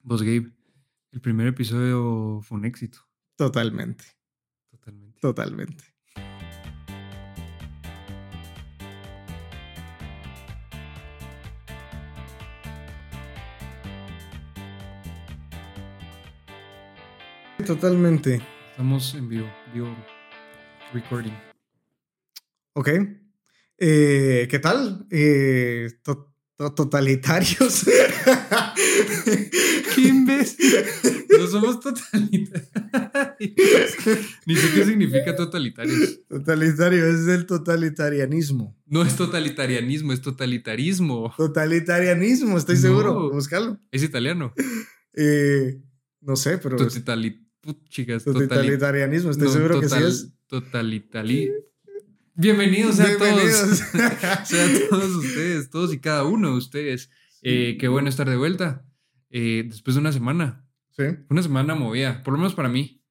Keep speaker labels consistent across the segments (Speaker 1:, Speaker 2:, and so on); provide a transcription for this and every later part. Speaker 1: Vos, Gabe, el primer episodio fue un éxito.
Speaker 2: Totalmente,
Speaker 1: Totalmente.
Speaker 2: totalmente. Totalmente.
Speaker 1: Estamos en vivo, vivo recording.
Speaker 2: Ok. Eh, ¿Qué tal? Eh, to- to- totalitarios.
Speaker 1: ¡Qué imbécil! No somos totalitarios. Ni sé qué significa totalitarios.
Speaker 2: Totalitario es el totalitarianismo.
Speaker 1: No es totalitarianismo, es totalitarismo.
Speaker 2: Totalitarianismo, estoy
Speaker 1: No.
Speaker 2: seguro. Búscalo.
Speaker 1: Es italiano.
Speaker 2: Eh, no sé, pero es
Speaker 1: Totali... put- Chicas, totali-
Speaker 2: totalitarianismo, estoy
Speaker 1: no,
Speaker 2: seguro que sí
Speaker 1: total-
Speaker 2: es.
Speaker 1: Totalitali... Bienvenidos a todos. Sean todos ustedes, todos y cada uno de ustedes. Eh, qué bueno estar de vuelta. Eh, después de una semana.
Speaker 2: sí.
Speaker 1: Una semana movida, por lo menos para mí.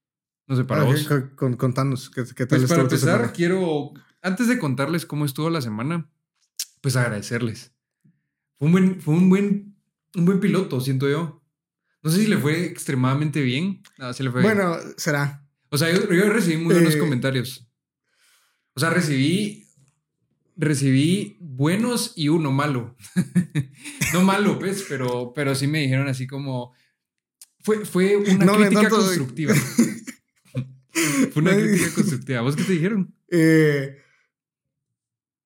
Speaker 1: No sé, para
Speaker 2: Ah, ok,
Speaker 1: vos.
Speaker 2: con- con- contanos qué, qué tal
Speaker 1: Pues para
Speaker 2: estuvo tu
Speaker 1: empezar,
Speaker 2: semana?
Speaker 1: quiero, antes de contarles cómo estuvo la semana, pues agradecerles. Fue un buen, fue un buen, un buen piloto, siento yo. No sé si le fue extremadamente bien. No, sí le fue bien.
Speaker 2: Bueno, será.
Speaker 1: O sea, yo, yo recibí muy buenos
Speaker 2: Eh.
Speaker 1: comentarios. O sea, recibí, recibí buenos y uno malo. no malo, pues, pero, pero sí me dijeron así como... Fue, fue una
Speaker 2: No, de
Speaker 1: crítica
Speaker 2: tanto-
Speaker 1: constructiva. fue una
Speaker 2: No,
Speaker 1: crítica constructiva. ¿Vos qué te dijeron?
Speaker 2: Eh,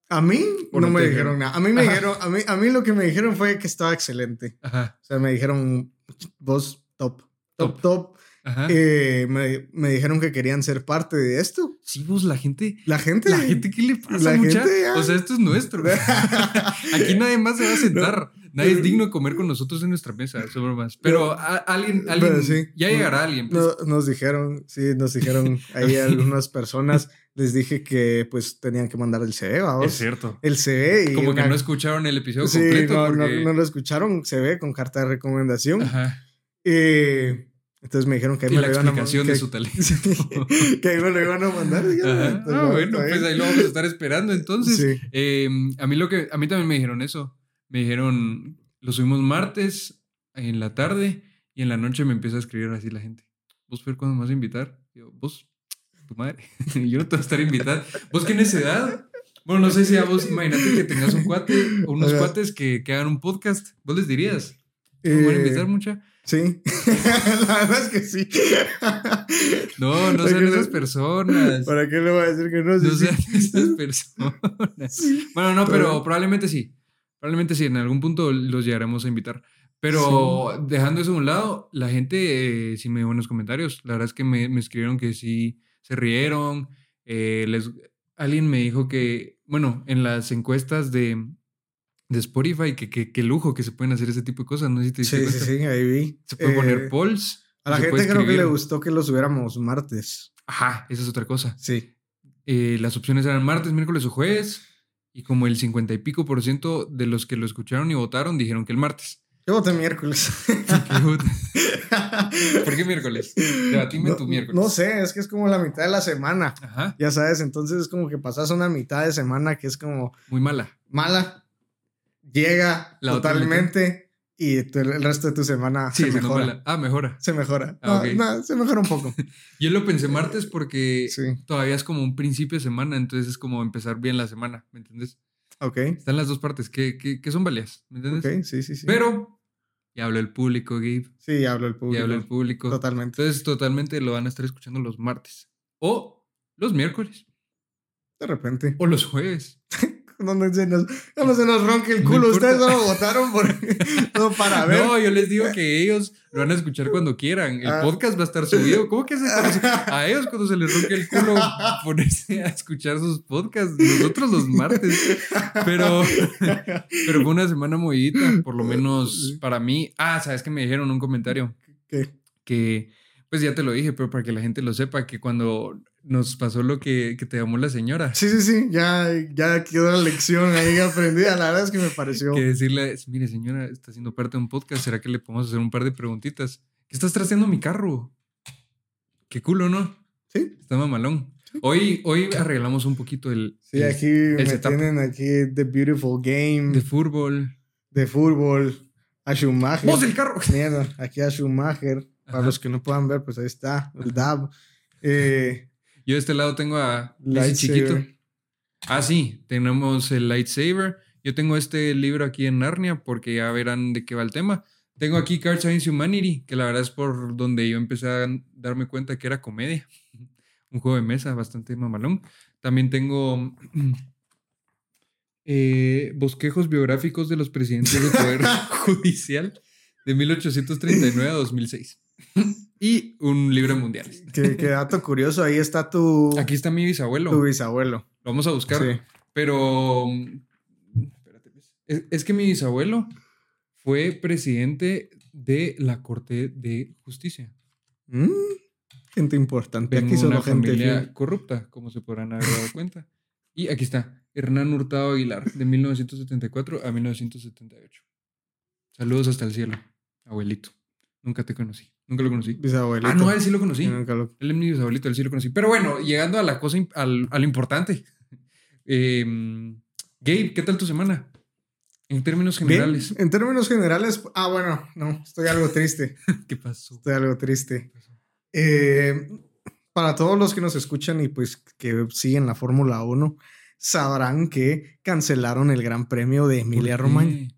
Speaker 2: a mí
Speaker 1: ¿O
Speaker 2: no,
Speaker 1: no
Speaker 2: me
Speaker 1: te dijeron?
Speaker 2: dijeron nada. A mí me
Speaker 1: Ajá.
Speaker 2: dijeron, a mí, a mí lo que me dijeron fue que estaba excelente.
Speaker 1: Ajá.
Speaker 2: O sea, me dijeron vos top, top,
Speaker 1: Top. Ah.
Speaker 2: top.
Speaker 1: Ajá.
Speaker 2: Eh, me, me dijeron que querían ser parte de esto.
Speaker 1: Sí, vos, la gente...
Speaker 2: La gente.
Speaker 1: La gente, ¿qué le pasa,
Speaker 2: la
Speaker 1: mucha?
Speaker 2: gente ah. ya-
Speaker 1: O sea, esto es nuestro. Aquí nadie más se va a sentar. Nadie es digno de comer con nosotros en nuestra mesa, eso bromas. Pero a- alguien, alguien,
Speaker 2: Pero sí.
Speaker 1: ya llegará alguien. pues.
Speaker 2: No- nos dijeron, sí, nos dijeron ahí a algunas personas. Les dije que pues tenían que mandar el CV, ¿va vos?
Speaker 1: es cierto.
Speaker 2: El CV. Y
Speaker 1: E. Como que
Speaker 2: una-
Speaker 1: no escucharon el episodio
Speaker 2: Sí,
Speaker 1: completo.
Speaker 2: no, no-
Speaker 1: porque-
Speaker 2: no lo escucharon, CV con carta de recomendación.
Speaker 1: Ajá.
Speaker 2: Eh, entonces me dijeron que ahí
Speaker 1: Y
Speaker 2: me
Speaker 1: la
Speaker 2: lo iban a
Speaker 1: explicación de
Speaker 2: que-
Speaker 1: su talento.
Speaker 2: que ahí me lo iban a mandar. y ya,
Speaker 1: Ajá.
Speaker 2: entonces,
Speaker 1: Ah, bueno,
Speaker 2: está
Speaker 1: pues
Speaker 2: bien.
Speaker 1: ahí lo vamos a estar esperando. Entonces,
Speaker 2: Sí.
Speaker 1: Eh, a mí lo que a mí también me dijeron eso. Me dijeron, lo subimos martes en la tarde y en la noche me empieza a escribir así la gente. ¿Vos Fer, cuándo me vas a invitar? Y yo, vos, tu madre. yo no te voy a estar invitada. ¿Vos qué necesidad? Bueno, no sé si a vos, imagínate que tengas un cuate o unos
Speaker 2: Ajá.
Speaker 1: cuates que, que hagan un podcast. ¿Vos les dirías? ¿Me
Speaker 2: Eh,
Speaker 1: van a invitar mucha?
Speaker 2: Sí, la verdad es que sí.
Speaker 1: No, no
Speaker 2: ¿para
Speaker 1: sean
Speaker 2: qué no?
Speaker 1: esas personas.
Speaker 2: ¿Para qué le voy a decir que no? Sí,
Speaker 1: No
Speaker 2: sí.
Speaker 1: sean esas personas.
Speaker 2: Sí.
Speaker 1: Bueno, no, pero
Speaker 2: Pero-
Speaker 1: probablemente sí. Probablemente sí, en algún punto los llegaremos a invitar. Pero dejando eso a un lado, la gente eh, sí me dio buenos comentarios. La verdad es que me, me escribieron que sí se rieron. eh, les, alguien me dijo que, bueno, en las encuestas de, de Spotify, que, que, que lujo que se pueden hacer ese tipo de cosas. No sé si te diste
Speaker 2: Sí, sí,
Speaker 1: cuenta.
Speaker 2: sí, ahí vi.
Speaker 1: Se puede poner
Speaker 2: Eh,
Speaker 1: polls.
Speaker 2: A la
Speaker 1: se puede
Speaker 2: gente creo que le
Speaker 1: escribir.
Speaker 2: gustó que lo subiéramos martes.
Speaker 1: Ajá, esa es otra cosa.
Speaker 2: Sí.
Speaker 1: Eh, las opciones eran martes, miércoles o jueves. Y como el 50 y pico por ciento de los que lo escucharon y votaron dijeron que el martes.
Speaker 2: Yo voté miércoles.
Speaker 1: ¿Qué puta? ¿Por qué miércoles? Debatime
Speaker 2: no,
Speaker 1: tu miércoles.
Speaker 2: no sé, es que es como la mitad de la semana.
Speaker 1: Ajá,
Speaker 2: Ya sabes, entonces es como que pasas una mitad de semana que es como
Speaker 1: muy mala.
Speaker 2: mala, llega
Speaker 1: La otra
Speaker 2: totalmente y tu- el resto de tu semana
Speaker 1: Sí,
Speaker 2: se
Speaker 1: es una
Speaker 2: mejora.
Speaker 1: mala. Ah, mejora.
Speaker 2: Se mejora.
Speaker 1: Ah,
Speaker 2: No,
Speaker 1: ok.
Speaker 2: no, se mejora un poco.
Speaker 1: Yo lo pensé martes porque
Speaker 2: Sí,
Speaker 1: todavía es como un principio de semana, entonces es como empezar bien la semana, ¿me entiendes?
Speaker 2: ok.
Speaker 1: Están las dos partes que, que, que son válidas, ¿me entiendes?
Speaker 2: Ok, sí, sí, sí.
Speaker 1: Pero ya habló el público, Gabe.
Speaker 2: sí, hablo el público.
Speaker 1: Ya habló el público.
Speaker 2: Totalmente.
Speaker 1: Entonces totalmente lo van a estar escuchando los martes. O los miércoles.
Speaker 2: De repente.
Speaker 1: O los jueves.
Speaker 2: No, no se nos, ya no se nos ronque el
Speaker 1: No
Speaker 2: culo.
Speaker 1: importa.
Speaker 2: Ustedes solo votaron por, no para ver.
Speaker 1: No, yo les digo que ellos lo van a escuchar cuando quieran. El
Speaker 2: Ah.
Speaker 1: podcast va a estar subido. ¿Cómo que se a ellos cuando se les ronque el culo ponerse a escuchar sus podcasts? Nosotros los martes. Pero, pero fue una semana movidita, por lo menos para mí. Ah, sabes que me dijeron un comentario
Speaker 2: ¿Qué?
Speaker 1: que, pues ya te lo dije, pero para que la gente lo sepa, que cuando nos pasó lo que, que te llamó la señora.
Speaker 2: Sí, sí, sí. Ya, ya quedó la lección ahí aprendida. La verdad es que me pareció.
Speaker 1: que decirle, es, mire señora, está haciendo parte de un podcast, ¿será que le podemos hacer un par de preguntitas? ¿Qué estás trasteando mi carro? Qué culo, ¿no?
Speaker 2: Sí.
Speaker 1: Está mamalón. Hoy, hoy arreglamos un poquito el,
Speaker 2: Sí,
Speaker 1: el-
Speaker 2: aquí
Speaker 1: el
Speaker 2: me
Speaker 1: setup
Speaker 2: tienen aquí The Beautiful Game
Speaker 1: de fútbol.
Speaker 2: de fútbol. a Schumacher.
Speaker 1: ¡Vos el carro!
Speaker 2: Mierda, aquí a Schumacher. Para
Speaker 1: Ajá.
Speaker 2: los que no puedan ver, pues ahí está, el DAB. Eh,
Speaker 1: Yo de este lado tengo a ese
Speaker 2: Lightsaber.
Speaker 1: chiquito. Ah, sí, tenemos el lightsaber. Yo tengo este libro aquí en Narnia porque ya verán de qué va el tema. Tengo aquí Cards Against Humanity, que la verdad es por donde yo empecé a darme cuenta que era comedia. Un juego de mesa bastante mamalón. También tengo eh, bosquejos biográficos de los presidentes del Poder Judicial de 1839 a 2006. y un libro de mundiales.
Speaker 2: que, que dato curioso, ahí está tu,
Speaker 1: Aquí está mi bisabuelo.
Speaker 2: tu bisabuelo.
Speaker 1: Lo vamos a buscar.
Speaker 2: Sí.
Speaker 1: Pero. mm, espérate, pues. es, es que mi bisabuelo fue presidente de la Corte de Justicia.
Speaker 2: Mm, gente importante.
Speaker 1: Tengo
Speaker 2: Aquí solo
Speaker 1: una
Speaker 2: gente
Speaker 1: familia
Speaker 2: fiel.
Speaker 1: corrupta, como se podrán haber dado cuenta. Y aquí está, Hernán Hurtado Aguilar, de 1974 a 1978. Saludos hasta el cielo, abuelito. Nunca te conocí, nunca lo conocí.
Speaker 2: bisabuelito.
Speaker 1: Ah, no, a él sí lo conocí.
Speaker 2: Yo nunca lo-
Speaker 1: Él es mi bisabuelito, él sí lo conocí. Pero bueno, llegando a la cosa, im- al, a lo importante. Eh, Gabe, ¿qué tal tu semana? En términos
Speaker 2: Bien,
Speaker 1: generales.
Speaker 2: En términos generales, ah, bueno, no, estoy algo triste.
Speaker 1: ¿Qué pasó?
Speaker 2: Estoy algo triste.
Speaker 1: pasó?
Speaker 2: Eh, para todos los que nos escuchan y pues que siguen la Fórmula 1, sabrán que cancelaron el Gran Premio de Emilia
Speaker 1: ¿Por
Speaker 2: Romagna
Speaker 1: qué?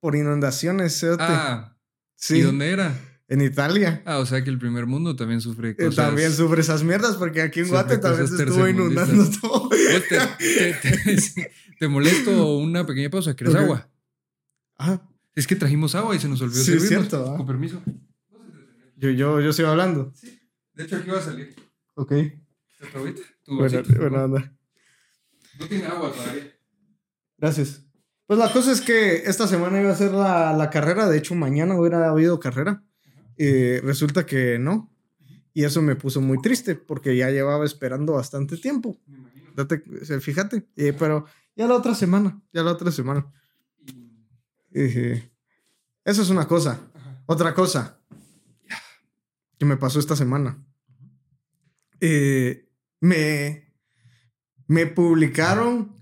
Speaker 2: por inundaciones. cerote.
Speaker 1: Ah,
Speaker 2: sí,
Speaker 1: ¿y dónde era?
Speaker 2: en Italia.
Speaker 1: Ah, o sea que el primer mundo también sufre
Speaker 2: Eh,
Speaker 1: cosas.
Speaker 2: también sufre esas mierdas porque aquí en
Speaker 1: sufre
Speaker 2: Guate también
Speaker 1: cosas
Speaker 2: se estuvo inundando
Speaker 1: tercermundistas.
Speaker 2: todo.
Speaker 1: Pues Te, te- te- te molesto una pequeña pausa. ¿Quieres
Speaker 2: Ok.
Speaker 1: agua?
Speaker 2: Ah,
Speaker 1: Es que trajimos agua y se nos olvidó
Speaker 2: Sí,
Speaker 1: servirnos.
Speaker 2: cierto, ah.
Speaker 1: Con permiso.
Speaker 2: yo, yo, yo sigo hablando.
Speaker 1: De hecho, aquí va a salir.
Speaker 2: Ok.
Speaker 1: Tu agüita, tu
Speaker 2: Bueno,
Speaker 1: vasito.
Speaker 2: bueno, anda.
Speaker 1: No tiene agua todavía.
Speaker 2: Gracias. Pues la cosa es que esta semana iba a ser la, la carrera, de hecho mañana hubiera habido carrera. Eh, resulta que no. Y eso me puso muy triste porque ya llevaba esperando bastante tiempo.
Speaker 1: Me imagino.
Speaker 2: Date, eh, fíjate. Eh, pero ya la otra semana, ya la otra semana.
Speaker 1: Y-
Speaker 2: Eh, eso es una cosa.
Speaker 1: Ajá.
Speaker 2: Otra cosa que me pasó esta semana. Eh, me, me publicaron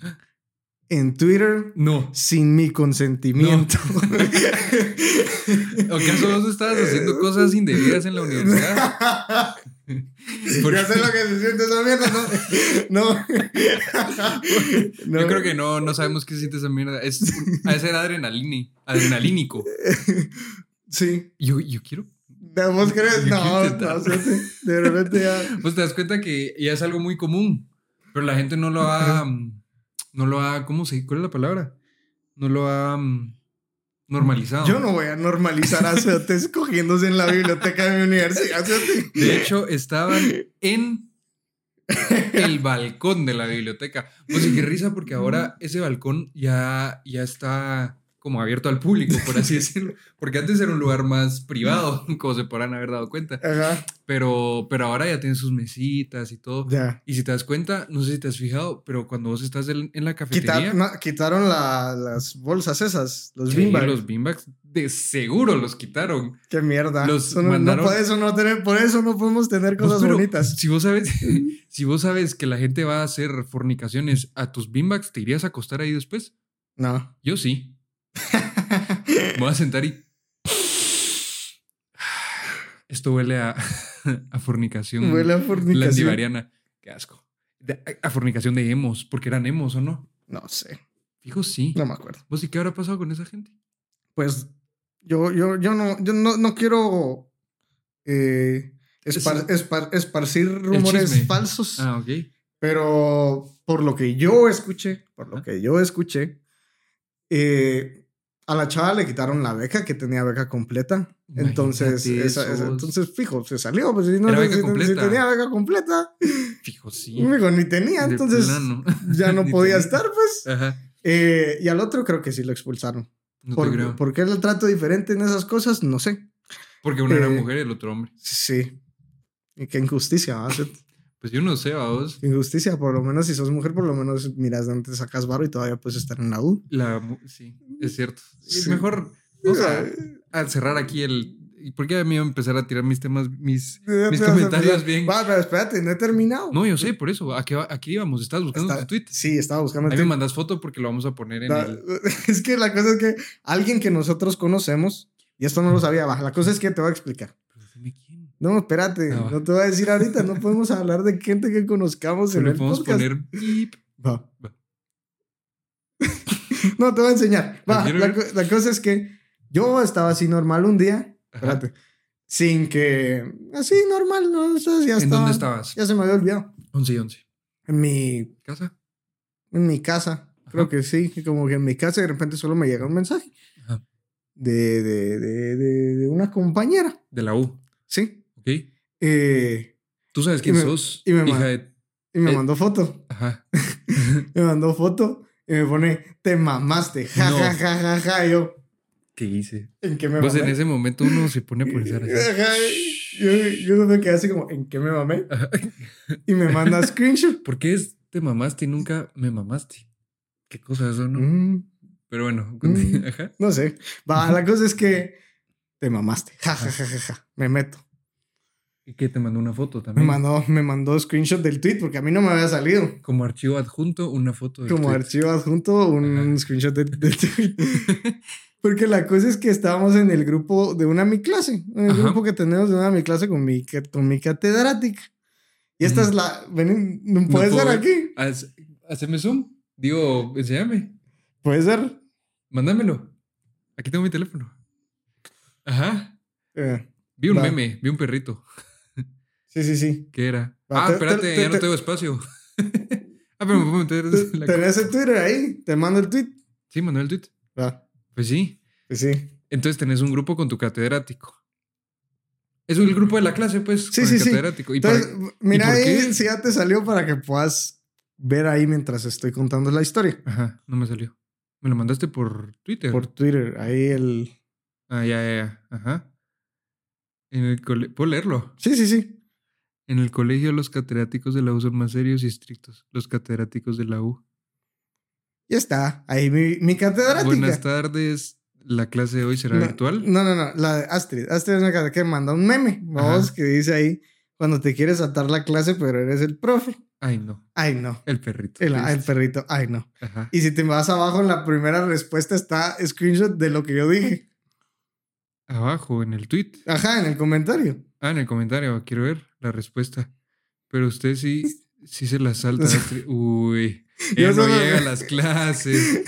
Speaker 2: en Twitter
Speaker 1: No.
Speaker 2: sin mi consentimiento.
Speaker 1: ¿O acaso vos estabas
Speaker 2: Eh,
Speaker 1: haciendo cosas indebidas en la universidad? Porque-
Speaker 2: Ya sé lo que se siente esa mierda, ¿no? No.
Speaker 1: Yo creo que no, no sabemos qué siente esa mierda. Es, ha de ser adrenalini- adrenalínico.
Speaker 2: Sí.
Speaker 1: Yo, yo quiero.
Speaker 2: ¿No, ¿Vos crees?
Speaker 1: Yo
Speaker 2: No,
Speaker 1: quiero
Speaker 2: no,
Speaker 1: intentar.
Speaker 2: sí, sí. De repente ya.
Speaker 1: Pues te das cuenta que ya es algo muy común, pero la gente no lo ha. mm, No lo ha. ¿Cómo se ¿Cuál es la palabra? No lo ha mm, normalizado.
Speaker 2: Yo no voy a normalizar a Ceotes cogiéndose en la biblioteca de mi universidad. Ceote.
Speaker 1: De hecho, estaban en el balcón de la biblioteca. Pues y qué risa, porque ahora ese balcón ya, ya está como abierto al público, por así decirlo. Porque antes era un lugar más privado, como se podrán haber dado cuenta.
Speaker 2: Ajá.
Speaker 1: Pero, pero ahora ya tienen sus mesitas y todo.
Speaker 2: Ya.
Speaker 1: Y si te das cuenta, no sé si te has fijado, pero cuando vos estás en, en la cafetería,
Speaker 2: Quitar- no, quitaron la- las bolsas esas, los
Speaker 1: sí,
Speaker 2: bimba.
Speaker 1: los beanbags de seguro los quitaron.
Speaker 2: Qué mierda.
Speaker 1: Los
Speaker 2: Eso no- no
Speaker 1: mandaron-
Speaker 2: por eso no tener, por eso no podemos tener
Speaker 1: Pues,
Speaker 2: cosas
Speaker 1: pero
Speaker 2: bonitas.
Speaker 1: Si vos sabes, si vos sabes que la gente va a hacer fornicaciones a tus beanbags, ¿te irías a acostar ahí después?
Speaker 2: No.
Speaker 1: Yo sí. Me voy a sentar y. Esto huele a, a fornicación.
Speaker 2: Huele a fornicación.
Speaker 1: landivariana. Qué asco. De- a fornicación de hemos, porque eran hemos o no.
Speaker 2: No sé,
Speaker 1: Fijo, sí.
Speaker 2: no me acuerdo.
Speaker 1: ¿Vos y qué habrá pasado con esa gente?
Speaker 2: Pues yo, yo, yo no, yo no, no quiero eh, espar- espar- esparcir rumores
Speaker 1: chisme.
Speaker 2: falsos,
Speaker 1: Ah, ok.
Speaker 2: pero por lo que yo escuché, por lo
Speaker 1: Ajá.
Speaker 2: que yo escuché, eh, a la chava le quitaron la beca que tenía beca completa. Entonces,
Speaker 1: Imagínate
Speaker 2: esa- esa-
Speaker 1: eso.
Speaker 2: entonces fijo, se salió. Pues, si no
Speaker 1: Era
Speaker 2: si-
Speaker 1: beca
Speaker 2: si- si
Speaker 1: completa.
Speaker 2: tenía beca completa,
Speaker 1: Fijo, sí.
Speaker 2: fijo, ni tenía,
Speaker 1: De
Speaker 2: entonces
Speaker 1: plano.
Speaker 2: ya no
Speaker 1: Ni
Speaker 2: podía
Speaker 1: tenía. Ah.
Speaker 2: estar, pues.
Speaker 1: Ajá.
Speaker 2: Eh, y al otro creo que sí lo expulsaron.
Speaker 1: No te
Speaker 2: ¿Por,
Speaker 1: creo.
Speaker 2: por qué el trato diferente en esas cosas? No sé.
Speaker 1: Porque una era
Speaker 2: eh,
Speaker 1: mujer y el otro hombre.
Speaker 2: Sí. Y qué injusticia, ¿va? Seth?
Speaker 1: Pues yo no sé, a vos.
Speaker 2: Qué injusticia. Por lo menos si sos mujer, por lo menos miras de antes sacas barro y todavía puedes estar en la U.
Speaker 1: La, mu- sí, ah. es cierto. Es
Speaker 2: Sí.
Speaker 1: mejor. Vamos a,
Speaker 2: Eh,
Speaker 1: a cerrar aquí el, Porque a mí iba a empezar a tirar mis temas, mis, mis comentarios bien.
Speaker 2: Va, pero espérate, no he terminado.
Speaker 1: No, yo sé, por eso. ¿A qué, va- a qué íbamos? Estás buscando
Speaker 2: Está-
Speaker 1: tu tweet.
Speaker 2: Sí, estaba buscando el
Speaker 1: Ahí me
Speaker 2: tweet.
Speaker 1: mandas foto porque lo vamos a poner en
Speaker 2: Da-
Speaker 1: el.
Speaker 2: Es que la cosa es que alguien que nosotros conocemos, y esto no lo sabía, va, la cosa es que te voy a explicar.
Speaker 1: Pero dime quién.
Speaker 2: No, espérate,
Speaker 1: Ah, va.
Speaker 2: no te voy a decir ahorita, no podemos hablar de gente que conozcamos en
Speaker 1: Pero
Speaker 2: el
Speaker 1: le podemos
Speaker 2: podcast.
Speaker 1: poner beep.
Speaker 2: Va.
Speaker 1: Va.
Speaker 2: no, te voy a enseñar.
Speaker 1: ¿La
Speaker 2: Va,
Speaker 1: quiero
Speaker 2: la,
Speaker 1: ver?
Speaker 2: co- la cosa es que yo estaba así normal un día,
Speaker 1: Ajá.
Speaker 2: espérate, sin que, así normal, ¿no? O sea, ya
Speaker 1: ¿En
Speaker 2: estaba-
Speaker 1: dónde estabas?
Speaker 2: Ya se me había olvidado.
Speaker 1: 11 y 11.
Speaker 2: En mi
Speaker 1: ¿Casa?
Speaker 2: en mi casa. Creo
Speaker 1: Ajá.
Speaker 2: que sí, que como que en mi casa de repente solo me llega un mensaje
Speaker 1: Ajá.
Speaker 2: de, de, de, de- de una compañera,
Speaker 1: De la U.
Speaker 2: ¿sí?
Speaker 1: ¿Ok?
Speaker 2: Eh,
Speaker 1: Tú sabes quién
Speaker 2: me-
Speaker 1: sos.
Speaker 2: y me
Speaker 1: hija
Speaker 2: ma-
Speaker 1: de.
Speaker 2: y me
Speaker 1: Eh.
Speaker 2: mandó foto,
Speaker 1: Ajá.
Speaker 2: me mandó foto y me pone, te mamaste, ja,
Speaker 1: No.
Speaker 2: ja, ja, ja, ja, y yo,
Speaker 1: ¿Qué hice?
Speaker 2: ¿en qué me
Speaker 1: Pues en
Speaker 2: mamé?
Speaker 1: ese momento uno se pone a pensar así.
Speaker 2: Ajá, yo, yo me quedé así como, ¿en qué me mamé?
Speaker 1: Ajá.
Speaker 2: Y me manda screenshot.
Speaker 1: ¿Por qué es te mamaste y nunca me mamaste? ¿Qué cosa es eso, no?
Speaker 2: Mm,
Speaker 1: Pero bueno,
Speaker 2: Mm.
Speaker 1: ajá.
Speaker 2: no sé. Va, la cosa es que te mamaste, ja, ja, ja, ja, ja, me meto.
Speaker 1: Y que te mandó una foto
Speaker 2: Me
Speaker 1: también.
Speaker 2: mandó, me mandó screenshot del tweet porque a mí no me había salido.
Speaker 1: Como archivo adjunto, una foto de
Speaker 2: Como archivo adjunto, un
Speaker 1: Ajá.
Speaker 2: screenshot del del tweet. Porque la cosa es que estábamos en el grupo de una mi clase, en el
Speaker 1: Ajá.
Speaker 2: grupo que tenemos de una mi clase con mi, ca- con mi catedrática. Y esta
Speaker 1: Ujú.
Speaker 2: es la. Ven, no puede
Speaker 1: puedo
Speaker 2: ser
Speaker 1: ver.
Speaker 2: aquí.
Speaker 1: Haz- Haceme zoom. Digo, enséñame.
Speaker 2: Puede ser.
Speaker 1: Mándamelo. Aquí tengo mi teléfono. Ajá.
Speaker 2: Eh,
Speaker 1: Vi un
Speaker 2: Va.
Speaker 1: meme, vi un perrito.
Speaker 2: sí, sí, sí.
Speaker 1: ¿Qué era?
Speaker 2: Va,
Speaker 1: ah,
Speaker 2: te-
Speaker 1: espérate,
Speaker 2: te- te-
Speaker 1: ya no
Speaker 2: te- Mm.
Speaker 1: tengo espacio. ah, pero me puedo meter
Speaker 2: Tú
Speaker 1: la
Speaker 2: Tenés el Twitter ahí, te mando el tweet.
Speaker 1: Sí, mandó el tweet.
Speaker 2: Va,
Speaker 1: Pues sí.
Speaker 2: pues sí.
Speaker 1: Entonces tenés un grupo con tu catedrático. Es el grupo de la clase, pues,
Speaker 2: Sí,
Speaker 1: con
Speaker 2: sí,
Speaker 1: el
Speaker 2: sí.
Speaker 1: catedrático. Y
Speaker 2: Entonces,
Speaker 1: para-
Speaker 2: mira
Speaker 1: por
Speaker 2: ahí
Speaker 1: qué?
Speaker 2: si ya te salió para que puedas ver ahí mientras estoy contando la historia.
Speaker 1: Ajá, no me salió. Me lo mandaste por Twitter.
Speaker 2: Por Twitter, ahí el.
Speaker 1: Ah, ya, ya, ya. Ajá. En el cole... Puedo leerlo.
Speaker 2: Sí, sí, sí.
Speaker 1: En el colegio los catedráticos de la U son más serios y estrictos. Los catedráticos de la U.
Speaker 2: Ya está, ahí mi, mi catedrática.
Speaker 1: Buenas tardes. La clase de hoy será
Speaker 2: No,
Speaker 1: virtual.
Speaker 2: No, no, no, la de Astrid. Astrid es una catedrática que manda un meme, vamos,
Speaker 1: Ajá.
Speaker 2: que dice ahí, cuando te quieres saltar la clase, pero eres el profe.
Speaker 1: Ay, no.
Speaker 2: Ay, no.
Speaker 1: El perrito.
Speaker 2: El, ah, el
Speaker 1: Triste.
Speaker 2: perrito, ay, no.
Speaker 1: Ajá.
Speaker 2: Y si te vas abajo, en la primera respuesta está screenshot de lo que yo dije.
Speaker 1: Abajo, en el tweet.
Speaker 2: Ajá, en el comentario.
Speaker 1: Ah, en el comentario. Quiero ver la respuesta. Pero usted sí, sí se la salta. Astrid. Uy.
Speaker 2: Yo
Speaker 1: Él no
Speaker 2: solo-
Speaker 1: llega a las clases.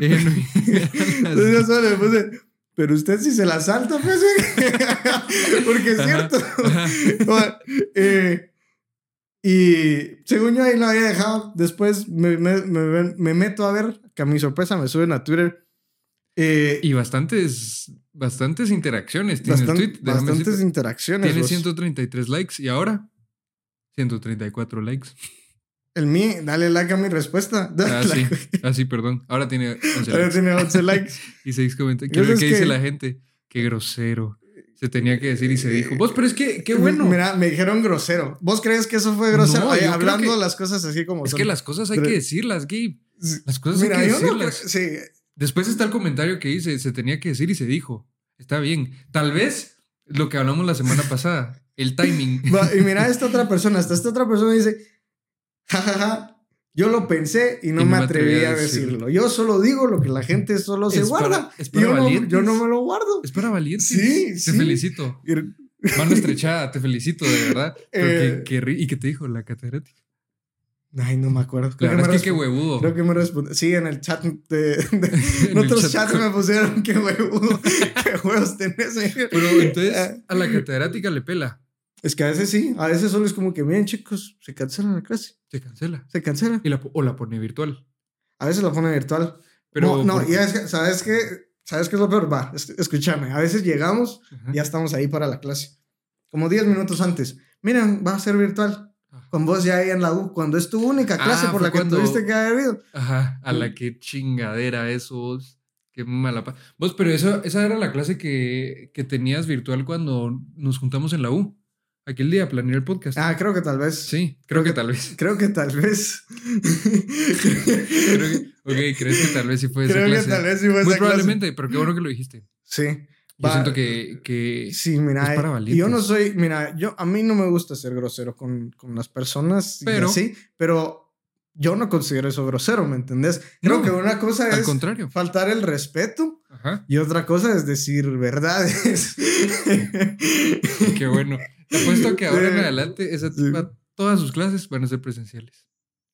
Speaker 1: Él no llega a las
Speaker 2: Entonces yo solo le puse, pero usted si se la salta, pues, güey". porque es
Speaker 1: Ajá.
Speaker 2: cierto.
Speaker 1: Ajá.
Speaker 2: Bueno, eh, y según yo ahí lo había dejado. Después me, me- me- me meto a ver, que a mi sorpresa me suben a Twitter. eh,
Speaker 1: Y bastantes, bastantes interacciones tiene
Speaker 2: bastan-
Speaker 1: el tweet. déjame
Speaker 2: bastantes
Speaker 1: decirte.
Speaker 2: interacciones.
Speaker 1: Tiene
Speaker 2: vos.
Speaker 1: 133 likes y ahora 134 likes.
Speaker 2: El mí, dale like a mi respuesta.
Speaker 1: Ah,
Speaker 2: Dale
Speaker 1: sí,
Speaker 2: like.
Speaker 1: ah, sí, perdón. Ahora tiene 11
Speaker 2: Ahora
Speaker 1: likes
Speaker 2: tiene 11 likes.
Speaker 1: y 6 comentarios.
Speaker 2: Yo
Speaker 1: Quiero ver
Speaker 2: sé
Speaker 1: qué
Speaker 2: es
Speaker 1: dice
Speaker 2: que-
Speaker 1: la gente. Qué grosero. Se tenía que decir y se dijo. Vos, pero es que, qué bueno.
Speaker 2: Mira, me dijeron grosero. ¿Vos crees que eso fue grosero?
Speaker 1: No,
Speaker 2: Oye,
Speaker 1: yo creo
Speaker 2: hablando
Speaker 1: que-
Speaker 2: las cosas así como
Speaker 1: es
Speaker 2: son.
Speaker 1: que las cosas hay
Speaker 2: Pero-
Speaker 1: que decirlas, Gabe. Las cosas
Speaker 2: Mira,
Speaker 1: hay que
Speaker 2: yo no creo-
Speaker 1: decirlas.
Speaker 2: sí,
Speaker 1: Después está el comentario que hice, se tenía que decir y se dijo. Está bien. Tal vez lo que hablamos la semana pasada, el timing.
Speaker 2: Va, Y mira esta otra persona, hasta esta otra persona dice, jajaja, yo lo pensé y no, me atreví, a decirlo. Yo solo digo lo que la gente solo se
Speaker 1: Es para-
Speaker 2: guarda.
Speaker 1: es para
Speaker 2: yo, no,
Speaker 1: valientes.
Speaker 2: yo no me lo guardo.
Speaker 1: Es para valientes.
Speaker 2: Sí,
Speaker 1: te
Speaker 2: sí.
Speaker 1: felicito.
Speaker 2: Y-
Speaker 1: Mano estrechada, te felicito, de verdad. Pero
Speaker 2: Eh.
Speaker 1: qué- qué ri- ¿Y qué te dijo la catedrática?
Speaker 2: Ay, no me acuerdo.
Speaker 1: La
Speaker 2: Creo
Speaker 1: verdad
Speaker 2: me
Speaker 1: es que qué
Speaker 2: resp-
Speaker 1: huevudo.
Speaker 2: Creo que me respondió. Sí, en el chat. De, de- en
Speaker 1: En el
Speaker 2: otros
Speaker 1: chat.
Speaker 2: chats me pusieron que huevo. que huevos tenés.
Speaker 1: Pero entonces
Speaker 2: Ah,
Speaker 1: a la catedrática le pela.
Speaker 2: Es que a veces sí. A veces solo es como que, miren, chicos, se cancela la clase.
Speaker 1: Se cancela.
Speaker 2: Se cancela.
Speaker 1: Y la po- o la pone virtual.
Speaker 2: A veces la pone virtual.
Speaker 1: Pero
Speaker 2: no, no,
Speaker 1: por-
Speaker 2: y es que, ¿sabes qué? ¿Sabes qué es lo peor? Va, es- escúchame. A veces llegamos,
Speaker 1: Ajá.
Speaker 2: ya estamos ahí para la clase. Como 10 minutos antes. Miren, va a ser virtual.
Speaker 1: Ajá.
Speaker 2: Con vos ya ahí en la U, cuando es tu única
Speaker 1: Ah,
Speaker 2: clase por
Speaker 1: fue
Speaker 2: la que
Speaker 1: cuando-
Speaker 2: tuviste que haber ido.
Speaker 1: Ajá, a
Speaker 2: Mm.
Speaker 1: la que chingadera esos. Qué mala pa- Vos, pero eso, esa era la clase que, que tenías virtual cuando nos juntamos en la U. Aquel día planeé el podcast.
Speaker 2: Ah, creo que tal vez.
Speaker 1: sí, creo
Speaker 2: creo
Speaker 1: que
Speaker 2: que-
Speaker 1: tal vez.
Speaker 2: Creo que tal vez.
Speaker 1: Creo que, ok, ¿crees que tal vez sí fue esa
Speaker 2: Creo que
Speaker 1: clase?
Speaker 2: tal vez sí fue
Speaker 1: Muy
Speaker 2: esa clase.
Speaker 1: probablemente, pero qué bueno que lo dijiste.
Speaker 2: Sí.
Speaker 1: Yo
Speaker 2: Pues Va-
Speaker 1: siento que, que
Speaker 2: Sí, mira,
Speaker 1: Es para
Speaker 2: eh,
Speaker 1: valientes.
Speaker 2: yo no soy, mira, yo a mí no me gusta ser grosero con, con las personas,
Speaker 1: Pero-
Speaker 2: pero sí, pero yo no considero eso grosero, ¿me entendés? Creo
Speaker 1: No,
Speaker 2: que una cosa
Speaker 1: al
Speaker 2: es
Speaker 1: contrario.
Speaker 2: faltar el respeto
Speaker 1: Ajá.
Speaker 2: y otra cosa es decir verdades.
Speaker 1: Qué bueno. Te apuesto que ahora en
Speaker 2: Sí.
Speaker 1: adelante esa
Speaker 2: Eh, Sí.
Speaker 1: tipa, todas sus clases van a ser presenciales.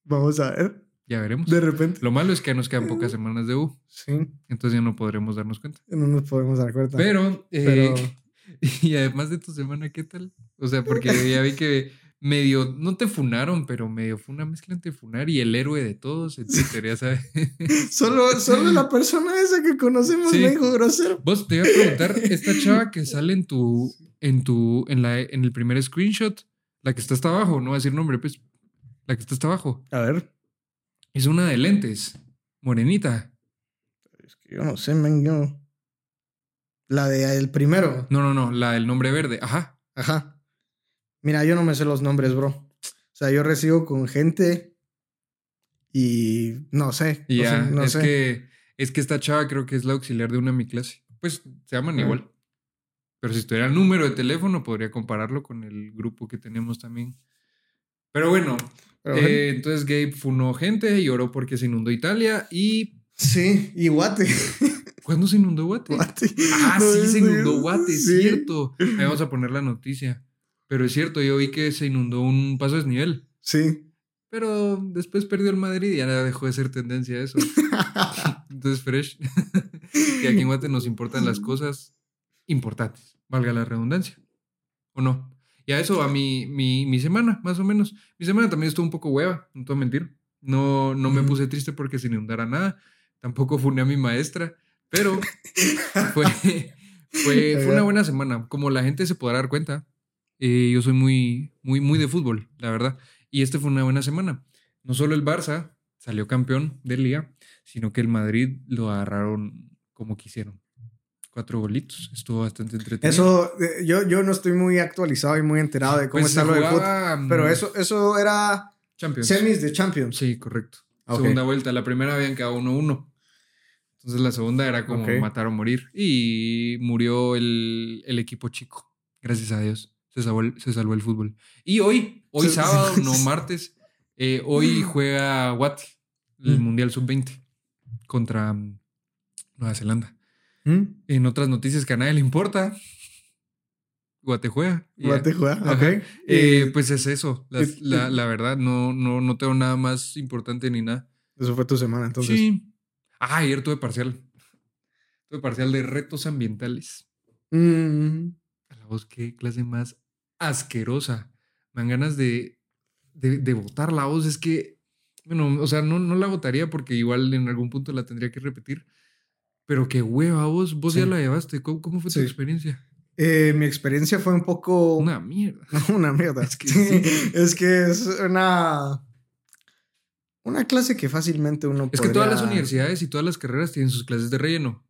Speaker 2: Vamos a ver,
Speaker 1: Ya veremos.
Speaker 2: de Eh. repente.
Speaker 1: Lo malo es que ya nos quedan pocas semanas de U,
Speaker 2: Sí,
Speaker 1: entonces ya no podremos darnos cuenta.
Speaker 2: no nos podemos dar cuenta.
Speaker 1: Pero, eh,
Speaker 2: Pero-
Speaker 1: y además de tu semana, ¿qué tal? O sea, porque ya vi que medio, no te funaron, pero medio fue una mezcla entre funar y el héroe de todos, etcétera, ya sabes.
Speaker 2: Solo, solo la persona esa que conocemos
Speaker 1: Sí.
Speaker 2: me dijo grosero.
Speaker 1: Vos te iba a preguntar, esta chava que sale en tu, en tu, en la, en el primer screenshot, la que está hasta abajo, no voy a decir nombre, pues, la que está hasta abajo,
Speaker 2: A ver,
Speaker 1: es una de lentes, morenita.
Speaker 2: es que yo no sé, men, yo- La de el primero.
Speaker 1: No, no, no, la del nombre verde, ajá.
Speaker 2: Ajá. Mira, yo no me sé los nombres, bro. O sea, yo recibo con gente y no sé.
Speaker 1: Y
Speaker 2: no
Speaker 1: ya,
Speaker 2: sé, no
Speaker 1: es
Speaker 2: sé.
Speaker 1: que, es que esta chava creo que es la auxiliar de una de mi clase. Pues se llaman
Speaker 2: Ah.
Speaker 1: igual. Pero si estuviera el número de teléfono, podría compararlo con el grupo que tenemos también. Pero bueno,
Speaker 2: Pero
Speaker 1: eh,
Speaker 2: bueno,
Speaker 1: entonces Gabe funó gente, lloró porque se inundó Italia y...
Speaker 2: sí, y Guate.
Speaker 1: ¿Cuándo se inundó Guate?
Speaker 2: Guate.
Speaker 1: Ah,
Speaker 2: No,
Speaker 1: sí, se
Speaker 2: no,
Speaker 1: inundó Guate, es
Speaker 2: sí.
Speaker 1: cierto. Ahí vamos a poner la noticia. Pero es cierto, yo vi que se inundó un paso de desnivel.
Speaker 2: Sí.
Speaker 1: Pero después perdió el Madrid y ya dejó de ser tendencia eso. Entonces, Fresh, que aquí en Guate nos importan las cosas importantes, valga la redundancia, ¿o no? Y a eso va mi, mi, mi semana, más o menos. Mi semana también estuvo un poco hueva, no te voy a mentir. No, no me
Speaker 2: Ujú.
Speaker 1: puse triste porque se inundara nada, tampoco funé a mi maestra, pero fue, fue, fue una buena semana. Como la gente se podrá dar cuenta, eh, yo soy muy, muy, muy de fútbol, la verdad. Y este fue una buena semana. No solo el Barça salió campeón de liga, sino que el Madrid lo agarraron como quisieron. Cuatro golitos, estuvo bastante entretenido.
Speaker 2: Eso, eh, yo, yo no estoy muy actualizado y muy enterado de cómo
Speaker 1: Pues
Speaker 2: está
Speaker 1: se
Speaker 2: lo de fútbol.
Speaker 1: jugaba, mm,
Speaker 2: Pero eso, eso era
Speaker 1: Champions.
Speaker 2: semis de Champions.
Speaker 1: Sí, correcto.
Speaker 2: Ah, ok.
Speaker 1: Segunda vuelta, la primera habían quedado 1-1. Entonces la segunda era como
Speaker 2: Ok.
Speaker 1: matar o morir. Y murió el, el equipo chico. Gracias a Dios. Se salvó el, se salvó el fútbol. Y hoy, hoy
Speaker 2: Se-
Speaker 1: sábado, no martes, eh, hoy juega Watt, el
Speaker 2: Mm.
Speaker 1: Mundial Sub-20, contra mm, Nueva Zelanda.
Speaker 2: ¿Mm?
Speaker 1: En otras noticias que a nadie le importa, Guate juega. y ya.
Speaker 2: Guate juega, ok.
Speaker 1: Ajá. Eh,
Speaker 2: Eh,
Speaker 1: pues es eso. Las-
Speaker 2: eh,
Speaker 1: la,
Speaker 2: eh.
Speaker 1: la verdad, no, no, no tengo nada más importante ni nada.
Speaker 2: eso fue tu semana, entonces.
Speaker 1: Sí. Ah, ayer tuve parcial. Tuve parcial de retos ambientales.
Speaker 2: Mm,
Speaker 1: A la voz, qué clase más asquerosa. Me dan ganas de, de, de votar la voz. Es que, bueno, o sea, no, no la votaría porque igual en algún punto la tendría que repetir. Pero qué hueva vos. Vos
Speaker 2: Sí.
Speaker 1: ya la llevaste. ¿Cómo, cómo fue tu
Speaker 2: Sí.
Speaker 1: experiencia?
Speaker 2: eh, mi experiencia fue un poco...
Speaker 1: Una mierda.
Speaker 2: Una mierda.
Speaker 1: Es
Speaker 2: Es
Speaker 1: que
Speaker 2: que,
Speaker 1: sí.
Speaker 2: es, que es una. Una clase que fácilmente uno
Speaker 1: Es que todas las
Speaker 2: podría-
Speaker 1: universidades y todas las carreras tienen sus clases de relleno.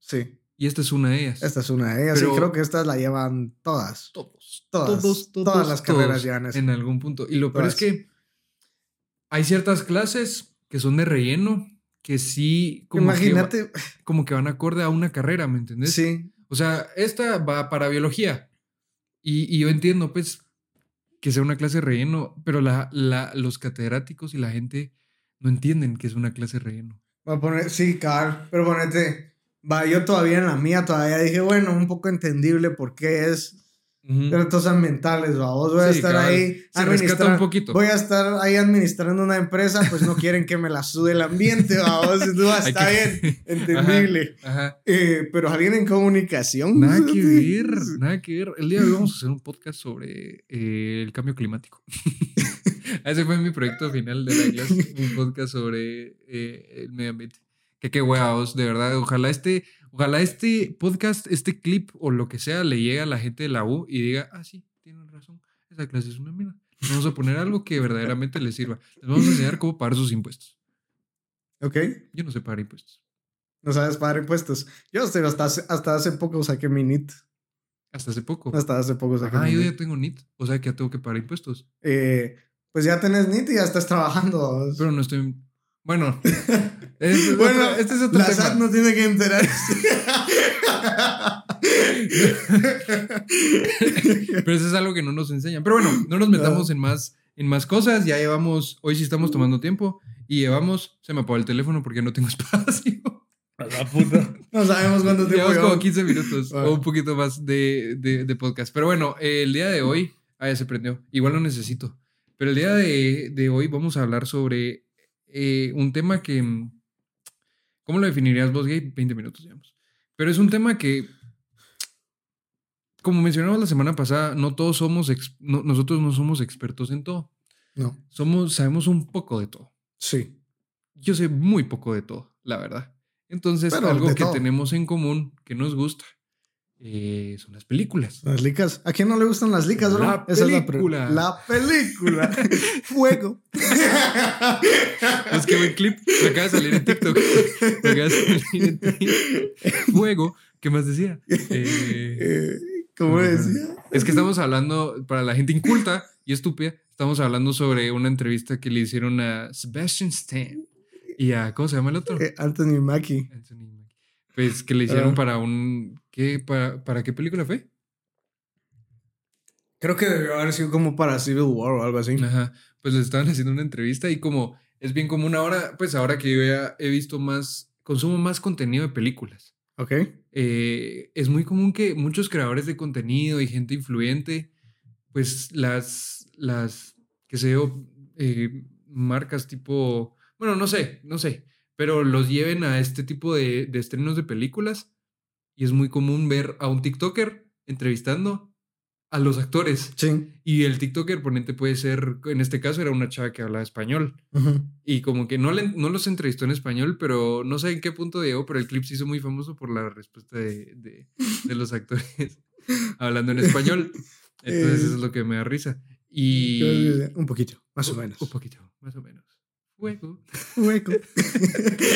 Speaker 2: Sí,
Speaker 1: Y esta es una de ellas.
Speaker 2: esta es una de ellas.
Speaker 1: Pero-
Speaker 2: y creo que estas la llevan todas.
Speaker 1: todos,
Speaker 2: Todas, todas las carreras llevan eso.
Speaker 1: en algún punto. Y lo peor es
Speaker 2: Todas.
Speaker 1: que hay ciertas clases que son de relleno que sí, como, Que,
Speaker 2: Imagínate.
Speaker 1: va- como que van acorde a una carrera, ¿me entendés?
Speaker 2: Sí,
Speaker 1: O sea, esta va para biología. Y, y yo entiendo, pues, que sea una clase de relleno, pero la, la, los catedráticos y la gente no entienden que es una clase de relleno.
Speaker 2: voy a poner. Sí, Carl. Pero ponete. Va, yo todavía en la mía todavía dije, bueno, un poco entendible por qué es
Speaker 1: Ujú.
Speaker 2: retos ambientales, va. Vos voy a
Speaker 1: Sí,
Speaker 2: estar
Speaker 1: cabal.
Speaker 2: ahí
Speaker 1: Se rescata un poquito.
Speaker 2: Voy a estar ahí administrando una empresa, pues no quieren que me la sude el ambiente, va. Vos, Tú,
Speaker 1: Hay
Speaker 2: está
Speaker 1: que-
Speaker 2: bien, entendible.
Speaker 1: Ajá.
Speaker 2: Eh, pero alguien en comunicación.
Speaker 1: Nada que
Speaker 2: Sí.
Speaker 1: ver, nada que ver. El día de hoy vamos a hacer un podcast sobre eh, el cambio climático. Ese fue mi proyecto final de la clase, un podcast sobre eh, el medio ambiente. Que qué huevos, de verdad. Ojalá este, ojalá este podcast, este clip o lo que sea le llegue a la gente de la U y diga, ah, sí, tienen razón, esa clase es una mierda. Les Vamos a poner algo que verdaderamente les sirva. Les vamos a enseñar cómo pagar sus impuestos.
Speaker 2: Ok.
Speaker 1: Yo no sé pagar impuestos.
Speaker 2: No sabes pagar impuestos. Yo hasta hasta hace, hasta hace poco saqué mi NIT.
Speaker 1: Hasta hace poco.
Speaker 2: Hasta hace poco saqué
Speaker 1: Ah,
Speaker 2: mi
Speaker 1: yo
Speaker 2: NIT.
Speaker 1: ya tengo NIT. O sea que ya tengo que pagar impuestos.
Speaker 2: Eh, pues ya tenés NIT y ya estás trabajando.
Speaker 1: Pero no estoy. Bueno. es- es
Speaker 2: bueno,
Speaker 1: otro- este es otro
Speaker 2: la
Speaker 1: tema.
Speaker 2: SAT no tiene que enterarse.
Speaker 1: Pero eso es algo que no nos enseñan. Pero bueno, no nos metamos en más, en más cosas. Ya llevamos, hoy sí estamos tomando tiempo y llevamos, se me apagó el teléfono porque no tengo espacio.
Speaker 3: A la puta.
Speaker 2: No sabemos cuánto tiempo
Speaker 1: Llevamos como
Speaker 2: llevamos. Ah.
Speaker 1: 15 minutos
Speaker 2: Bueno.
Speaker 1: o un poquito más de, de- de podcast. Pero bueno, eh, el día de hoy, ah, ya se prendió, igual lo necesito. Pero el día de, de hoy vamos a hablar sobre eh, un tema que, mm, ¿cómo lo definirías vos, Gay? 20 minutos, digamos. Pero es un tema que, como mencionamos la semana pasada, no todos somos, ex- no- nosotros no somos expertos en todo.
Speaker 2: No,
Speaker 1: Somos, sabemos un poco de todo
Speaker 2: sí.
Speaker 1: yo sé muy poco de todo, la verdad. Entonces,
Speaker 2: Pero
Speaker 1: algo
Speaker 2: de
Speaker 1: que
Speaker 2: todo.
Speaker 1: tenemos en común, que nos gusta, eh, son las películas.
Speaker 2: Las licas. ¿A quién no le gustan las licas, bro?
Speaker 1: La
Speaker 2: pre-
Speaker 1: película.
Speaker 2: la película. Fuego.
Speaker 1: Es que buen clip me acaba de salir en TikTok. Me acaba de salir en TikTok. Fuego, ¿qué más decía? Eh,
Speaker 2: Eh, ¿Cómo
Speaker 1: Ajá.
Speaker 2: decía? Eh,
Speaker 1: es que estamos hablando, para la gente inculta y estúpida, estamos hablando sobre una entrevista que le hicieron a Sebastian Stan y a, ¿cómo se llama el otro?
Speaker 2: Eh, Anthony Mackie.
Speaker 1: Anthony Mackie. Pues que le hicieron
Speaker 2: Ah.
Speaker 1: para un... ¿qué, para, ¿Para qué película fue?
Speaker 2: Creo que debió haber sido como para Civil War o algo así.
Speaker 1: Ajá, pues les estaban haciendo una entrevista y como es bien común ahora, pues ahora que yo ya he visto más, consumo más contenido de películas,
Speaker 2: Ok.
Speaker 1: eh, es muy común que muchos creadores de contenido y gente influyente, pues las, las, que sé yo, eh, marcas tipo, bueno, no sé, no sé, pero los lleven a este tipo de, de estrenos de películas y es muy común ver a un TikToker entrevistando a los actores.
Speaker 2: Sí.
Speaker 1: Y el TikToker ponente puede ser, en este caso era una chava que hablaba español.
Speaker 2: Ujú.
Speaker 1: Y como que no, le- no los entrevistó en español, pero no sé en qué punto llegó, pero el clip se hizo muy famoso por la respuesta de, de- de los actores hablando en español. Entonces eso es lo que me da risa. Y...
Speaker 2: Un poquito, más o menos.
Speaker 1: Un poquito, más o menos. Hueco.
Speaker 2: Hueco.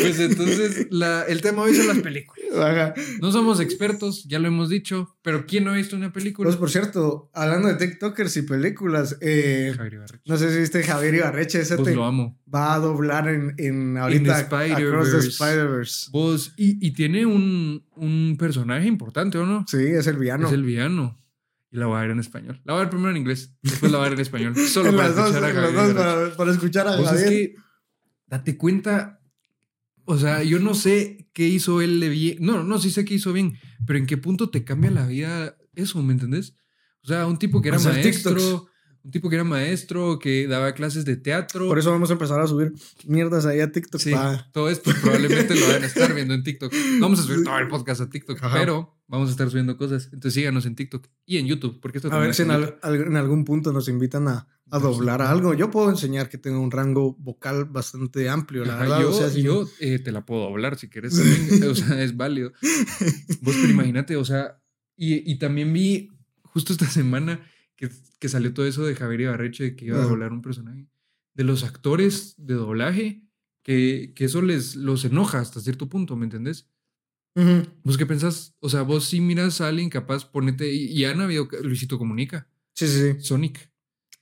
Speaker 1: Pues entonces la- el tema hoy son las películas.
Speaker 2: Ajá.
Speaker 1: No somos expertos, ya lo hemos dicho, pero ¿quién no ha visto una película?
Speaker 2: Pues por cierto, hablando de TikTokers y películas, eh,
Speaker 1: Javier Ibarreche.
Speaker 2: no sé si viste Javier Ibarreche, ese
Speaker 1: Pues
Speaker 2: te-
Speaker 1: lo amo.
Speaker 2: va a doblar en, en ahorita Across the
Speaker 1: Spider-Verse.
Speaker 2: Spider-Verse.
Speaker 1: Vos, y, y tiene un, un personaje importante, ¿o no?
Speaker 2: Sí, es el villano.
Speaker 1: Es el villano. Y la voy a ver en español. La voy a ver primero en inglés, después la voy a ver en español. Solo
Speaker 2: en
Speaker 1: para
Speaker 2: las dos,
Speaker 1: escuchar a Gabriel
Speaker 2: en las dos
Speaker 1: García.
Speaker 2: para, para escuchar a
Speaker 1: Vos, es
Speaker 2: Javier.
Speaker 1: que, date cuenta, o sea, yo no sé qué hizo él de bien. No, no, sí sé qué hizo bien, pero en qué punto te cambia la vida eso, ¿me entendés? O sea, un tipo que era
Speaker 2: Hacer
Speaker 1: maestro,
Speaker 2: TikToks.
Speaker 1: un tipo que era maestro, que daba clases de teatro.
Speaker 2: Por eso vamos a empezar a subir mierdas ahí a TikTok.
Speaker 1: Sí,
Speaker 2: pa.
Speaker 1: todo esto probablemente lo van a estar viendo en TikTok. No vamos a subir todo el podcast a TikTok,
Speaker 2: Ajá.
Speaker 1: pero vamos a estar subiendo cosas. Entonces síganos en TikTok y en YouTube, porque esto
Speaker 2: A
Speaker 1: también
Speaker 2: ver
Speaker 1: es
Speaker 2: si en,
Speaker 1: en
Speaker 2: al- al- en algún punto nos invitan a,
Speaker 1: Pues
Speaker 2: a doblar a algo. Yo puedo enseñar que tengo un rango vocal bastante amplio,
Speaker 1: YouTube.
Speaker 2: la
Speaker 1: Ajá,
Speaker 2: verdad.
Speaker 1: yo
Speaker 2: o sea, si-
Speaker 1: yo, eh, te la puedo doblar si quieres también. o sea, es válido. Vos, pero imagínate, o sea, y, y también vi justo esta semana que, que salió todo eso de Javier Ibarreche de que iba a
Speaker 2: Ajá.
Speaker 1: doblar un personaje. De los actores de doblaje, que, que eso les los enoja hasta cierto punto, ¿me entendés?
Speaker 2: Ujú.
Speaker 1: ¿Vos qué pensás? O sea, vos sí miras a alguien capaz, ponete. Y, y han habido. Luisito Comunica,
Speaker 2: Sí, sí, sí.
Speaker 1: Sonic.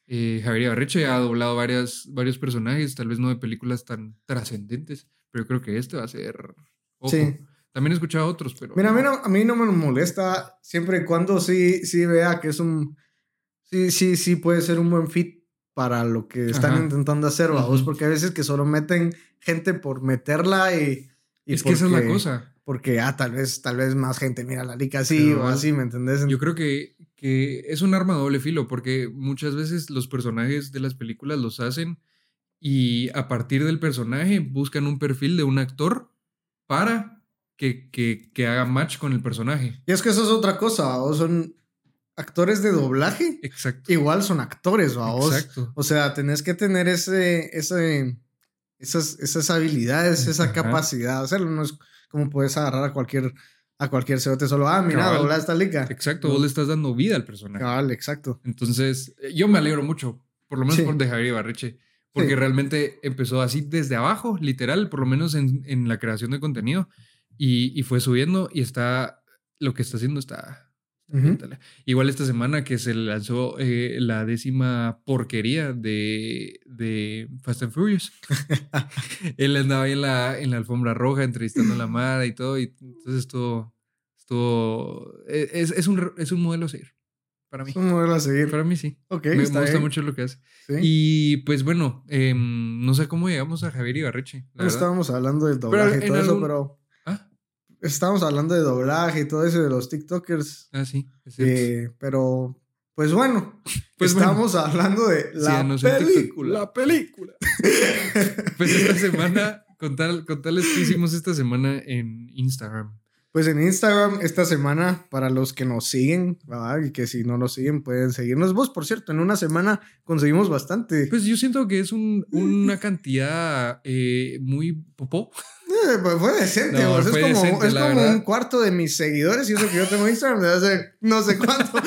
Speaker 1: eh, Javier Ibarreche ha doblado varias, varios personajes, tal vez no de películas tan trascendentes, pero yo creo que este va a ser. Ojo.
Speaker 2: Sí.
Speaker 1: También he escuchado otros, pero.
Speaker 2: Mira, a mí, no, a mí no me molesta siempre y cuando sí, sí vea que es un... Sí, sí, sí puede ser un buen fit para lo que están
Speaker 1: Ajá.
Speaker 2: intentando hacer, vamos,
Speaker 1: Ujú.
Speaker 2: porque hay veces que solo meten gente por meterla y... y
Speaker 1: es que esa es la
Speaker 2: porque-
Speaker 1: cosa.
Speaker 2: Porque, ah, tal vez, tal vez más gente mira la lica así
Speaker 1: Pero,
Speaker 2: o así, ¿me entendés?
Speaker 1: Yo creo que, que es un arma de doble filo, porque muchas veces los personajes de las películas los hacen y a partir del personaje buscan un perfil de un actor para que, que, que haga match con el personaje.
Speaker 2: Y es que eso es otra cosa, ¿vos? son actores de doblaje,
Speaker 1: Exacto.
Speaker 2: igual son actores, ¿vos?
Speaker 1: Exacto.
Speaker 2: O sea, tenés que tener ese, ese, esas, esas habilidades, esa
Speaker 1: Ajá.
Speaker 2: capacidad de hacerlo. No es como puedes agarrar a cualquier, a cualquier cerote solo, ah, mira,
Speaker 1: Cabal.
Speaker 2: dobla esta liga.
Speaker 1: Exacto, vos le estás dando vida al personaje.
Speaker 2: Cabal, exacto.
Speaker 1: Entonces, eh, yo me alegro mucho, por lo menos
Speaker 2: Sí.
Speaker 1: por de Javier Ibarreche, porque
Speaker 2: Sí.
Speaker 1: realmente empezó así desde abajo, literal, por lo menos en, en la creación de contenido, y, y fue subiendo y está, lo que está haciendo está...
Speaker 2: Ujú.
Speaker 1: bien tala. Igual esta semana que se lanzó eh, la décima porquería de, de Fast and Furious. Él andaba ahí en la, en la alfombra roja entrevistando a la Mara y todo, y entonces todo Estuvo. e, Es, es un, es un modelo a seguir. Para mí.
Speaker 2: Es un modelo a seguir.
Speaker 1: Para mí sí.
Speaker 2: Ok,
Speaker 1: me
Speaker 2: está
Speaker 1: gusta
Speaker 2: bien.
Speaker 1: mucho lo que hace.
Speaker 2: Sí.
Speaker 1: Y pues bueno, em, no sé cómo llegamos a Javier Ibarreche. La
Speaker 2: No
Speaker 1: verdad.
Speaker 2: estábamos hablando del doblaje y
Speaker 1: en
Speaker 2: todo eso,
Speaker 1: algún-
Speaker 2: pero
Speaker 1: Ah,
Speaker 2: estábamos hablando de doblaje y todo eso de los TikTokers.
Speaker 1: ah, sí. es cierto.
Speaker 2: eh, pero, pues bueno,
Speaker 1: Pues bueno.
Speaker 2: estábamos hablando de la
Speaker 1: Síganos en TikTok.
Speaker 2: película. La película.
Speaker 1: Pues esta semana, contar, contarles qué hicimos esta semana en Instagram.
Speaker 2: Pues en Instagram esta semana, para los que nos siguen, ¿verdad? Y que si no nos siguen pueden seguirnos. Vos, por cierto, en una semana conseguimos bastante.
Speaker 1: Pues yo siento que es un- una cantidad eh, muy popó.
Speaker 2: Eh, pues fue decente,
Speaker 1: No,
Speaker 2: vos.
Speaker 1: fue
Speaker 2: es como,
Speaker 1: decente,
Speaker 2: es
Speaker 1: la
Speaker 2: como
Speaker 1: verdad.
Speaker 2: un cuarto de mis seguidores y eso que yo tengo Instagram desde hace no sé cuánto.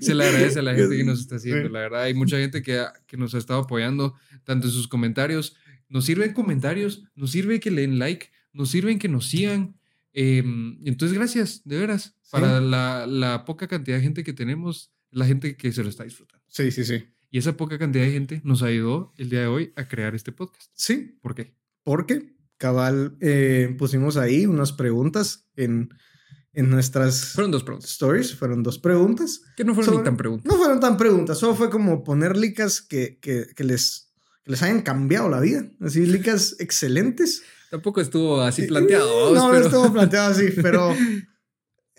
Speaker 1: se le agradece a la gente que nos está haciendo,
Speaker 2: Sí.
Speaker 1: la verdad. Hay mucha gente que, ha- que nos ha estado apoyando, tanto en sus comentarios. Nos sirven comentarios, nos sirve que le den like, nos sirven que nos sigan. Eh, entonces, gracias, de veras,
Speaker 2: Sí.
Speaker 1: para la, la poca cantidad de gente que tenemos, la gente que se lo está disfrutando.
Speaker 2: sí, sí, sí.
Speaker 1: Y esa poca cantidad de gente nos ayudó el día de hoy a crear este podcast.
Speaker 2: Sí,
Speaker 1: ¿Por qué?
Speaker 2: porque cabal eh, pusimos ahí unas preguntas en, en nuestras
Speaker 1: Fueron dos preguntas,
Speaker 2: stories. Fueron dos preguntas.
Speaker 1: que no fueron ni
Speaker 2: Sobre-
Speaker 1: tan preguntas.
Speaker 2: No fueron tan preguntas, solo fue como poner licas que, que, que les, que les hayan cambiado la vida. Así, licas excelentes.
Speaker 1: Tampoco estuvo así planteado. vamos,
Speaker 2: no,
Speaker 1: pero-
Speaker 2: no estuvo planteado así, pero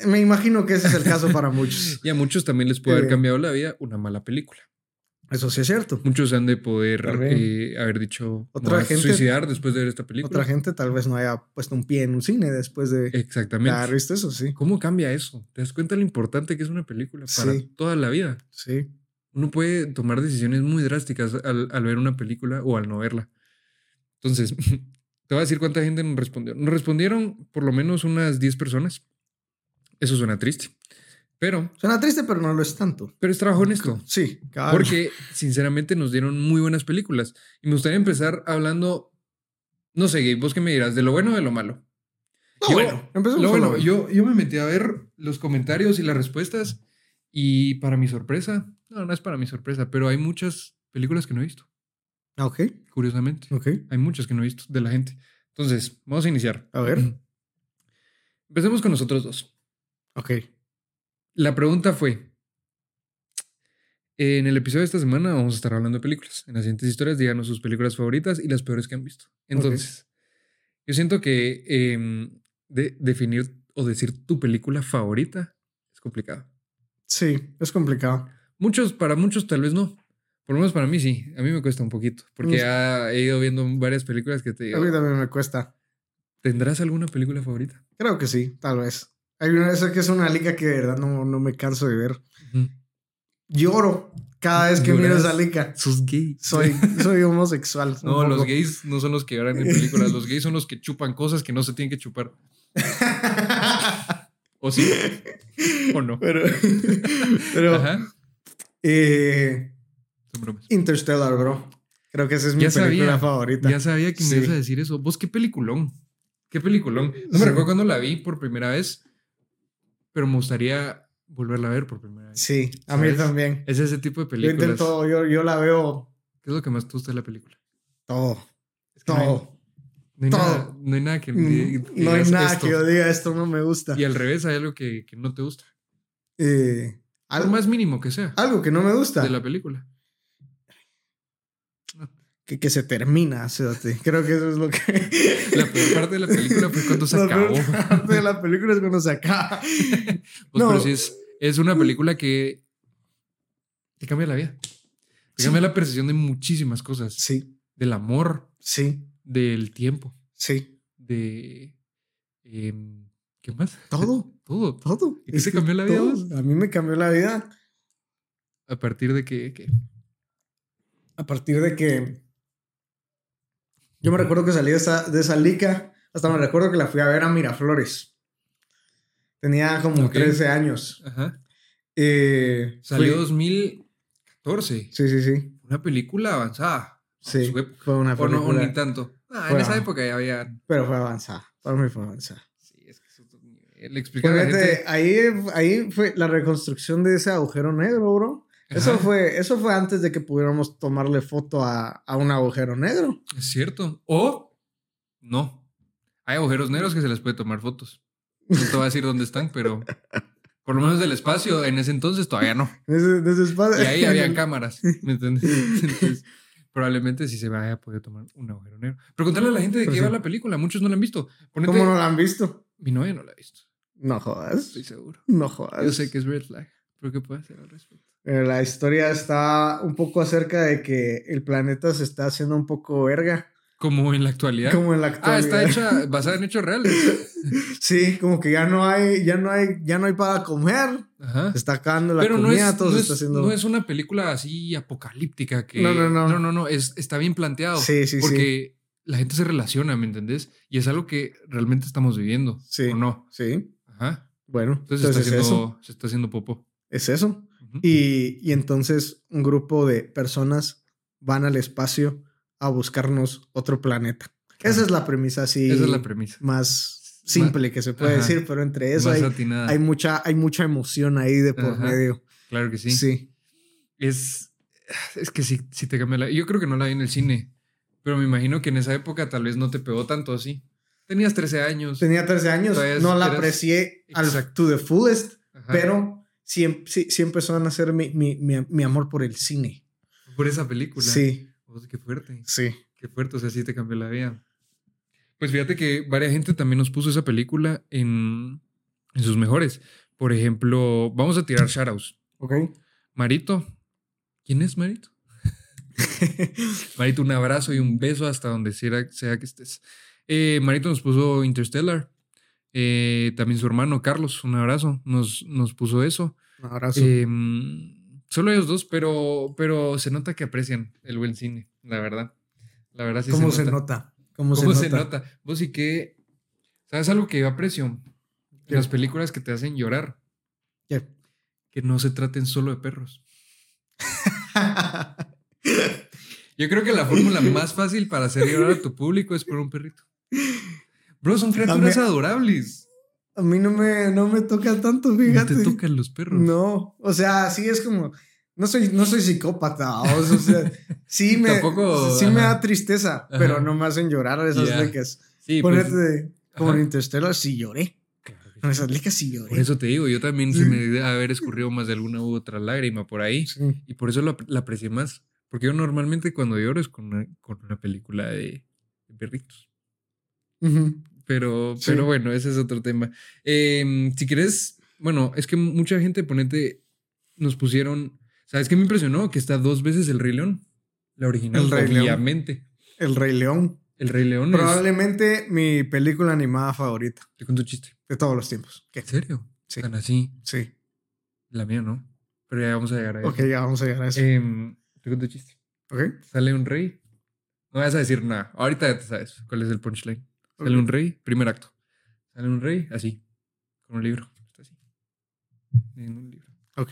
Speaker 2: me imagino que ese es el caso para muchos.
Speaker 1: Y a muchos también les puede haber
Speaker 2: Eh.
Speaker 1: cambiado la vida una mala película.
Speaker 2: Eso sí es cierto.
Speaker 1: Muchos han de poder
Speaker 2: También.
Speaker 1: eh, haber dicho "Me
Speaker 2: Otra
Speaker 1: voy a
Speaker 2: gente-
Speaker 1: suicidar después de ver esta película.
Speaker 2: Otra gente tal vez no haya puesto un pie en un cine después de
Speaker 1: Exactamente.
Speaker 2: haber visto eso, sí.
Speaker 1: ¿Cómo cambia eso? ¿Te das cuenta lo importante que es una película para
Speaker 2: Sí.
Speaker 1: toda la vida?
Speaker 2: Sí,
Speaker 1: Uno puede tomar decisiones muy drásticas al, al ver una película o al no verla. Entonces, te voy a decir cuánta gente nos respondió. Nos respondieron por lo menos unas 10 personas. Eso suena triste. Pero,
Speaker 2: suena triste, pero no lo es tanto.
Speaker 1: pero es trabajo honesto.
Speaker 2: Sí, cada
Speaker 1: Porque sinceramente nos dieron muy buenas películas. Y me gustaría empezar hablando, no sé, Gabe, vos qué me dirás, de lo bueno o de lo malo.
Speaker 2: No,
Speaker 1: Yo-
Speaker 2: bueno, empezamos
Speaker 1: Lo
Speaker 2: con lo
Speaker 1: bueno, yo, yo me metí a ver los comentarios y las respuestas y para mi sorpresa, no, no es para mi sorpresa, pero hay muchas películas que no he visto,
Speaker 2: Ah, Ok,
Speaker 1: curiosamente.
Speaker 2: ok.
Speaker 1: Hay muchas que no he visto de la gente. Entonces, vamos a iniciar.
Speaker 2: A ver.
Speaker 1: Empecemos con nosotros dos.
Speaker 2: Ok.
Speaker 1: La pregunta fue: En el episodio de esta semana vamos a estar hablando de películas. En las siguientes historias, díganos sus películas favoritas y las peores que han visto. Entonces, yo siento que em, de- definir o decir tu película favorita es complicado.
Speaker 2: Sí, es complicado.
Speaker 1: Muchos, para muchos, tal vez no. Por lo menos para mí sí. A mí me cuesta un poquito porque
Speaker 2: Mm.
Speaker 1: ya he ido viendo varias películas que te
Speaker 2: A mí
Speaker 1: digo.
Speaker 2: también me cuesta.
Speaker 1: ¿Tendrás alguna película favorita?
Speaker 2: Creo que sí, tal vez. Hay una vez que es una liga que de verdad no, no me canso de ver. Lloro cada vez que miro
Speaker 1: Lloras.
Speaker 2: esa liga.
Speaker 1: Sos gay.
Speaker 2: Soy, soy homosexual. un
Speaker 1: No, los
Speaker 2: poco.
Speaker 1: gays no son los que lloran en películas. Los gays son los que chupan cosas que no se tienen que chupar. ¿O sí? ¿O no?
Speaker 2: pero pero
Speaker 1: Ajá.
Speaker 2: eh,
Speaker 1: Son bromas.
Speaker 2: Interstellar, bro. Creo que esa es mi
Speaker 1: Ya
Speaker 2: película
Speaker 1: sabía,
Speaker 2: favorita.
Speaker 1: Ya sabía que me
Speaker 2: Sí.
Speaker 1: ibas a decir eso. Vos, qué peliculón. Qué peliculón. No me
Speaker 2: Sí.
Speaker 1: recuerdo cuando la vi por primera vez, pero me gustaría volverla a ver por primera vez.
Speaker 2: Sí, a mí
Speaker 1: ¿Sabes?
Speaker 2: también.
Speaker 1: Es ese tipo de
Speaker 2: Yo
Speaker 1: películas.
Speaker 2: intento, yo, yo la veo
Speaker 1: ¿Qué es lo que más te gusta de la película?
Speaker 2: todo.
Speaker 1: Es que no hay-
Speaker 2: Todo.
Speaker 1: No hay,
Speaker 2: Todo.
Speaker 1: Nada, no hay nada que.
Speaker 2: Mm,
Speaker 1: que
Speaker 2: No hay
Speaker 1: digas
Speaker 2: nada
Speaker 1: esto.
Speaker 2: que yo diga, esto no me gusta.
Speaker 1: Y al revés, hay algo que, que no te gusta.
Speaker 2: Eh,
Speaker 1: Algo
Speaker 2: algo,
Speaker 1: más mínimo que sea
Speaker 2: algo que no me gusta.
Speaker 1: de la película.
Speaker 2: que, que se termina, Cerote. Creo que eso es lo que.
Speaker 1: La peor parte de la película fue cuando se
Speaker 2: La
Speaker 1: acabó.
Speaker 2: peor parte de la película es cuando se acaba.
Speaker 1: Pues,
Speaker 2: No. Mm.
Speaker 1: Pero sí es, es una película que te cambia la vida. Te
Speaker 2: Sí.
Speaker 1: cambia la percepción de muchísimas cosas.
Speaker 2: Sí,
Speaker 1: Del amor,
Speaker 2: sí,
Speaker 1: del tiempo,
Speaker 2: sí.
Speaker 1: de... em, ¿Qué más?
Speaker 2: Todo,
Speaker 1: Todo.
Speaker 2: todo.
Speaker 1: ¿Y qué te cambió la vida,
Speaker 2: todo.
Speaker 1: vos?
Speaker 2: A mí me cambió la vida
Speaker 1: A partir de que... que-
Speaker 2: a partir de que. Yo me recuerdo que salí de esa, de esa lica. Hasta me recuerdo que la fui a ver a Miraflores. Tenía como
Speaker 1: Ok.
Speaker 2: 13 años.
Speaker 1: Ajá.
Speaker 2: Eh,
Speaker 1: Salió
Speaker 2: fui-
Speaker 1: 2014.
Speaker 2: Sí, sí, sí.
Speaker 1: Una película avanzada.
Speaker 2: Sí,
Speaker 1: Su época.
Speaker 2: fue una
Speaker 1: O no, o
Speaker 2: película.
Speaker 1: ni tanto. Ah, en
Speaker 2: Bueno.
Speaker 1: esa época ya había...
Speaker 2: pero fue avanzada. Para mí fue avanzada.
Speaker 1: Sí, es que es otro nivel. Le explicar a la
Speaker 2: Fíjate,
Speaker 1: gente...
Speaker 2: ahí, ahí fue la reconstrucción de ese agujero negro, bro. Eso
Speaker 1: Ajá.
Speaker 2: fue, eso fue antes de que pudiéramos tomarle foto a, a un agujero negro.
Speaker 1: Es cierto. O no. Hay agujeros negros que se les puede tomar fotos. No te voy a decir dónde están, pero por lo menos del espacio en ese entonces todavía no.
Speaker 2: Desde, desde
Speaker 1: Y ahí había cámaras, ¿me entiendes? Entonces, probablemente sí se vaya a poder tomar un agujero negro. Pero contarle a la gente de
Speaker 2: Pero
Speaker 1: qué
Speaker 2: Pues sí.
Speaker 1: va la película. Muchos no la han visto. Ponete-
Speaker 2: ¿Cómo no la han visto?
Speaker 1: Mi novia no la ha visto.
Speaker 2: No jodas.
Speaker 1: Estoy seguro.
Speaker 2: No jodas.
Speaker 1: Yo sé que es red flag. Pero ¿qué puedo hacer al respecto?
Speaker 2: Eh, La historia está un poco acerca de que el planeta se está haciendo un poco verga,
Speaker 1: Como en la actualidad.
Speaker 2: como en la
Speaker 1: Ah,
Speaker 2: actualidad.
Speaker 1: está hecha basada en hechos reales.
Speaker 2: Sí, como que ya no hay, ya no hay, ya no hay para comer.
Speaker 1: Ajá.
Speaker 2: Se está acabando la
Speaker 1: Pero no
Speaker 2: comida,
Speaker 1: es,
Speaker 2: todo
Speaker 1: no,
Speaker 2: se
Speaker 1: es,
Speaker 2: está haciendo.
Speaker 1: no es una película así apocalíptica que...
Speaker 2: No, no, no.
Speaker 1: No, no, no, es- está bien planteado.
Speaker 2: sí, sí, sí.
Speaker 1: porque la gente se relaciona, ¿me entendés? Y es algo que realmente estamos viviendo.
Speaker 2: Sí.
Speaker 1: ¿O no?
Speaker 2: Sí.
Speaker 1: Ajá.
Speaker 2: Bueno,
Speaker 1: Entonces,
Speaker 2: entonces,
Speaker 1: se, está
Speaker 2: es eso.
Speaker 1: haciendo, se está haciendo popo.
Speaker 2: Es eso.
Speaker 1: Ujú.
Speaker 2: Y, y entonces un grupo de personas van al espacio a buscarnos otro planeta. Esa es la premisa así
Speaker 1: Esa es la premisa.
Speaker 2: más simple que se puede
Speaker 1: Ajá.
Speaker 2: decir, pero entre eso
Speaker 1: Más
Speaker 2: hay,
Speaker 1: atinada.
Speaker 2: hay mucha, hay mucha emoción ahí de por
Speaker 1: Ajá.
Speaker 2: medio.
Speaker 1: Claro que sí.
Speaker 2: Sí.
Speaker 1: Es, es que sí, sí te cambia la... Yo creo que no la vi en el cine, pero me imagino que en esa época tal vez no te pegó tanto así. Tenías 13 años.
Speaker 2: Tenía 13 años,
Speaker 1: Todavía
Speaker 2: no la
Speaker 1: eras-
Speaker 2: aprecié al,
Speaker 1: Exacto.
Speaker 2: to the fullest,
Speaker 1: Ajá.
Speaker 2: pero sí, em- sí, sí empezó a nacer mi, mi, mi- mi amor por el cine.
Speaker 1: Por esa película.
Speaker 2: Sí,
Speaker 1: Oh, qué fuerte.
Speaker 2: sí.
Speaker 1: Qué fuerte, o sea, sí te cambió la vida. Pues fíjate que varias gente también nos puso esa película en, en sus mejores. Por ejemplo, vamos a tirar shoutouts.
Speaker 2: Ok.
Speaker 1: Marito. ¿Quién es Marito? Marito, un abrazo y un beso hasta donde sea, sea que estés. Eh, Marito nos puso Interstellar. Eh, también su hermano Carlos, un abrazo, nos, nos puso eso.
Speaker 2: Un abrazo.
Speaker 1: Eh, Em, solo ellos dos, pero, pero se nota que aprecian el buen cine, la verdad. La verdad sí
Speaker 2: ¿Cómo
Speaker 1: se nota.
Speaker 2: ¿Cómo,
Speaker 1: ¿Cómo
Speaker 2: se nota?
Speaker 1: Vos y que. ¿Sabes algo que yo aprecio? En
Speaker 2: ¿Qué?
Speaker 1: Las películas que te hacen llorar,
Speaker 2: ¿Qué?
Speaker 1: que no se traten solo de perros. Yo creo que la fórmula más fácil para hacer llorar a tu público es por un perrito. Bro, son criaturas
Speaker 2: Dame-
Speaker 1: adorables.
Speaker 2: A mí no me, no me toca tanto,
Speaker 1: No
Speaker 2: fíjate.
Speaker 1: te tocan los perros.
Speaker 2: No, o sea, sí es como. No soy, no soy psicópata, o sea, o sea, sí me,
Speaker 1: Tampoco,
Speaker 2: sí me
Speaker 1: ajá.
Speaker 2: da tristeza,
Speaker 1: Ajá.
Speaker 2: pero no me hacen llorar a esas
Speaker 1: Ya.
Speaker 2: lecas.
Speaker 1: Sí, pues,
Speaker 2: Ponete como
Speaker 1: ajá.
Speaker 2: en Interstellar, sí lloré.
Speaker 1: claro que
Speaker 2: Con
Speaker 1: sí.
Speaker 2: esas lecas sí lloré.
Speaker 1: Por eso te digo, yo también se me debe haber escurrido más de alguna u otra lágrima por ahí.
Speaker 2: Sí.
Speaker 1: Y por eso la, la aprecié más. Porque yo normalmente cuando lloro es con una, con una película de- de perritos.
Speaker 2: Ujú.
Speaker 1: Pero,
Speaker 2: Sí.
Speaker 1: pero bueno, ese es otro tema. Em, si quieres, bueno, es que mucha gente, ponente, nos pusieron. ¿Sabes qué me impresionó? Que está dos veces el Rey León. La original,
Speaker 2: El Rey León.
Speaker 1: obviamente.
Speaker 2: El Rey León.
Speaker 1: El Rey León es.
Speaker 2: Probablemente mi película animada favorita
Speaker 1: Te cuento un chiste.
Speaker 2: de todos los tiempos. ¿Qué?
Speaker 1: ¿En serio?
Speaker 2: Sí.
Speaker 1: Tan así.
Speaker 2: Sí.
Speaker 1: La mía, ¿no? Pero ya vamos a llegar a eso.
Speaker 2: Ok, ya vamos a llegar a eso.
Speaker 1: Em, te cuento un chiste.
Speaker 2: ok.
Speaker 1: Sale un rey. No vas a decir nada. Ahorita ya te sabes cuál es el punchline. Sale un rey, primer acto. Sale un rey, así. Con un libro. Está así. En un libro.
Speaker 2: Ok.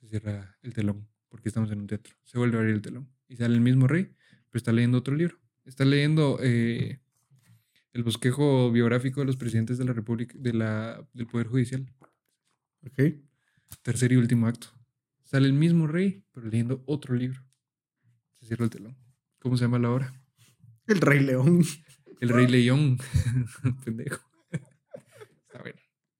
Speaker 1: se cierra el telón, porque estamos en un teatro. Se vuelve a abrir el telón. Y sale el mismo rey, pero está leyendo otro libro. Está leyendo eh, el bosquejo biográfico de los presidentes de la República, de la, del Poder Judicial.
Speaker 2: Ok.
Speaker 1: Tercer y último acto. Sale el mismo rey, pero leyendo otro libro. Se cierra el telón. ¿Cómo se llama la obra?
Speaker 2: El Rey León.
Speaker 1: El Rey León. Pendejo.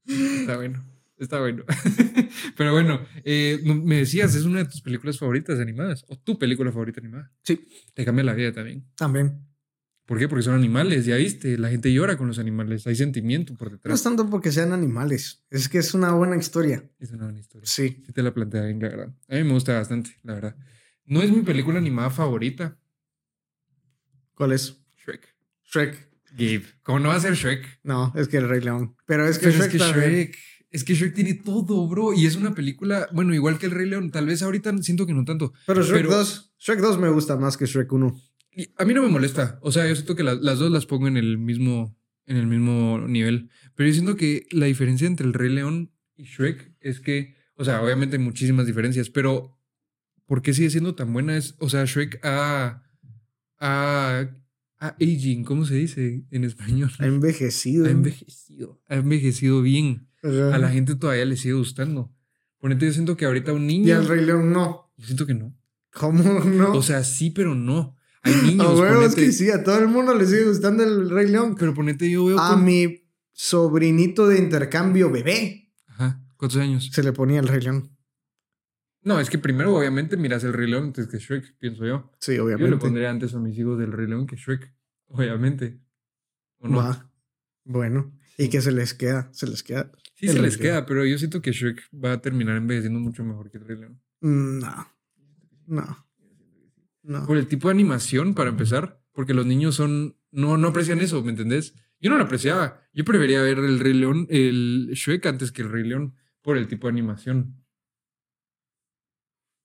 Speaker 1: Está bueno. Está bueno. Está bueno. Pero bueno, eh, no- me decías, es una de tus películas favoritas animadas. O tu película favorita animada.
Speaker 2: Sí.
Speaker 1: Te cambia la vida también.
Speaker 2: También.
Speaker 1: ¿Por qué? Porque son animales, ya viste. La gente llora con los animales. Hay sentimiento por
Speaker 2: No es
Speaker 1: detrás.
Speaker 2: tanto porque sean animales. Es que es una buena historia.
Speaker 1: Es una buena historia.
Speaker 2: Sí.
Speaker 1: Sí te la plantea bien, la verdad. A mí me gusta bastante, la verdad. No es mi película animada favorita.
Speaker 2: ¿Cuál es?
Speaker 1: Shrek.
Speaker 2: Shrek.
Speaker 1: Gabe. ¿Cómo no va a ser Shrek?
Speaker 2: No, es que el Rey León. Pero es que
Speaker 1: Pero
Speaker 2: Shrek.
Speaker 1: es que
Speaker 2: también-
Speaker 1: Shrek, es que Shrek tiene todo, bro. Y es una película, bueno, igual que El Rey León, tal vez ahorita siento que no tanto.
Speaker 2: Pero Shrek
Speaker 1: pero-
Speaker 2: 2. Shrek 2 me gusta más que Shrek 1.
Speaker 1: Y a mí no me molesta. O sea, yo siento que la- las dos las pongo en el mismo, en el mismo nivel. Pero yo siento que la diferencia entre El Rey León y Shrek es que, o sea, obviamente hay muchísimas diferencias, pero ¿por qué sigue siendo tan buena? Es, o sea, Shrek a, a, a aging, ¿cómo se dice en español?
Speaker 2: Ha envejecido.
Speaker 1: Ha envejecido. Ha envejecido bien.
Speaker 2: Ajá.
Speaker 1: a la gente todavía le sigue gustando. Ponete, yo siento que ahorita un niño.
Speaker 2: Y el Rey León no.
Speaker 1: Yo siento que no.
Speaker 2: ¿Cómo no?
Speaker 1: O sea, sí, pero no. Hay niños.
Speaker 2: A huevo, es
Speaker 1: ponete-
Speaker 2: que sí, a todo el mundo le sigue gustando el Rey León.
Speaker 1: Pero ponete yo veo.
Speaker 2: A
Speaker 1: con-
Speaker 2: mi sobrinito de intercambio bebé
Speaker 1: Ajá. ¿Cuántos años?
Speaker 2: se le ponía el Rey León.
Speaker 1: No, es que primero, obviamente, miras el Rey León antes que Shrek, pienso yo.
Speaker 2: Sí,
Speaker 1: Yo le
Speaker 2: obviamente.
Speaker 1: pondría antes a mis hijos del Rey León que Shrek, obviamente. ¿O no?
Speaker 2: Va. Bueno, ¿y qué se les queda? Se les queda.
Speaker 1: Sí,
Speaker 2: el
Speaker 1: se
Speaker 2: Rey
Speaker 1: les
Speaker 2: León.
Speaker 1: queda, pero yo siento que Shrek va a terminar envejeciendo mucho mejor que el Rey León.
Speaker 2: Mm, No. No. No.
Speaker 1: Por el tipo de animación, para empezar, porque los niños son. No, no aprecian eso, ¿me entendés? Yo no lo apreciaba. Yo prefería ver el Rey León, el Shrek antes que el Rey León, por el tipo de animación.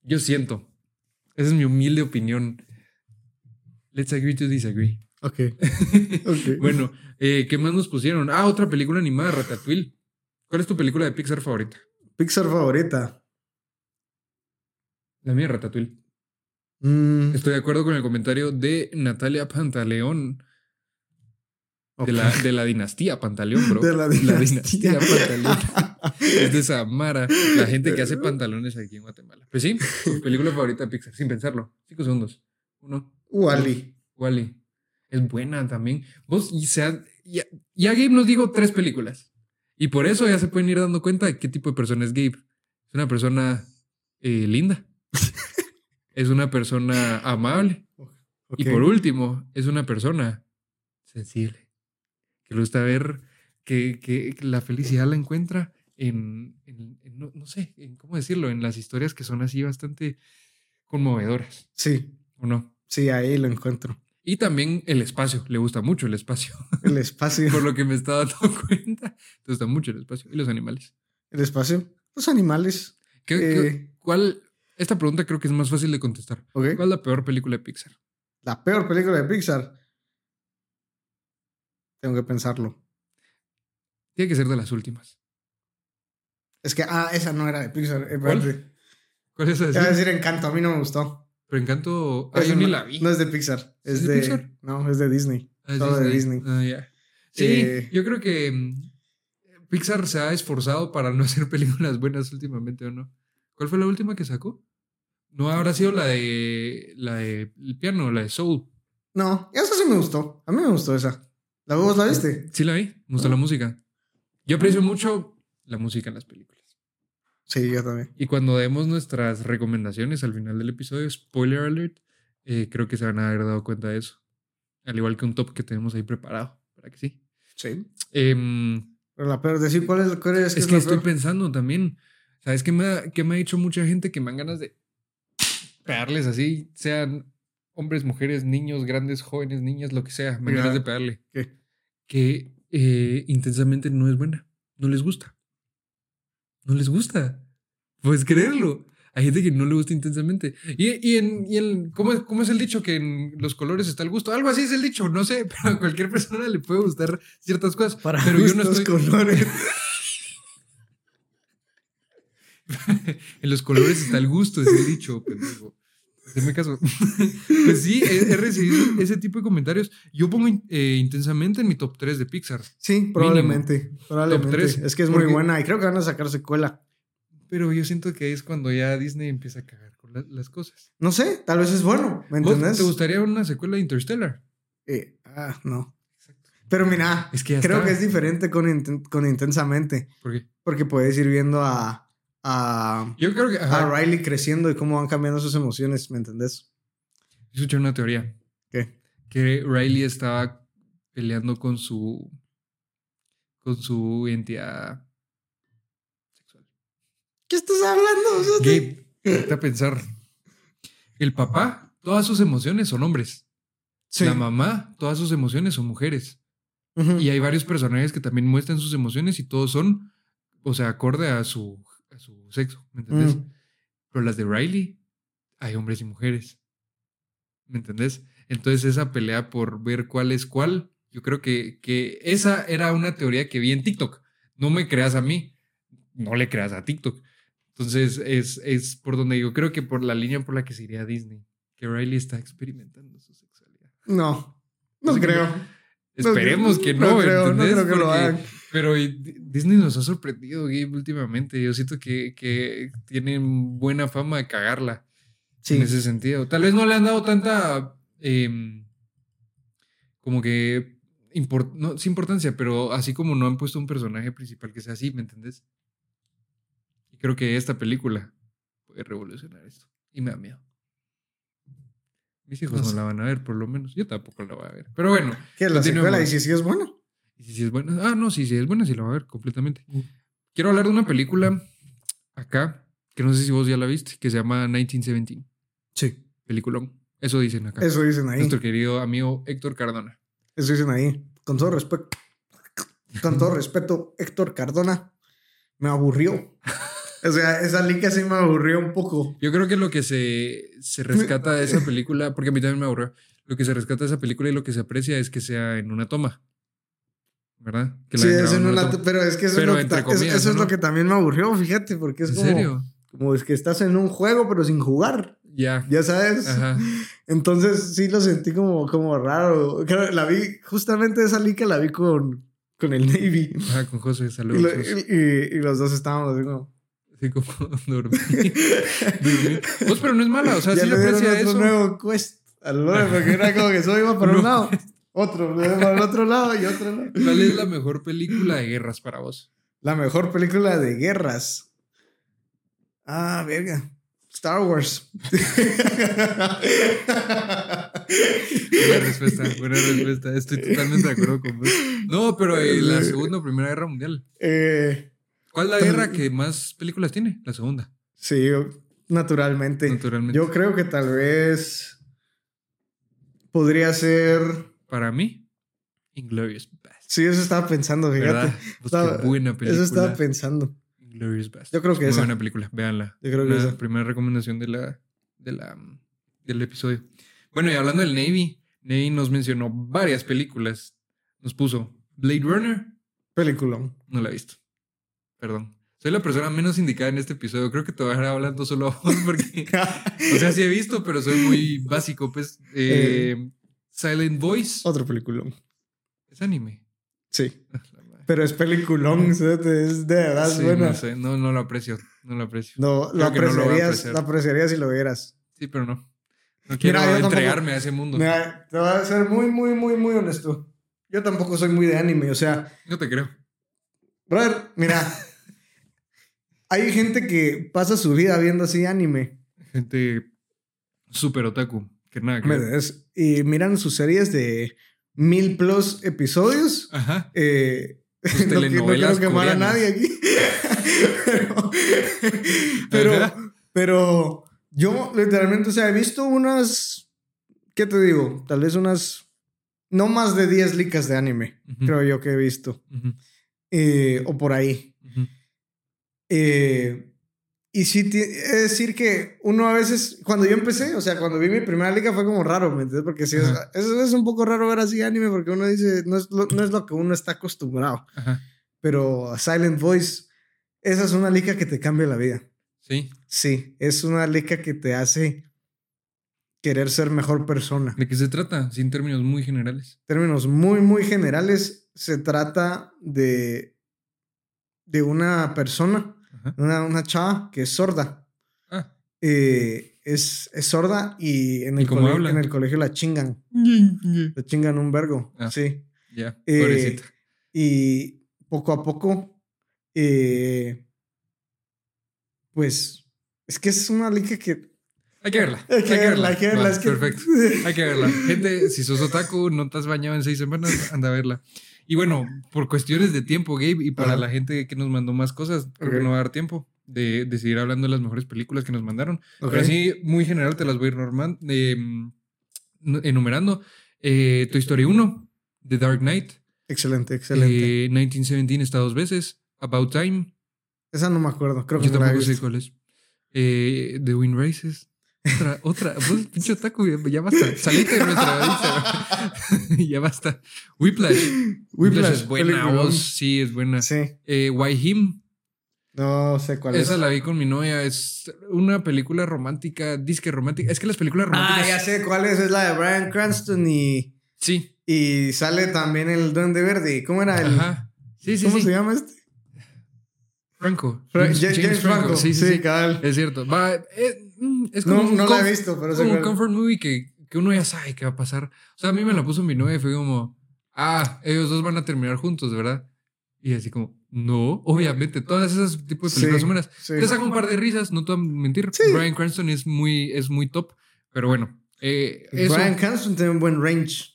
Speaker 1: Yo siento. Esa es mi humilde opinión. Let's agree to disagree.
Speaker 2: Ok. Ok.
Speaker 1: Bueno, eh, ¿qué más nos pusieron? Ah, otra película animada, Ratatouille. ¿Cuál es tu película de Pixar favorita?
Speaker 2: Pixar favorita.
Speaker 1: La mía, Ratatouille.
Speaker 2: Mm,
Speaker 1: Estoy de acuerdo con el comentario de Natalia Pantaleón,
Speaker 2: ok.
Speaker 1: de, la, de la dinastía Pantaleón, bro.
Speaker 2: De la dinastía.
Speaker 1: Pantaleón. Es de Samara, la gente que hace pantalones aquí en Guatemala. Pues sí, tu película favorita de Pixar, sin pensarlo. Cinco segundos. Uno,
Speaker 2: Wally.
Speaker 1: Wally. Es buena también. Vos, y sea, ya, ya Gabe nos dijo tres películas. Y por eso ya se pueden ir dando cuenta de qué tipo de persona es Gabe. Es una persona eh, linda. es una persona amable. Y por último, es una persona sensible. Que le gusta ver que, que la felicidad la encuentra en, en- en no, no sé, en cómo decirlo, en las historias que son así bastante conmovedoras.
Speaker 2: Sí,
Speaker 1: ¿O no?
Speaker 2: sí, ahí lo encuentro.
Speaker 1: Y también el espacio, le gusta mucho el espacio,
Speaker 2: El espacio.
Speaker 1: por lo que me estaba dando cuenta. Le gusta mucho el espacio y los animales.
Speaker 2: El espacio. Los animales.
Speaker 1: ¿Qué- qué-
Speaker 2: Eh.
Speaker 1: ¿Cuál? Esta pregunta creo que es más fácil de contestar.
Speaker 2: Ok.
Speaker 1: ¿Cuál es la peor película de Pixar?
Speaker 2: La peor película de Pixar. Tengo que pensarlo.
Speaker 1: Tiene que ser de las últimas.
Speaker 2: Es que, ah, esa no era de Pixar. eh,
Speaker 1: ¿Cuál?
Speaker 2: espérate.
Speaker 1: ¿Cuál es
Speaker 2: Iba a
Speaker 1: esa?
Speaker 2: decir Encanto, a mí no me gustó.
Speaker 1: Pero Encanto. Ah,
Speaker 2: Esa
Speaker 1: yo ni
Speaker 2: no-
Speaker 1: la vi.
Speaker 2: No es de Pixar. Es,
Speaker 1: ¿Es de
Speaker 2: de,
Speaker 1: Pixar?
Speaker 2: No, es de Disney.
Speaker 1: Ah, es
Speaker 2: solo de Disney.
Speaker 1: Ah, ya. Sí,
Speaker 2: Eh.
Speaker 1: yo creo que mm, Pixar se ha esforzado para no hacer películas buenas últimamente, ¿o no? ¿Cuál fue la última que sacó? No habrá sido la de la de el piano, la de Soul.
Speaker 2: No, esa sí me gustó. A mí me gustó esa. ¿La vos la viste?
Speaker 1: Sí la vi, me
Speaker 2: Ah.
Speaker 1: gusta la música. Yo aprecio mucho la música en las películas.
Speaker 2: Sí, yo también.
Speaker 1: Y cuando demos nuestras recomendaciones al final del episodio, spoiler alert, eh, creo que se van a haber dado cuenta de eso. Al igual que un top que tenemos ahí preparado, para que sí.
Speaker 2: Sí.
Speaker 1: Em,
Speaker 2: Pero la peor, decir cuál es, cuál es,
Speaker 1: es
Speaker 2: es
Speaker 1: que
Speaker 2: la
Speaker 1: estoy
Speaker 2: peor?
Speaker 1: pensando también, ¿sabes qué me, ha, qué me ha dicho mucha gente que me dan ganas de pegarles así, sean hombres, mujeres, niños, grandes, jóvenes, niñas, lo que sea, me dan
Speaker 2: Ya.
Speaker 1: ganas de pegarle?
Speaker 2: ¿Qué?
Speaker 1: que eh, intensamente no es buena. No les gusta. No les gusta. Puedes creerlo. Hay gente que no le gusta intensamente. Y, y en, y en- ¿cómo, es- ¿cómo es el dicho? Que en los colores está el gusto. Algo así es el dicho. No sé, pero a cualquier persona le puede gustar ciertas cosas.
Speaker 2: Para
Speaker 1: pero yo no
Speaker 2: gustos,
Speaker 1: estoy
Speaker 2: colores.
Speaker 1: en los colores está el gusto, es el dicho, pendejo. Hazme caso. pues sí, he, he recibido ese tipo de comentarios. Yo pongo in- eh, intensamente en mi top 3 de Pixar.
Speaker 2: Sí, probablemente. Probablemente.
Speaker 1: tres,
Speaker 2: es que es
Speaker 1: porque-
Speaker 2: muy buena y creo que van a sacar secuela.
Speaker 1: Pero yo siento que es cuando ya Disney empieza a cagar con la- las cosas.
Speaker 2: No sé, tal vez es bueno. ¿Me
Speaker 1: ¿Vos
Speaker 2: entendés?
Speaker 1: ¿Te gustaría una secuela de Interstellar?
Speaker 2: Eh, ah, no. Pero mira,
Speaker 1: Es que ya
Speaker 2: creo
Speaker 1: está.
Speaker 2: que es diferente con, inten- con intensamente.
Speaker 1: ¿Por qué?
Speaker 2: Porque puedes ir viendo a, a,
Speaker 1: Yo creo que...
Speaker 2: a
Speaker 1: Ajá,
Speaker 2: Riley creciendo y cómo van cambiando sus emociones, ¿me entendés?
Speaker 1: Escuché una teoría.
Speaker 2: ¿Qué?
Speaker 1: Que Riley estaba peleando con su... Con su identidad sexual.
Speaker 2: ¿Qué estás hablando? Sote?
Speaker 1: Gabe, ponte a pensar. El papá, todas sus emociones son hombres.
Speaker 2: Sí.
Speaker 1: La mamá, todas sus emociones son mujeres.
Speaker 2: Ujú.
Speaker 1: Y hay varios personajes que también muestran sus emociones y todos son, o sea, acorde a su, a su sexo, ¿me entendés?
Speaker 2: Mm.
Speaker 1: Pero las de Riley, hay hombres y mujeres, ¿me entendés? Entonces esa pelea por ver cuál es cuál, yo creo que, que esa era una teoría que vi en TikTok. No me creas a mí, no le creas a TikTok. Entonces es, es por donde yo creo que por la línea por la que se iría Disney, que Riley está experimentando su sexualidad.
Speaker 2: No, no
Speaker 1: Así que-
Speaker 2: creo. No
Speaker 1: Esperemos que
Speaker 2: creo-
Speaker 1: no,
Speaker 2: No creo, no
Speaker 1: ¿entendés?
Speaker 2: creo que lo
Speaker 1: Porque-
Speaker 2: hagan.
Speaker 1: pero y Di- Disney nos ha sorprendido, Gabe, últimamente. Yo siento que, que tienen buena fama de cagarla
Speaker 2: Sí.
Speaker 1: en ese sentido. Tal vez no le han dado tanta em, como que import- no, sí importancia, pero así como no han puesto un personaje principal que sea así, ¿me entendés? Y creo que esta película puede revolucionar esto. Y me da miedo. Mis hijos
Speaker 2: No
Speaker 1: no,
Speaker 2: sé.
Speaker 1: la van a ver, por lo menos. Yo tampoco la voy a ver. Pero bueno,
Speaker 2: Que la
Speaker 1: Continuemos.
Speaker 2: secuela, y si sí es bueno.
Speaker 1: y si, si es buena. Ah, no, sí, sí es buena, sí la voy a ver completamente.
Speaker 2: Mm.
Speaker 1: Quiero hablar de una película acá, que no sé si vos ya la viste, que se llama 1917.
Speaker 2: Sí.
Speaker 1: Peliculón. Eso dicen acá.
Speaker 2: Eso dicen ahí.
Speaker 1: Nuestro querido amigo Héctor Cardona.
Speaker 2: Eso dicen ahí. Con todo respeto. Con todo respeto, Héctor Cardona me aburrió. O sea, esa liga sí me aburrió un poco.
Speaker 1: Yo creo que lo que se, se rescata de esa película, porque a mí también me aburrió, lo que se rescata de esa película y lo que se aprecia es que sea en una toma. ¿Verdad? Que la
Speaker 2: Sí,
Speaker 1: hayan
Speaker 2: es
Speaker 1: grabado
Speaker 2: en
Speaker 1: en
Speaker 2: una-
Speaker 1: toma.
Speaker 2: pero es que eso,
Speaker 1: Pero
Speaker 2: es, lo que,
Speaker 1: entre
Speaker 2: ta- es-
Speaker 1: comillas,
Speaker 2: eso es
Speaker 1: ¿no?
Speaker 2: lo que también me aburrió, fíjate, porque es
Speaker 1: ¿En
Speaker 2: como,
Speaker 1: serio?
Speaker 2: como es que estás en un juego pero sin jugar,
Speaker 1: Ya.
Speaker 2: ya sabes.
Speaker 1: Ajá.
Speaker 2: Entonces sí lo sentí como, como raro. Creo que La vi, justamente esa liga la vi con, con el Navy.
Speaker 1: Ajá, con José,
Speaker 2: Y,
Speaker 1: saludos.
Speaker 2: lo-
Speaker 1: José.
Speaker 2: y- y los dos estábamos así como...
Speaker 1: Así como dormí. dormí. Vos, pero no es mala, o sea, sí
Speaker 2: le
Speaker 1: la
Speaker 2: dieron
Speaker 1: aprecia
Speaker 2: otro
Speaker 1: eso.
Speaker 2: nuevo quest al Lore, porque era como que solo iba para un
Speaker 1: No.
Speaker 2: lado, otro, le dieron para el otro lado y otro lado.
Speaker 1: ¿Cuál es la mejor película de guerras para vos?
Speaker 2: La mejor película de guerras. Ah, verga. Star Wars.
Speaker 1: Buena respuesta, buena respuesta. Estoy totalmente de acuerdo con vos. No, pero eh, la Segunda o Primera Guerra Mundial.
Speaker 2: Eh,
Speaker 1: ¿Cuál es la guerra que más películas tiene? La segunda,
Speaker 2: sí, naturalmente.
Speaker 1: naturalmente.
Speaker 2: Yo creo que tal vez podría ser.
Speaker 1: Para mí, Inglorious Bastards.
Speaker 2: Sí, eso estaba pensando, fíjate.
Speaker 1: ¿Verdad? Pues, qué
Speaker 2: Estaba-
Speaker 1: buena película.
Speaker 2: Eso estaba pensando.
Speaker 1: Inglourious Basterds.
Speaker 2: Yo creo que
Speaker 1: Muy
Speaker 2: esa.
Speaker 1: buena película, véanla.
Speaker 2: Yo creo que
Speaker 1: Una
Speaker 2: esa.
Speaker 1: primera recomendación de la, de la, mm, del episodio. Bueno, y hablando del Navy, Navy nos mencionó varias películas. Nos puso Blade Runner,
Speaker 2: Peliculón.
Speaker 1: no la he visto. Perdón. Soy la persona menos indicada en este episodio. Creo que te voy a dejar hablando solo a vos porque, o sea, sí he visto, pero soy muy básico. Pues, eh, Silent Voice
Speaker 2: Otro peliculón.
Speaker 1: es anime.
Speaker 2: Sí.
Speaker 1: Ah, la madre.
Speaker 2: Pero es peliculón, ¿sabes? Ah, es de verdad
Speaker 1: Sí,
Speaker 2: buena.
Speaker 1: no, sé. no, no lo aprecio. No lo aprecio.
Speaker 2: No, lo
Speaker 1: Creo que no lo voy a
Speaker 2: apreciarías,
Speaker 1: apreciar.
Speaker 2: lo apreciarías si lo vieras.
Speaker 1: Sí, pero no. No quiero
Speaker 2: yo tampoco-
Speaker 1: entregarme a ese mundo.
Speaker 2: Mira, te voy a ser muy, muy, muy, muy honesto. Yo tampoco soy muy de anime, o sea,
Speaker 1: No te creo.
Speaker 2: brother, mira. Hay gente que pasa su vida viendo así anime,
Speaker 1: Gente súper otaku. Que nada que
Speaker 2: ¿me
Speaker 1: ver.
Speaker 2: entendés? Y miran sus series de mil plus episodios.
Speaker 1: Ajá.
Speaker 2: Eh,
Speaker 1: Sus
Speaker 2: no, qui- no quiero
Speaker 1: telenovelas
Speaker 2: quemar a
Speaker 1: coreanas.
Speaker 2: nadie aquí. pero, pero,
Speaker 1: Ajá.
Speaker 2: pero yo literalmente, o sea, he visto unas, ¿qué te digo? Tal vez unas, no más de 10 licas de anime,
Speaker 1: Ujú,
Speaker 2: creo yo que he visto.
Speaker 1: ujú,
Speaker 2: eh, o por ahí.
Speaker 1: ujú.
Speaker 2: Eh, y sí, ti- es decir que uno a veces, cuando yo empecé, o sea, cuando vi mi primera liga fue como raro, ¿me entiendes? Porque sí, es,
Speaker 1: Ajá.
Speaker 2: es, es un poco raro ver así anime porque uno dice, no es lo- no es lo que uno está acostumbrado
Speaker 1: Ajá.
Speaker 2: pero a Silent Voice, esa es una lica que te cambia la vida.
Speaker 1: Sí.
Speaker 2: Sí, es una lica que te hace querer ser mejor persona. En
Speaker 1: ¿De qué se trata? Sin términos muy generales.
Speaker 2: términos muy, muy generales, se trata de, de una persona,
Speaker 1: Ajá.
Speaker 2: una, una chava que es sorda.
Speaker 1: Ah.
Speaker 2: Eh, es, es sorda y en
Speaker 1: ¿Y
Speaker 2: el,
Speaker 1: cómo
Speaker 2: colegio,
Speaker 1: habla?
Speaker 2: en el colegio la chingan. La chingan un vergo.
Speaker 1: Ah.
Speaker 2: Sí.
Speaker 1: Ya,
Speaker 2: Eh,
Speaker 1: pobrecita.
Speaker 2: y poco a poco, eh, pues es que es una liga que
Speaker 1: Hay que verla.
Speaker 2: hay que verla, hay que verla.
Speaker 1: Va,
Speaker 2: es que-
Speaker 1: Perfecto. Hay que verla. Gente, si sos otaku, no te has bañado en seis semanas, anda a verla. Y bueno, por cuestiones de tiempo, Gabe, y para
Speaker 2: Ajá.
Speaker 1: la gente que nos mandó más cosas, creo
Speaker 2: Ok.
Speaker 1: que no va a dar tiempo de, de seguir hablando de las mejores películas que nos mandaron.
Speaker 2: Ok.
Speaker 1: Pero así, muy general, te las voy a ir normal, eh, enumerando. Eh, Toy Story 1, The Dark Knight,
Speaker 2: Excelente, excelente.
Speaker 1: eh, 1917 está dos veces, About Time,
Speaker 2: Esa no me acuerdo, creo que
Speaker 1: yo
Speaker 2: no la he
Speaker 1: tampoco sé
Speaker 2: visto.
Speaker 1: cuál es. Eh, The Wind Races. Otra, otra. Vos, pinche otaku, ya- ya basta. Salite de nuestra lista. ya basta. Whiplash. Whiplash es buena.
Speaker 2: peliculón.
Speaker 1: Vos, sí, es buena.
Speaker 2: Sí,
Speaker 1: Eh, Why Him.
Speaker 2: no sé cuál
Speaker 1: Esa
Speaker 2: es.
Speaker 1: la vi con mi novia. Es una película romántica, disque romántica. Es que las películas
Speaker 2: Ah,
Speaker 1: románticas.
Speaker 2: ya sé cuál es. Es la de Brian Cranston y,
Speaker 1: Sí.
Speaker 2: y sale también el Duende Verde. ¿Cómo era? El,
Speaker 1: Ajá. Sí, sí,
Speaker 2: ¿Cómo
Speaker 1: sí.
Speaker 2: se llama este?
Speaker 1: Franco.
Speaker 2: Fra- Ja- James, Franco.
Speaker 1: Sí, sí, sí.
Speaker 2: cabal.
Speaker 1: Es cierto. Va, eh, mm, es como
Speaker 2: No,
Speaker 1: un
Speaker 2: no la he
Speaker 1: conf-
Speaker 2: visto, pero
Speaker 1: Es
Speaker 2: sé
Speaker 1: como un
Speaker 2: cuál-
Speaker 1: comfort movie que que uno ya sabe qué va a pasar. O sea, a mí me la puso mi novia y fue como, ah, ellos dos van a terminar juntos, ¿verdad? Y así como, no, obviamente, todas esas tipos de películas
Speaker 2: Sí,
Speaker 1: someras.
Speaker 2: sí.
Speaker 1: Te saca un par de risas, no te voy a mentir.
Speaker 2: Sí.
Speaker 1: Brian Cranston es muy, es muy top, pero bueno. eh, eso-
Speaker 2: Brian Cranston tiene un buen range.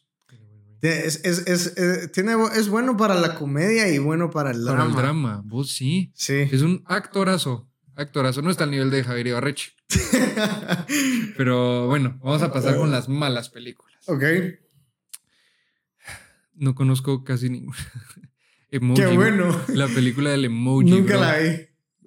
Speaker 2: Te- Es, es, es, eh, tiene, bu- es bueno para la comedia y bueno para el
Speaker 1: Para
Speaker 2: drama.
Speaker 1: el drama, vos sí.
Speaker 2: Sí.
Speaker 1: Es un actorazo, actorazo. No está al nivel de Javier Ibarreche. Pero bueno, vamos a pasar con las malas películas.
Speaker 2: ok.
Speaker 1: No conozco casi ninguna. Emoji,
Speaker 2: Qué
Speaker 1: bro.
Speaker 2: bueno.
Speaker 1: La película del emoji.
Speaker 2: Nunca
Speaker 1: bro.
Speaker 2: la vi.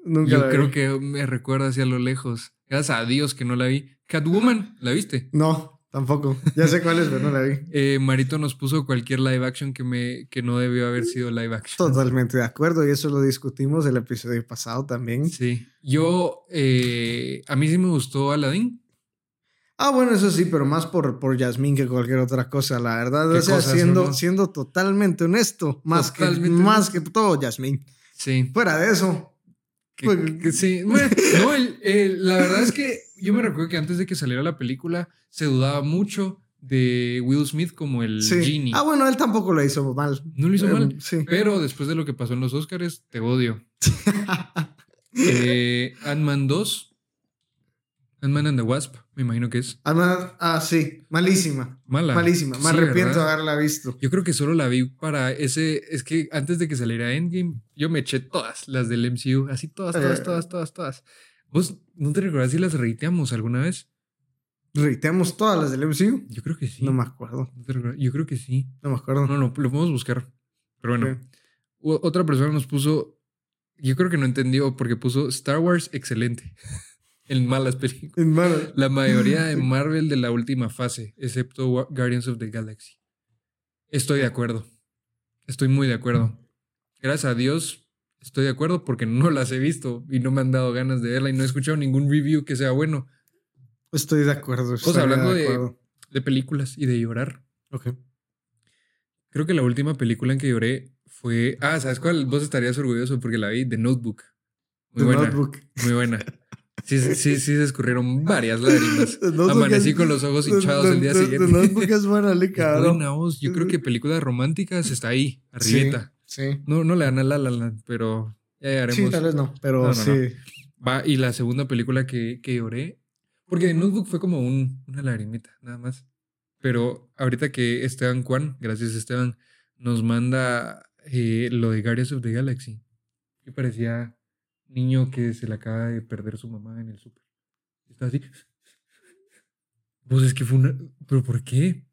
Speaker 2: Nunca
Speaker 1: Yo
Speaker 2: la vi.
Speaker 1: creo que me recuerda hacia lo lejos. Gracias a Dios que no la vi. Catwoman, ¿la viste?
Speaker 2: No, tampoco. Ya sé cuál es, pero no la vi.
Speaker 1: Eh, Marito nos puso cualquier live action que, me, que no debió haber sido live action.
Speaker 2: Totalmente de acuerdo. Y eso lo discutimos el episodio pasado también.
Speaker 1: Sí. Yo, eh, a mí sí me gustó Aladdin.
Speaker 2: Ah, bueno, eso sí, pero más por, por Yasmín que cualquier otra cosa, la verdad.
Speaker 1: ¿Qué
Speaker 2: O sea,
Speaker 1: cosas,
Speaker 2: siendo,
Speaker 1: no?
Speaker 2: siendo totalmente honesto, más, que,
Speaker 1: Totalmente
Speaker 2: más que todo, Yasmín.
Speaker 1: Sí.
Speaker 2: Fuera de eso,
Speaker 1: Que-
Speaker 2: Pues-
Speaker 1: que sí. Bueno, no, el- el- la verdad es que yo me recuerdo que antes de que saliera la película se dudaba mucho de Will Smith como el
Speaker 2: sí.
Speaker 1: genie.
Speaker 2: Ah, bueno, él tampoco lo hizo mal.
Speaker 1: No lo hizo
Speaker 2: Eh,
Speaker 1: mal.
Speaker 2: Sí.
Speaker 1: Pero después de lo que pasó en los Oscars, te odio. eh, Ant-Man 2. Ant-Man and the Wasp, me imagino que es.
Speaker 2: Ah, ma- ah, sí, malísima.
Speaker 1: Mala.
Speaker 2: Malísima. Me
Speaker 1: Sí,
Speaker 2: arrepiento
Speaker 1: ¿verdad?
Speaker 2: de haberla visto.
Speaker 1: Yo creo que solo la vi para ese. Es que antes de que saliera Endgame, yo me eché todas las del MCU. Así todas, todas,
Speaker 2: Eh.
Speaker 1: todas, todas, todas. ¿Vos no te recordás si las reiteamos alguna vez?
Speaker 2: Reiteamos todas las del MCU.
Speaker 1: Yo creo que sí.
Speaker 2: No me acuerdo.
Speaker 1: No te recordás. Yo creo que sí.
Speaker 2: No me acuerdo.
Speaker 1: No, no, lo podemos buscar. Pero bueno.
Speaker 2: Sí.
Speaker 1: U- Otra persona nos puso. Yo creo que no entendió porque puso Star Wars excelente. en malas películas.
Speaker 2: Bueno,
Speaker 1: La mayoría de Marvel de la última fase, excepto Wa- Guardians of the Galaxy. Estoy de acuerdo. Estoy muy de acuerdo. Gracias a Dios estoy de acuerdo porque no las he visto y no me han dado ganas de verla y no he escuchado ningún review que sea bueno
Speaker 2: estoy de acuerdo. Estoy
Speaker 1: hablando de-
Speaker 2: acuerdo.
Speaker 1: de películas y de llorar.
Speaker 2: Ok.
Speaker 1: Creo que la última película en que lloré fue. Ah, ¿sabes cuál? Vos estarías orgulloso porque la vi, The Notebook. Muy
Speaker 2: The
Speaker 1: buena.
Speaker 2: Notebook.
Speaker 1: Muy buena. Sí, sí, sí, sí se escurrieron varias lágrimas.
Speaker 2: The Notebook
Speaker 1: Amanecí
Speaker 2: es-
Speaker 1: con los ojos
Speaker 2: The-
Speaker 1: hinchados el día
Speaker 2: The- The- The
Speaker 1: siguiente.
Speaker 2: Notebook es buena, le
Speaker 1: Es
Speaker 2: cabrón.
Speaker 1: buena voz. Yo creo que películas románticas está ahí, arribita.
Speaker 2: Sí. sí.
Speaker 1: No, no le dan a La La Land, pero ya llegaremos.
Speaker 2: Sí, tal vez no, pero
Speaker 1: No, no,
Speaker 2: sí.
Speaker 1: Va, y la segunda película que, que lloré, porque The Notebook fue como un- una lagrimita, nada más. Pero ahorita que Esteban Juan, gracias Esteban, nos manda eh, lo de Guardians of the Galaxy, que parecía niño que se le acaba de perder su mamá en el súper. Está así. Pues es que fue una... ¿Pero por qué?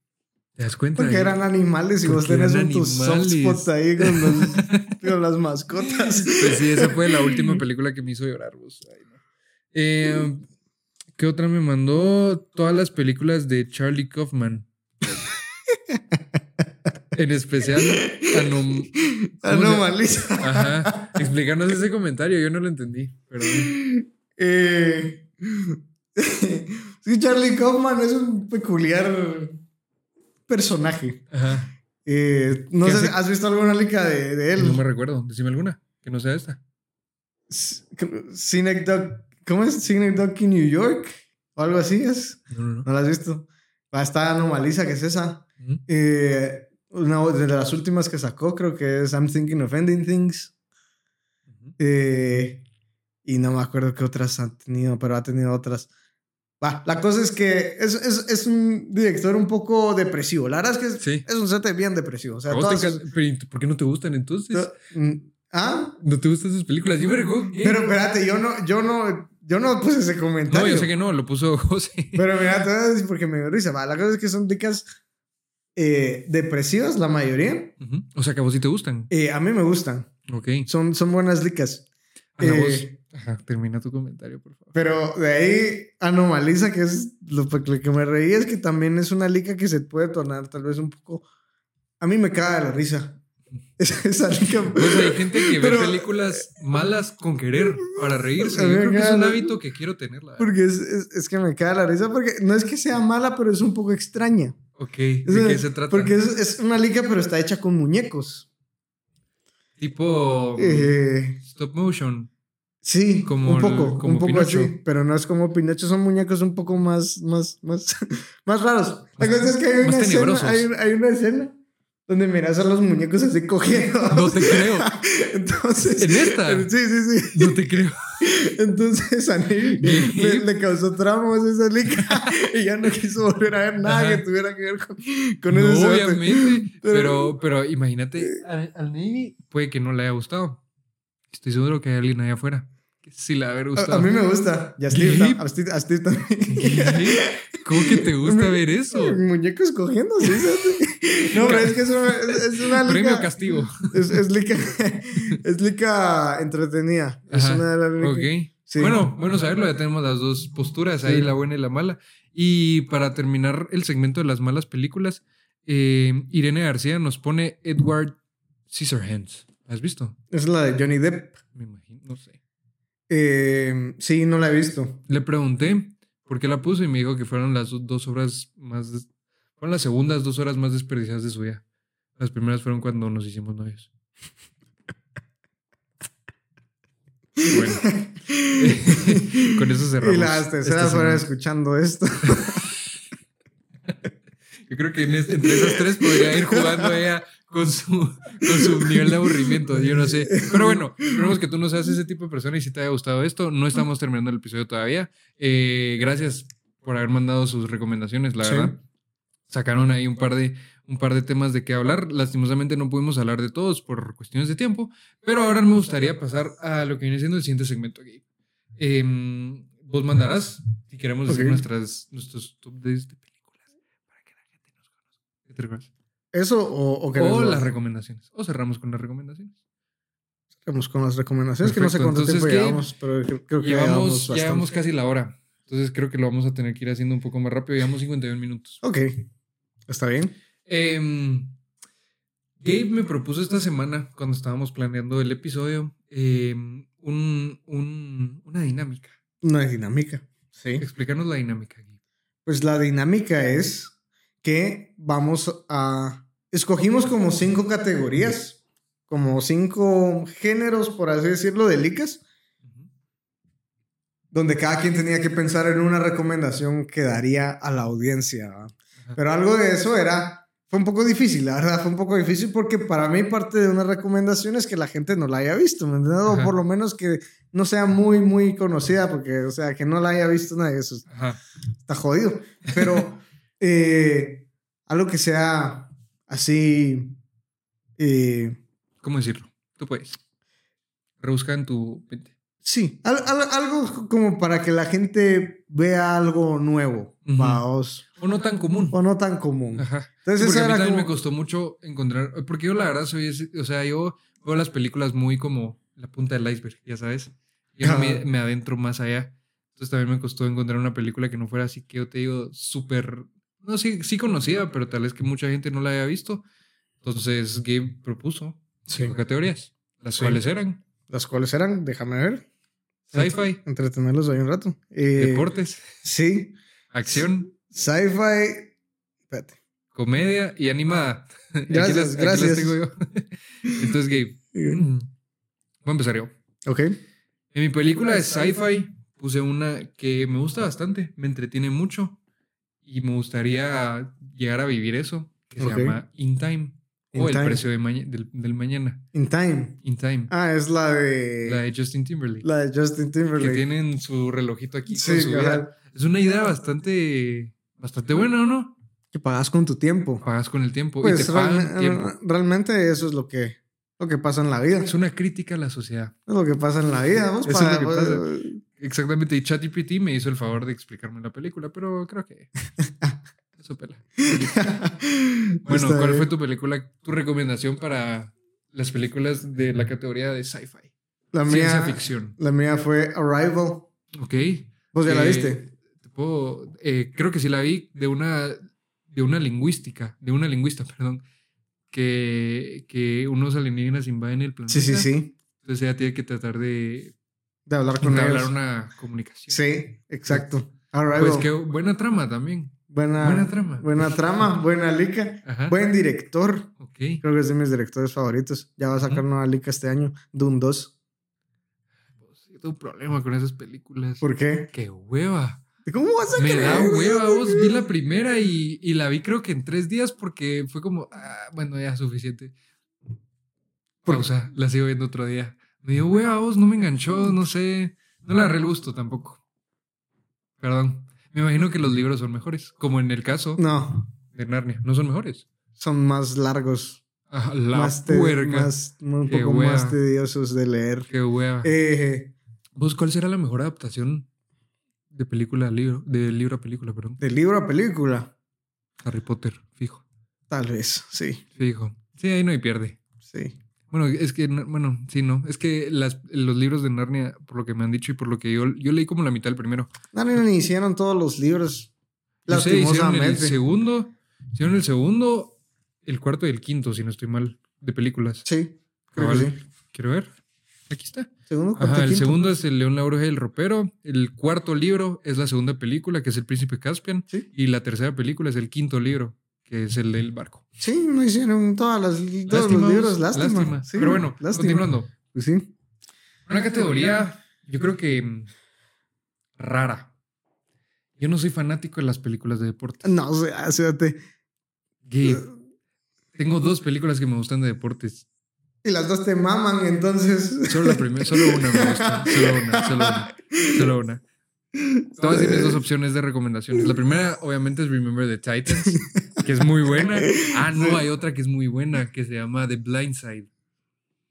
Speaker 1: ¿Te das cuenta?
Speaker 2: Porque eran animales y vos
Speaker 1: Porque
Speaker 2: tenés
Speaker 1: eran
Speaker 2: un- tus soft
Speaker 1: animales.
Speaker 2: spots ahí con, los- con las mascotas.
Speaker 1: Pues sí, esa fue la última película que me hizo llorar. vos. Ay, no. Eh, ¿Qué otra me mandó? Todas las películas de Charlie Kaufman. en especial, Anom-
Speaker 2: Ah, Anomaliza.
Speaker 1: Ajá. Explícanos ese comentario, yo no lo entendí. Perdón.
Speaker 2: Eh, sí, Charlie Kaufman es un peculiar personaje.
Speaker 1: Ajá.
Speaker 2: Eh, no
Speaker 1: ¿Qué
Speaker 2: sé,
Speaker 1: hace?
Speaker 2: ¿has visto alguna lica de, de él?
Speaker 1: No me recuerdo. Decime alguna, que no sea esta.
Speaker 2: S- Cynic Duck- ¿Cómo es? Cynic Duck in New York o algo así es.
Speaker 1: No, no, no.
Speaker 2: ¿No la has visto? Ah, está Anomaliza, que es esa.
Speaker 1: Ujú.
Speaker 2: Eh, una de las últimas que sacó, creo que es I'm Thinking of Ending Things.
Speaker 1: Ujú.
Speaker 2: Eh, y no me acuerdo qué otras ha tenido, pero ha tenido otras. Va, la cosa es que es, es- es un director un poco depresivo. La verdad es que es,
Speaker 1: Sí.
Speaker 2: es un set bien depresivo. O sea,
Speaker 1: ¿A vos te
Speaker 2: todas sus-
Speaker 1: encan- pero, ¿y ¿Por qué no te gustan entonces?
Speaker 2: to- mm, ¿Ah?
Speaker 1: ¿No te gustan sus películas? Yo me recuerdo que-
Speaker 2: Pero espérate, yo no, yo no, yo no puse ese comentario.
Speaker 1: No, yo sé que no, lo puso José.
Speaker 2: Pero mira, te voy a decir porque me dio risa. Va, la cosa es que son dicas eh, depresivas, la mayoría.
Speaker 1: Ujú. O sea que a vos sí te gustan.
Speaker 2: Eh, a mí me gustan.
Speaker 1: Ok.
Speaker 2: Son, son buenas dicas.
Speaker 1: Ana,
Speaker 2: Eh,
Speaker 1: vos- Ajá, termina tu comentario, por favor.
Speaker 2: Pero de ahí anomaliza, que es lo pe- lo que me reí, es que también es una lica que se puede tornar tal vez un poco... A mí me caga la risa. Es- Esa lica...
Speaker 1: Pues hay gente que
Speaker 2: Pero-
Speaker 1: ve películas malas con querer para reírse.
Speaker 2: A mí
Speaker 1: Yo
Speaker 2: me
Speaker 1: creo que es
Speaker 2: caga
Speaker 1: un
Speaker 2: la-
Speaker 1: hábito que quiero tener, la verdad.
Speaker 2: Porque es, es- es que me caga la risa, porque no es que sea mala, pero es un poco extraña.
Speaker 1: Ok, ¿de
Speaker 2: Es una-
Speaker 1: qué se trata?
Speaker 2: Porque es, es una lica, pero está hecha con muñecos.
Speaker 1: Tipo
Speaker 2: Eh,
Speaker 1: stop motion.
Speaker 2: Sí,
Speaker 1: Como
Speaker 2: un
Speaker 1: el-
Speaker 2: poco,
Speaker 1: como
Speaker 2: un poco
Speaker 1: Pinocho.
Speaker 2: así, pero no es como Pinocho, son muñecos un poco más, más, más, más raros. La cosa es que
Speaker 1: Más
Speaker 2: hay una, escena,
Speaker 1: tenebrosos.
Speaker 2: hay, un- hay una escena donde miras a los muñecos así cogiendo.
Speaker 1: No te creo.
Speaker 2: Entonces,
Speaker 1: ¿En esta?
Speaker 2: Sí, sí, sí.
Speaker 1: No te creo.
Speaker 2: Entonces a Neil
Speaker 1: Bien.
Speaker 2: le, le causó traumas esa liga y ya no quiso volver a ver nada
Speaker 1: Ajá.
Speaker 2: que tuviera que ver con, con
Speaker 1: No,
Speaker 2: ese suerte.
Speaker 1: obviamente.
Speaker 2: Pero-
Speaker 1: Pero, pero imagínate, al, al Navy puede que no le haya gustado. Estoy seguro que hay alguien allá afuera que sí le va a haber
Speaker 2: A,
Speaker 1: gustado.
Speaker 2: a mí me gusta. Y a Steve,
Speaker 1: ¿Qué?
Speaker 2: ta- a Steve- a Steve también.
Speaker 1: ¿Qué? ¿Cómo que te gusta ver eso?
Speaker 2: Muñecos cogiendo, sí, sí. No, pero es que es una, es- es una
Speaker 1: Premio
Speaker 2: liga.
Speaker 1: castigo.
Speaker 2: Es, es liga. Es liga entretenida. Es
Speaker 1: Ajá,
Speaker 2: una de las ligas-
Speaker 1: Ok.
Speaker 2: Sí.
Speaker 1: Bueno, bueno saberlo, ya tenemos las dos posturas, ahí
Speaker 2: Sí.
Speaker 1: la buena y la mala. Y para terminar el segmento de las malas películas, eh, Irene García nos pone Edward Scissorhands. ¿Has visto?
Speaker 2: Es la de Johnny Depp.
Speaker 1: Me imagino, no sé.
Speaker 2: Eh, sí, no la he visto.
Speaker 1: Le pregunté por qué la puso y me dijo que fueron las do- dos horas más, des- fueron las segundas dos horas más desperdiciadas de su vida. Las primeras fueron cuando nos hicimos novios. Bueno, con eso cerramos. este
Speaker 2: Y las terceras
Speaker 1: esta
Speaker 2: fueron
Speaker 1: semana.
Speaker 2: escuchando esto.
Speaker 1: Yo creo que en es- entre esas tres podría ir jugando ella con su, con su nivel de aburrimiento. Yo no sé. Pero bueno, esperemos que tú no seas ese tipo de persona y si te haya gustado esto, no estamos terminando el episodio todavía. Eh, gracias por haber mandado sus recomendaciones, la
Speaker 2: Sí.
Speaker 1: verdad. Sacaron ahí un par de un par de temas de qué hablar. Lastimosamente no pudimos hablar de todos por cuestiones de tiempo, pero ahora me gustaría pasar a lo que viene siendo el siguiente segmento aquí. Em, vos mandarás si queremos decir
Speaker 2: Ok.
Speaker 1: nuestras, nuestros top 10 de películas para que la gente nos conozca. ¿Qué te recuerdas?
Speaker 2: ¿Eso o, o querés
Speaker 1: O
Speaker 2: lo-
Speaker 1: las recomendaciones. O cerramos con las recomendaciones.
Speaker 2: Vamos con las recomendaciones, que no sé
Speaker 1: Perfecto,
Speaker 2: cuánto
Speaker 1: entonces,
Speaker 2: tiempo
Speaker 1: ¿qué?
Speaker 2: llevamos, pero cre- creo que
Speaker 1: Llevamos,
Speaker 2: bastante.
Speaker 1: llevamos casi la hora. Entonces creo que lo vamos a tener que ir haciendo un poco más rápido. Llevamos 51 minutos.
Speaker 2: Ok, está bien.
Speaker 1: Em, Gabe me propuso esta semana, cuando estábamos planeando el episodio, em, un- un- una dinámica.
Speaker 2: Una dinámica. Sí.
Speaker 1: Explícanos la dinámica, Gabe.
Speaker 2: Pues la dinámica es que vamos a... Escogimos como cinco categorías, como cinco géneros, por así decirlo, de licas,
Speaker 1: Ujú.
Speaker 2: donde cada quien tenía que pensar en una recomendación que daría a la audiencia. ¿va?
Speaker 1: Ajá.
Speaker 2: Pero algo de eso era... Fue un poco difícil, la verdad, fue un poco difícil porque para mí parte de una recomendación es que la gente no la haya visto, ¿me entiendes? O
Speaker 1: Ajá.
Speaker 2: por lo menos que no sea muy, muy conocida, porque, o sea, que no la haya visto nadie, eso es
Speaker 1: Ajá.
Speaker 2: está jodido. Pero eh, algo que sea así. eh,
Speaker 1: ¿Cómo decirlo? Tú puedes. Rebusca en tu mente.
Speaker 2: sí, al- al- algo como para que la gente vea algo nuevo,
Speaker 1: Ujú.
Speaker 2: vaos,
Speaker 1: O no tan común.
Speaker 2: o no tan común.
Speaker 1: Ajá.
Speaker 2: Entonces,
Speaker 1: Porque
Speaker 2: eso
Speaker 1: a mí
Speaker 2: pues era
Speaker 1: también
Speaker 2: como.
Speaker 1: me costó mucho encontrar. Porque yo, la verdad, soy. ese- o sea, yo veo las películas muy como la punta del iceberg, ya sabes. Yo no me,
Speaker 2: Ajá.
Speaker 1: me adentro más allá. Entonces también me costó encontrar una película que no fuera así, que yo te digo, súper. No, sí, sí conocida, pero tal vez que mucha gente no la haya visto. Entonces, Gabe propuso
Speaker 2: Sí.
Speaker 1: cinco categorías, las
Speaker 2: Sí.
Speaker 1: cuales eran
Speaker 2: Las cuales eran, déjame ver,
Speaker 1: sci-fi,
Speaker 2: entretenerlos ahí un rato. Eh,
Speaker 1: deportes,
Speaker 2: Sí,
Speaker 1: acción,
Speaker 2: sci-fi. Espérate.
Speaker 1: comedia y animada. Aquí
Speaker 2: Gracias,
Speaker 1: las- aquí las
Speaker 2: gracias.
Speaker 1: tengo yo. Entonces, Gabe, mm, voy a empezar yo.
Speaker 2: Ok.
Speaker 1: En mi película de sci-fi puse una que me gusta bastante, me entretiene mucho y me gustaría llegar a vivir eso, que
Speaker 2: Ok.
Speaker 1: se llama In Time
Speaker 2: In
Speaker 1: o El
Speaker 2: Time.
Speaker 1: Precio de maña- del, del Mañana.
Speaker 2: In Time.
Speaker 1: In Time,
Speaker 2: Ah, es la de.
Speaker 1: la de Justin Timberlake,
Speaker 2: la de Justin
Speaker 1: que
Speaker 2: Timberlake.
Speaker 1: tienen su relojito aquí. con
Speaker 2: sí,
Speaker 1: su
Speaker 2: ajá.
Speaker 1: vida. Es una idea bastante, bastante buena, ¿no?
Speaker 2: que pagas con tu tiempo.
Speaker 1: Pagas con el tiempo y
Speaker 2: Pues
Speaker 1: te pagan
Speaker 2: realme-
Speaker 1: tiempo.
Speaker 2: realmente eso es lo que, lo que pasa en la vida.
Speaker 1: Es una crítica a la sociedad.
Speaker 2: Es lo que pasa en la vida. vos
Speaker 1: Eso es
Speaker 2: pagas-
Speaker 1: lo que pasa. Exactamente, y ChatGPT me hizo el favor de explicarme la película, pero creo que eso pela. Bueno,
Speaker 2: Está
Speaker 1: ¿cuál
Speaker 2: bien.
Speaker 1: fue tu película, tu recomendación para las películas de la categoría de sci-fi?
Speaker 2: La
Speaker 1: Ciencia
Speaker 2: mía,
Speaker 1: ficción.
Speaker 2: la mía fue Arrival.
Speaker 1: Ok.
Speaker 2: ¿Vos ya la
Speaker 1: Eh,
Speaker 2: viste?
Speaker 1: te puedo- eh, creo que sí la vi de una, de una lingüística, de una lingüista, perdón, que, que unos alienígenas invaden el planeta.
Speaker 2: Sí, sí, sí.
Speaker 1: Entonces ella tiene que tratar de
Speaker 2: De hablar con ellos.
Speaker 1: entablar una comunicación.
Speaker 2: Sí, exacto. Arrival.
Speaker 1: Pues qué buena trama también. Buena
Speaker 2: buena, buena,
Speaker 1: trama.
Speaker 2: trama, buena lica.
Speaker 1: Ajá.
Speaker 2: Buen director.
Speaker 1: Ok.
Speaker 2: Creo que es de mis directores favoritos. Ya va a sacar
Speaker 1: Ujú.
Speaker 2: nueva lica este año. Dune 2.
Speaker 1: yo Oh, tengo un problema con esas películas.
Speaker 2: ¿Por qué?
Speaker 1: ¡Qué hueva!
Speaker 2: ¿Cómo vas a
Speaker 1: Me
Speaker 2: creer?
Speaker 1: da hueva, vos. Vi la primera y, y la vi creo que en tres días porque fue como, ah, bueno, ya suficiente. Pausa, la sigo viendo otro día. Me dio hueva, vos, no me enganchó, no sé. No la agarré el gusto tampoco. Perdón. Me imagino que los libros son mejores, como en el caso
Speaker 2: No,
Speaker 1: de Narnia. No son mejores.
Speaker 2: son más largos.
Speaker 1: Ah, la
Speaker 2: más, te-
Speaker 1: puerca.
Speaker 2: más- un
Speaker 1: Qué
Speaker 2: poco más
Speaker 1: hueva.
Speaker 2: tediosos de leer.
Speaker 1: Qué hueva.
Speaker 2: Eh,
Speaker 1: ¿Vos Pues, cuál será la mejor adaptación de película a libro? De libro a película, perdón.
Speaker 2: de libro a película,
Speaker 1: Harry Potter, fijo.
Speaker 2: tal vez, sí,
Speaker 1: Fijo. Sí, ahí no hay pierde.
Speaker 2: sí.
Speaker 1: Bueno, es que, no- bueno, sí, no. Es que las, los libros de Narnia, por lo que me han dicho y por lo que yo, yo leí como la mitad del primero.
Speaker 2: No, no, no, hicieron todos los libros.
Speaker 1: No sé, hicieron el
Speaker 2: Lastimosamente.
Speaker 1: segundo, hicieron el segundo, el cuarto y el quinto, si no estoy mal, de películas.
Speaker 2: Sí, creo
Speaker 1: Cabal.
Speaker 2: que sí.
Speaker 1: Quiero ver. Aquí está.
Speaker 2: Segundo,
Speaker 1: Ajá,
Speaker 2: cuarto,
Speaker 1: el
Speaker 2: quinto.
Speaker 1: segundo es el León, la Bruja y el Ropero. El cuarto libro es la segunda película, que es el Príncipe Caspian.
Speaker 2: Sí.
Speaker 1: Y la tercera película es el quinto libro, que es el del barco.
Speaker 2: Sí, no hicieron todas las, todos
Speaker 1: Lástima,
Speaker 2: los libros,
Speaker 1: vos,
Speaker 2: lástima. Sí,
Speaker 1: Pero bueno,
Speaker 2: lástima.
Speaker 1: continuando.
Speaker 2: Pues sí.
Speaker 1: Una categoría, yo creo que mm, rara. Yo no soy fanático de las películas de deportes.
Speaker 2: No, o sea, o sea, te-
Speaker 1: Gay. Tengo dos películas que me gustan de deportes.
Speaker 2: y las dos te maman, entonces.
Speaker 1: Solo la primera, solo una me gusta. Solo una, solo una. Solo una. Todas tienen dos opciones de recomendaciones. La primera, obviamente, es Remember the Titans, que es muy buena. Ah, no, hay otra que es muy buena, que se llama The Blind Side.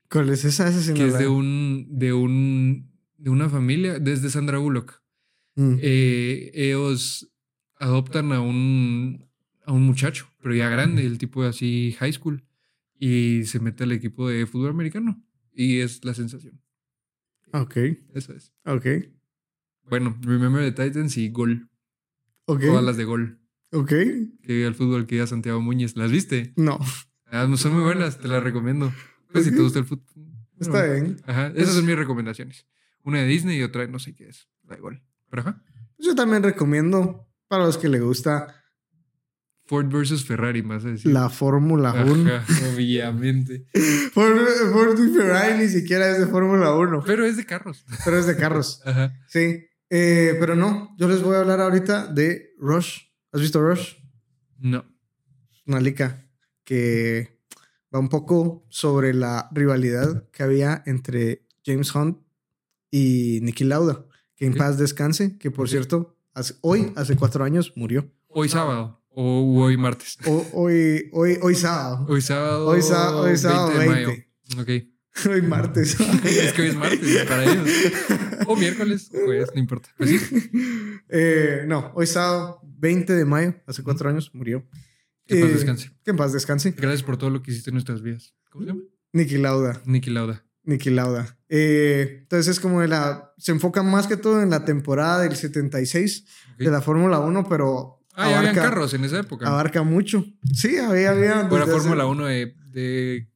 Speaker 2: ¿Cuál es esa? Esa sí no
Speaker 1: que es
Speaker 2: la-
Speaker 1: de un, de un, de una familia, desde Sandra Bullock.
Speaker 2: Mm.
Speaker 1: Eh, ellos adoptan a un, a un muchacho, pero ya grande, el tipo de así high school, y se mete al equipo de fútbol americano. Y es la sensación.
Speaker 2: Ok,
Speaker 1: Eso es.
Speaker 2: ok,
Speaker 1: Bueno, Remember the Titans y Gol.
Speaker 2: ok.
Speaker 1: Todas las de Gol.
Speaker 2: Ok,
Speaker 1: Que vive al fútbol que iba Santiago Muñez. ¿Las viste?
Speaker 2: no,
Speaker 1: Ah, son muy buenas, te las recomiendo. Pues si te gusta el fútbol.
Speaker 2: está bien.
Speaker 1: Ajá, esas son mis recomendaciones. Una de Disney y otra de no sé qué es. Da igual. Pero ajá.
Speaker 2: Yo también recomiendo para los que les gusta
Speaker 1: Ford versus Ferrari, más a decir.
Speaker 2: la Fórmula 1.
Speaker 1: Ajá, obviamente.
Speaker 2: Ford, Ford y Ferrari ni siquiera es de Fórmula 1,
Speaker 1: Pero es de carros.
Speaker 2: pero es de carros.
Speaker 1: Ajá.
Speaker 2: Sí, eh, pero no, yo les voy a hablar ahorita de Rush. ¿Has visto Rush?
Speaker 1: No.
Speaker 2: Una lica que va un poco sobre la rivalidad que había entre James Hunt y Nicky Lauda. Que en
Speaker 1: Ok.
Speaker 2: paz descanse, que por
Speaker 1: Ok.
Speaker 2: cierto, hace- hoy, hace cuatro años, murió.
Speaker 1: Hoy sábado o hoy martes.
Speaker 2: O- hoy, hoy, hoy sábado.
Speaker 1: Hoy sábado.
Speaker 2: Hoy sa- hoy sábado,
Speaker 1: de
Speaker 2: 20.
Speaker 1: mayo. Ok.
Speaker 2: Hoy martes.
Speaker 1: Es que hoy es martes para ellos. O miércoles, jueves, no importa. Pues sí.
Speaker 2: Eh, no, hoy sábado 20 de mayo, hace cuatro años, murió.
Speaker 1: Que en paz
Speaker 2: Eh,
Speaker 1: descanse.
Speaker 2: Que en paz descanse.
Speaker 1: Gracias por todo lo que hiciste en nuestras vidas. ¿Cómo se llama?
Speaker 2: Niki Lauda.
Speaker 1: Niki Lauda.
Speaker 2: Niki Lauda. Eh, entonces es como de la... Se enfoca más que todo en la temporada del 76
Speaker 1: Ok.
Speaker 2: de la Fórmula 1, pero
Speaker 1: Ah, ya habían carros en esa época.
Speaker 2: abarca mucho. Sí, había... había
Speaker 1: Ahora
Speaker 2: desde hace-
Speaker 1: Fórmula 1 de, de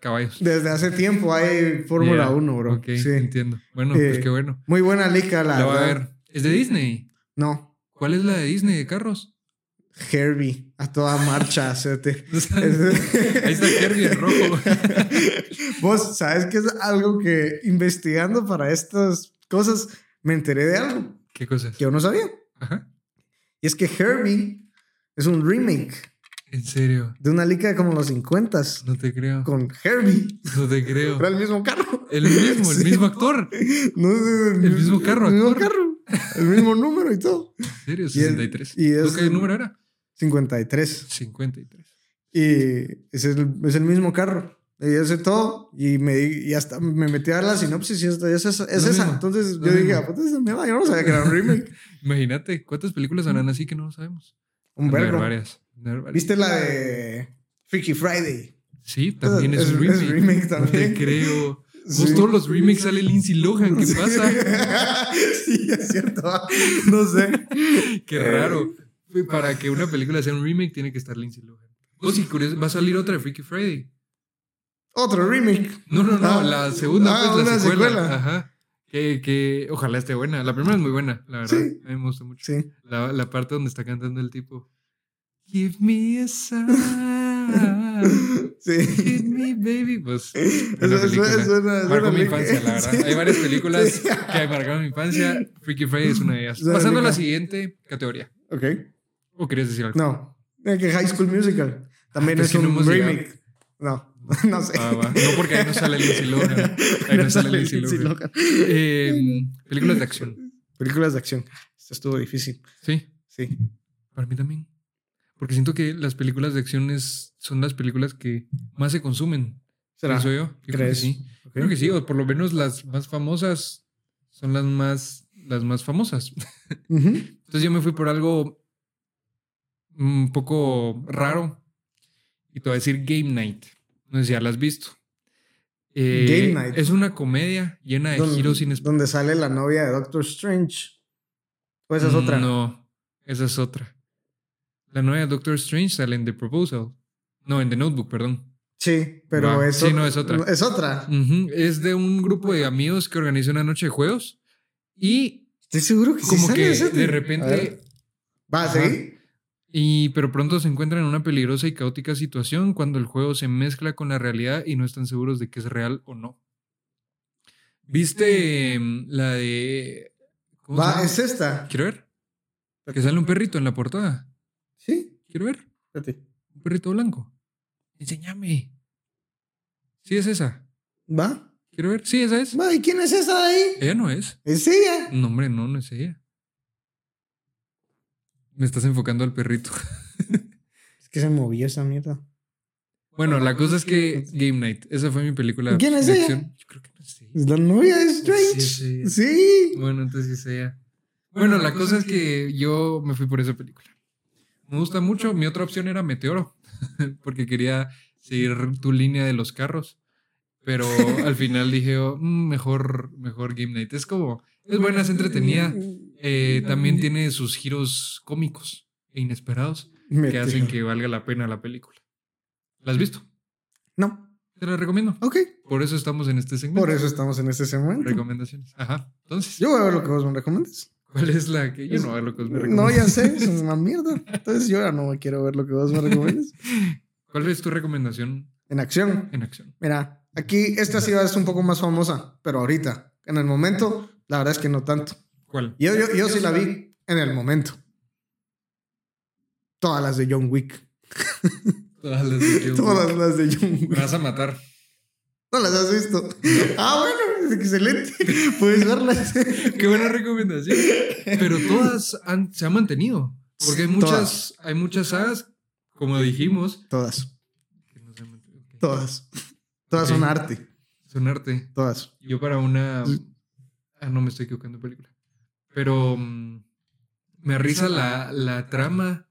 Speaker 1: caballos.
Speaker 2: Desde hace tiempo hay Fórmula
Speaker 1: Yeah.
Speaker 2: 1, bro.
Speaker 1: Ok,
Speaker 2: Sí.
Speaker 1: entiendo. Bueno,
Speaker 2: Eh,
Speaker 1: pues qué bueno.
Speaker 2: Muy buena lica la...
Speaker 1: La voy a
Speaker 2: verdad.
Speaker 1: ver. Es de Disney.
Speaker 2: No,
Speaker 1: ¿Cuál es la de Disney de carros?
Speaker 2: Herbie, a toda marcha. cerote.
Speaker 1: Ahí está Kirby en rojo.
Speaker 2: Vos sabes que es algo que investigando para estas cosas me enteré de algo
Speaker 1: ¿Qué cosas?
Speaker 2: que yo no sabía.
Speaker 1: Ajá.
Speaker 2: Y es que Herbie es un remake
Speaker 1: En serio.
Speaker 2: de una lica como los 50
Speaker 1: No te creo.
Speaker 2: con Herbie.
Speaker 1: No te creo.
Speaker 2: Era el mismo carro.
Speaker 1: El mismo, el
Speaker 2: Sí.
Speaker 1: mismo actor.
Speaker 2: No sé,
Speaker 1: El mismo carro,
Speaker 2: El mismo
Speaker 1: actor.
Speaker 2: carro. El mismo número y todo.
Speaker 1: En serio,
Speaker 2: Y es-
Speaker 1: 63.
Speaker 2: y es-
Speaker 1: ¿No qué número era?
Speaker 2: 53.
Speaker 1: 53.
Speaker 2: Y es el, es el mismo carro. Y hace todo. Y, me, di- y hasta me metí a ver la sinopsis y es, es, esa- es
Speaker 1: Lo
Speaker 2: esa.
Speaker 1: mismo,
Speaker 2: Entonces
Speaker 1: lo
Speaker 2: yo dije,
Speaker 1: mismo.
Speaker 2: "Ah, puta, esa mierda, yo no sabía que era un remake.
Speaker 1: Imagínate, ¿cuántas películas harán así que no lo sabemos?
Speaker 2: un
Speaker 1: Han de haber
Speaker 2: vergo.
Speaker 1: varias. han de haber varias.
Speaker 2: ¿Viste la de Freaky Friday?
Speaker 1: Sí, también es,
Speaker 2: Es-
Speaker 1: un
Speaker 2: es
Speaker 1: remake.
Speaker 2: remake también.
Speaker 1: No te creo. Pues Vos
Speaker 2: Sí.
Speaker 1: todos los remakes sale Lindsay Lohan. ¿Qué pasa?
Speaker 2: sí, es cierto. No sé.
Speaker 1: Qué raro. Para que una película sea un remake tiene que estar Lindsay Lohan. Oh, sí, curioso, va a salir otra de Freaky Friday.
Speaker 2: Otro remake.
Speaker 1: No, no, no,
Speaker 2: Ah,
Speaker 1: la segunda,
Speaker 2: ah,
Speaker 1: pues, la
Speaker 2: una
Speaker 1: secuela.
Speaker 2: secuela.
Speaker 1: Ajá. Que, que ojalá esté buena. La primera es muy buena, la verdad.
Speaker 2: Sí.
Speaker 1: A mí me gusta mucho.
Speaker 2: Sí.
Speaker 1: La, la parte donde está cantando el tipo. Give me a sign. ah,
Speaker 2: Sí.
Speaker 1: hit me, baby. Pues
Speaker 2: Es,
Speaker 1: una
Speaker 2: es-
Speaker 1: película.
Speaker 2: es una- es
Speaker 1: marcó
Speaker 2: una
Speaker 1: mi
Speaker 2: película.
Speaker 1: infancia, la verdad.
Speaker 2: Sí.
Speaker 1: Hay varias películas
Speaker 2: Sí.
Speaker 1: que marcaron mi infancia. Freaky Friday es una de ellas.
Speaker 2: Es una
Speaker 1: Pasando a la
Speaker 2: rica.
Speaker 1: siguiente categoría.
Speaker 2: Ok.
Speaker 1: ¿O querías decir algo?
Speaker 2: No. Es que High School Musical también
Speaker 1: Pero
Speaker 2: es,
Speaker 1: es Pues que no
Speaker 2: un
Speaker 1: hemos llegado.
Speaker 2: remake. No, no sé.
Speaker 1: Ah, va. No, porque ahí no sale Lindsay Lohan. Ahí no, sale Lindsay
Speaker 2: Lindsay
Speaker 1: Lohan.
Speaker 2: Lohan.
Speaker 1: Eh, películas de acción.
Speaker 2: Películas de acción. Esto estuvo difícil.
Speaker 1: Sí,
Speaker 2: Sí.
Speaker 1: para mí también. Porque siento que las películas de acción es- son las películas que más se consumen.
Speaker 2: ¿Será?
Speaker 1: Pienso yo. Yo creo que
Speaker 2: ¿Crees?
Speaker 1: sí.
Speaker 2: Ok.
Speaker 1: Creo que sí, o por lo menos las más famosas son las más, las más famosas.
Speaker 2: Ujú.
Speaker 1: Entonces yo me fui por algo un poco raro. Y te voy a decir Game Night. No sé si ya la has visto. Eh,
Speaker 2: Game Night.
Speaker 1: Es una comedia llena de
Speaker 2: Donde-
Speaker 1: giros inesperados.
Speaker 2: Donde sale la novia de Doctor Strange. O esa es otra.
Speaker 1: Mm, No, esa es otra. La novia de Doctor Strange sale en The Proposal. No, en The Notebook, perdón.
Speaker 2: Sí, pero
Speaker 1: Va.
Speaker 2: es,
Speaker 1: Sí,
Speaker 2: ot-
Speaker 1: no, es otra. Mm.
Speaker 2: Es otra.
Speaker 1: Ujú, Es de un grupo de amigos que organiza una noche de juegos y
Speaker 2: Estoy seguro que sí
Speaker 1: como
Speaker 2: sale
Speaker 1: que
Speaker 2: esa,
Speaker 1: de
Speaker 2: tío. A
Speaker 1: repente
Speaker 2: ver. ¿Va a
Speaker 1: Ajá.
Speaker 2: seguir?
Speaker 1: y pero pronto se encuentran en una peligrosa y caótica situación cuando el juego se mezcla con la realidad y no están seguros de que es real o no. ¿Viste em, la de ¿cómo se
Speaker 2: Mm. Va,
Speaker 1: llama?
Speaker 2: es esta.
Speaker 1: Quiero ver. Que sale un perrito en la portada.
Speaker 2: Sí.
Speaker 1: Quiero ver.
Speaker 2: Espérate.
Speaker 1: Un perrito blanco. Enséñame. Sí, es esa.
Speaker 2: ¿Va?
Speaker 1: Quiero ver. Sí, esa es.
Speaker 2: Va, ¿y quién es esa de ahí?
Speaker 1: Ella no es.
Speaker 2: Es ella.
Speaker 1: No, hombre, no, no es ella. Me estás enfocando al perrito.
Speaker 2: Es que se movió esa mierda.
Speaker 1: Bueno, la cosa es que Game Night, esa fue mi película.
Speaker 2: ¿Quién es
Speaker 1: de
Speaker 2: ella?
Speaker 1: acción. Yo creo que no es ella.
Speaker 2: Es la novia de Strange.
Speaker 1: Sí,
Speaker 2: Sí.
Speaker 1: es Bueno, entonces sí es ella. Bueno, la cosa es que yo me fui por esa película. Me gusta mucho. Mi otra opción era Meteoro, porque quería seguir tu línea de los carros. Pero al final dije, oh, mm, mejor, mejor Game Night. Es como, es buena, es entretenida.
Speaker 2: Mm.
Speaker 1: Eh, también tiene sus giros cómicos e inesperados
Speaker 2: Me
Speaker 1: que hacen
Speaker 2: tiro.
Speaker 1: que valga la pena la película. ¿La has visto?
Speaker 2: No.
Speaker 1: Te la recomiendo.
Speaker 2: Ok.
Speaker 1: Por eso estamos en este segmento.
Speaker 2: Por eso estamos en este segmento.
Speaker 1: Recomendaciones. Ajá. Entonces,
Speaker 2: Yo voy a ver lo que vos me recomiendas.
Speaker 1: ¿cuál es la que yo no veo lo que os me
Speaker 2: No,
Speaker 1: recomiendas?
Speaker 2: ya sé, es una mierda. Entonces yo ahora no me quiero ver lo que vos me recomiendas.
Speaker 1: ¿Cuál es tu recomendación
Speaker 2: En acción.
Speaker 1: en acción?
Speaker 2: Mira, aquí esta ciudad es un poco más famosa, pero ahorita, en el momento, la verdad es que no tanto.
Speaker 1: ¿Cuál?
Speaker 2: Yo, yo, yo sí la vi en el momento. Todas las de John Wick.
Speaker 1: Todas las de John
Speaker 2: Todas
Speaker 1: Wick.
Speaker 2: las de John
Speaker 1: Me
Speaker 2: Wick.
Speaker 1: vas a matar.
Speaker 2: No las has visto. Ah, bueno, excelente. Puedes verlas.
Speaker 1: Qué buena recomendación. Pero todas han- se han mantenido. Porque hay muchas, hay muchas sagas, como dijimos,
Speaker 2: Todas,
Speaker 1: que no se han mantenido. Ok.
Speaker 2: todas. Todas son
Speaker 1: Ok.
Speaker 2: arte.
Speaker 1: Son arte.
Speaker 2: Todas.
Speaker 1: Yo para una... Ah, no me estoy equivocando de película. Pero mm, me risa la, la trama,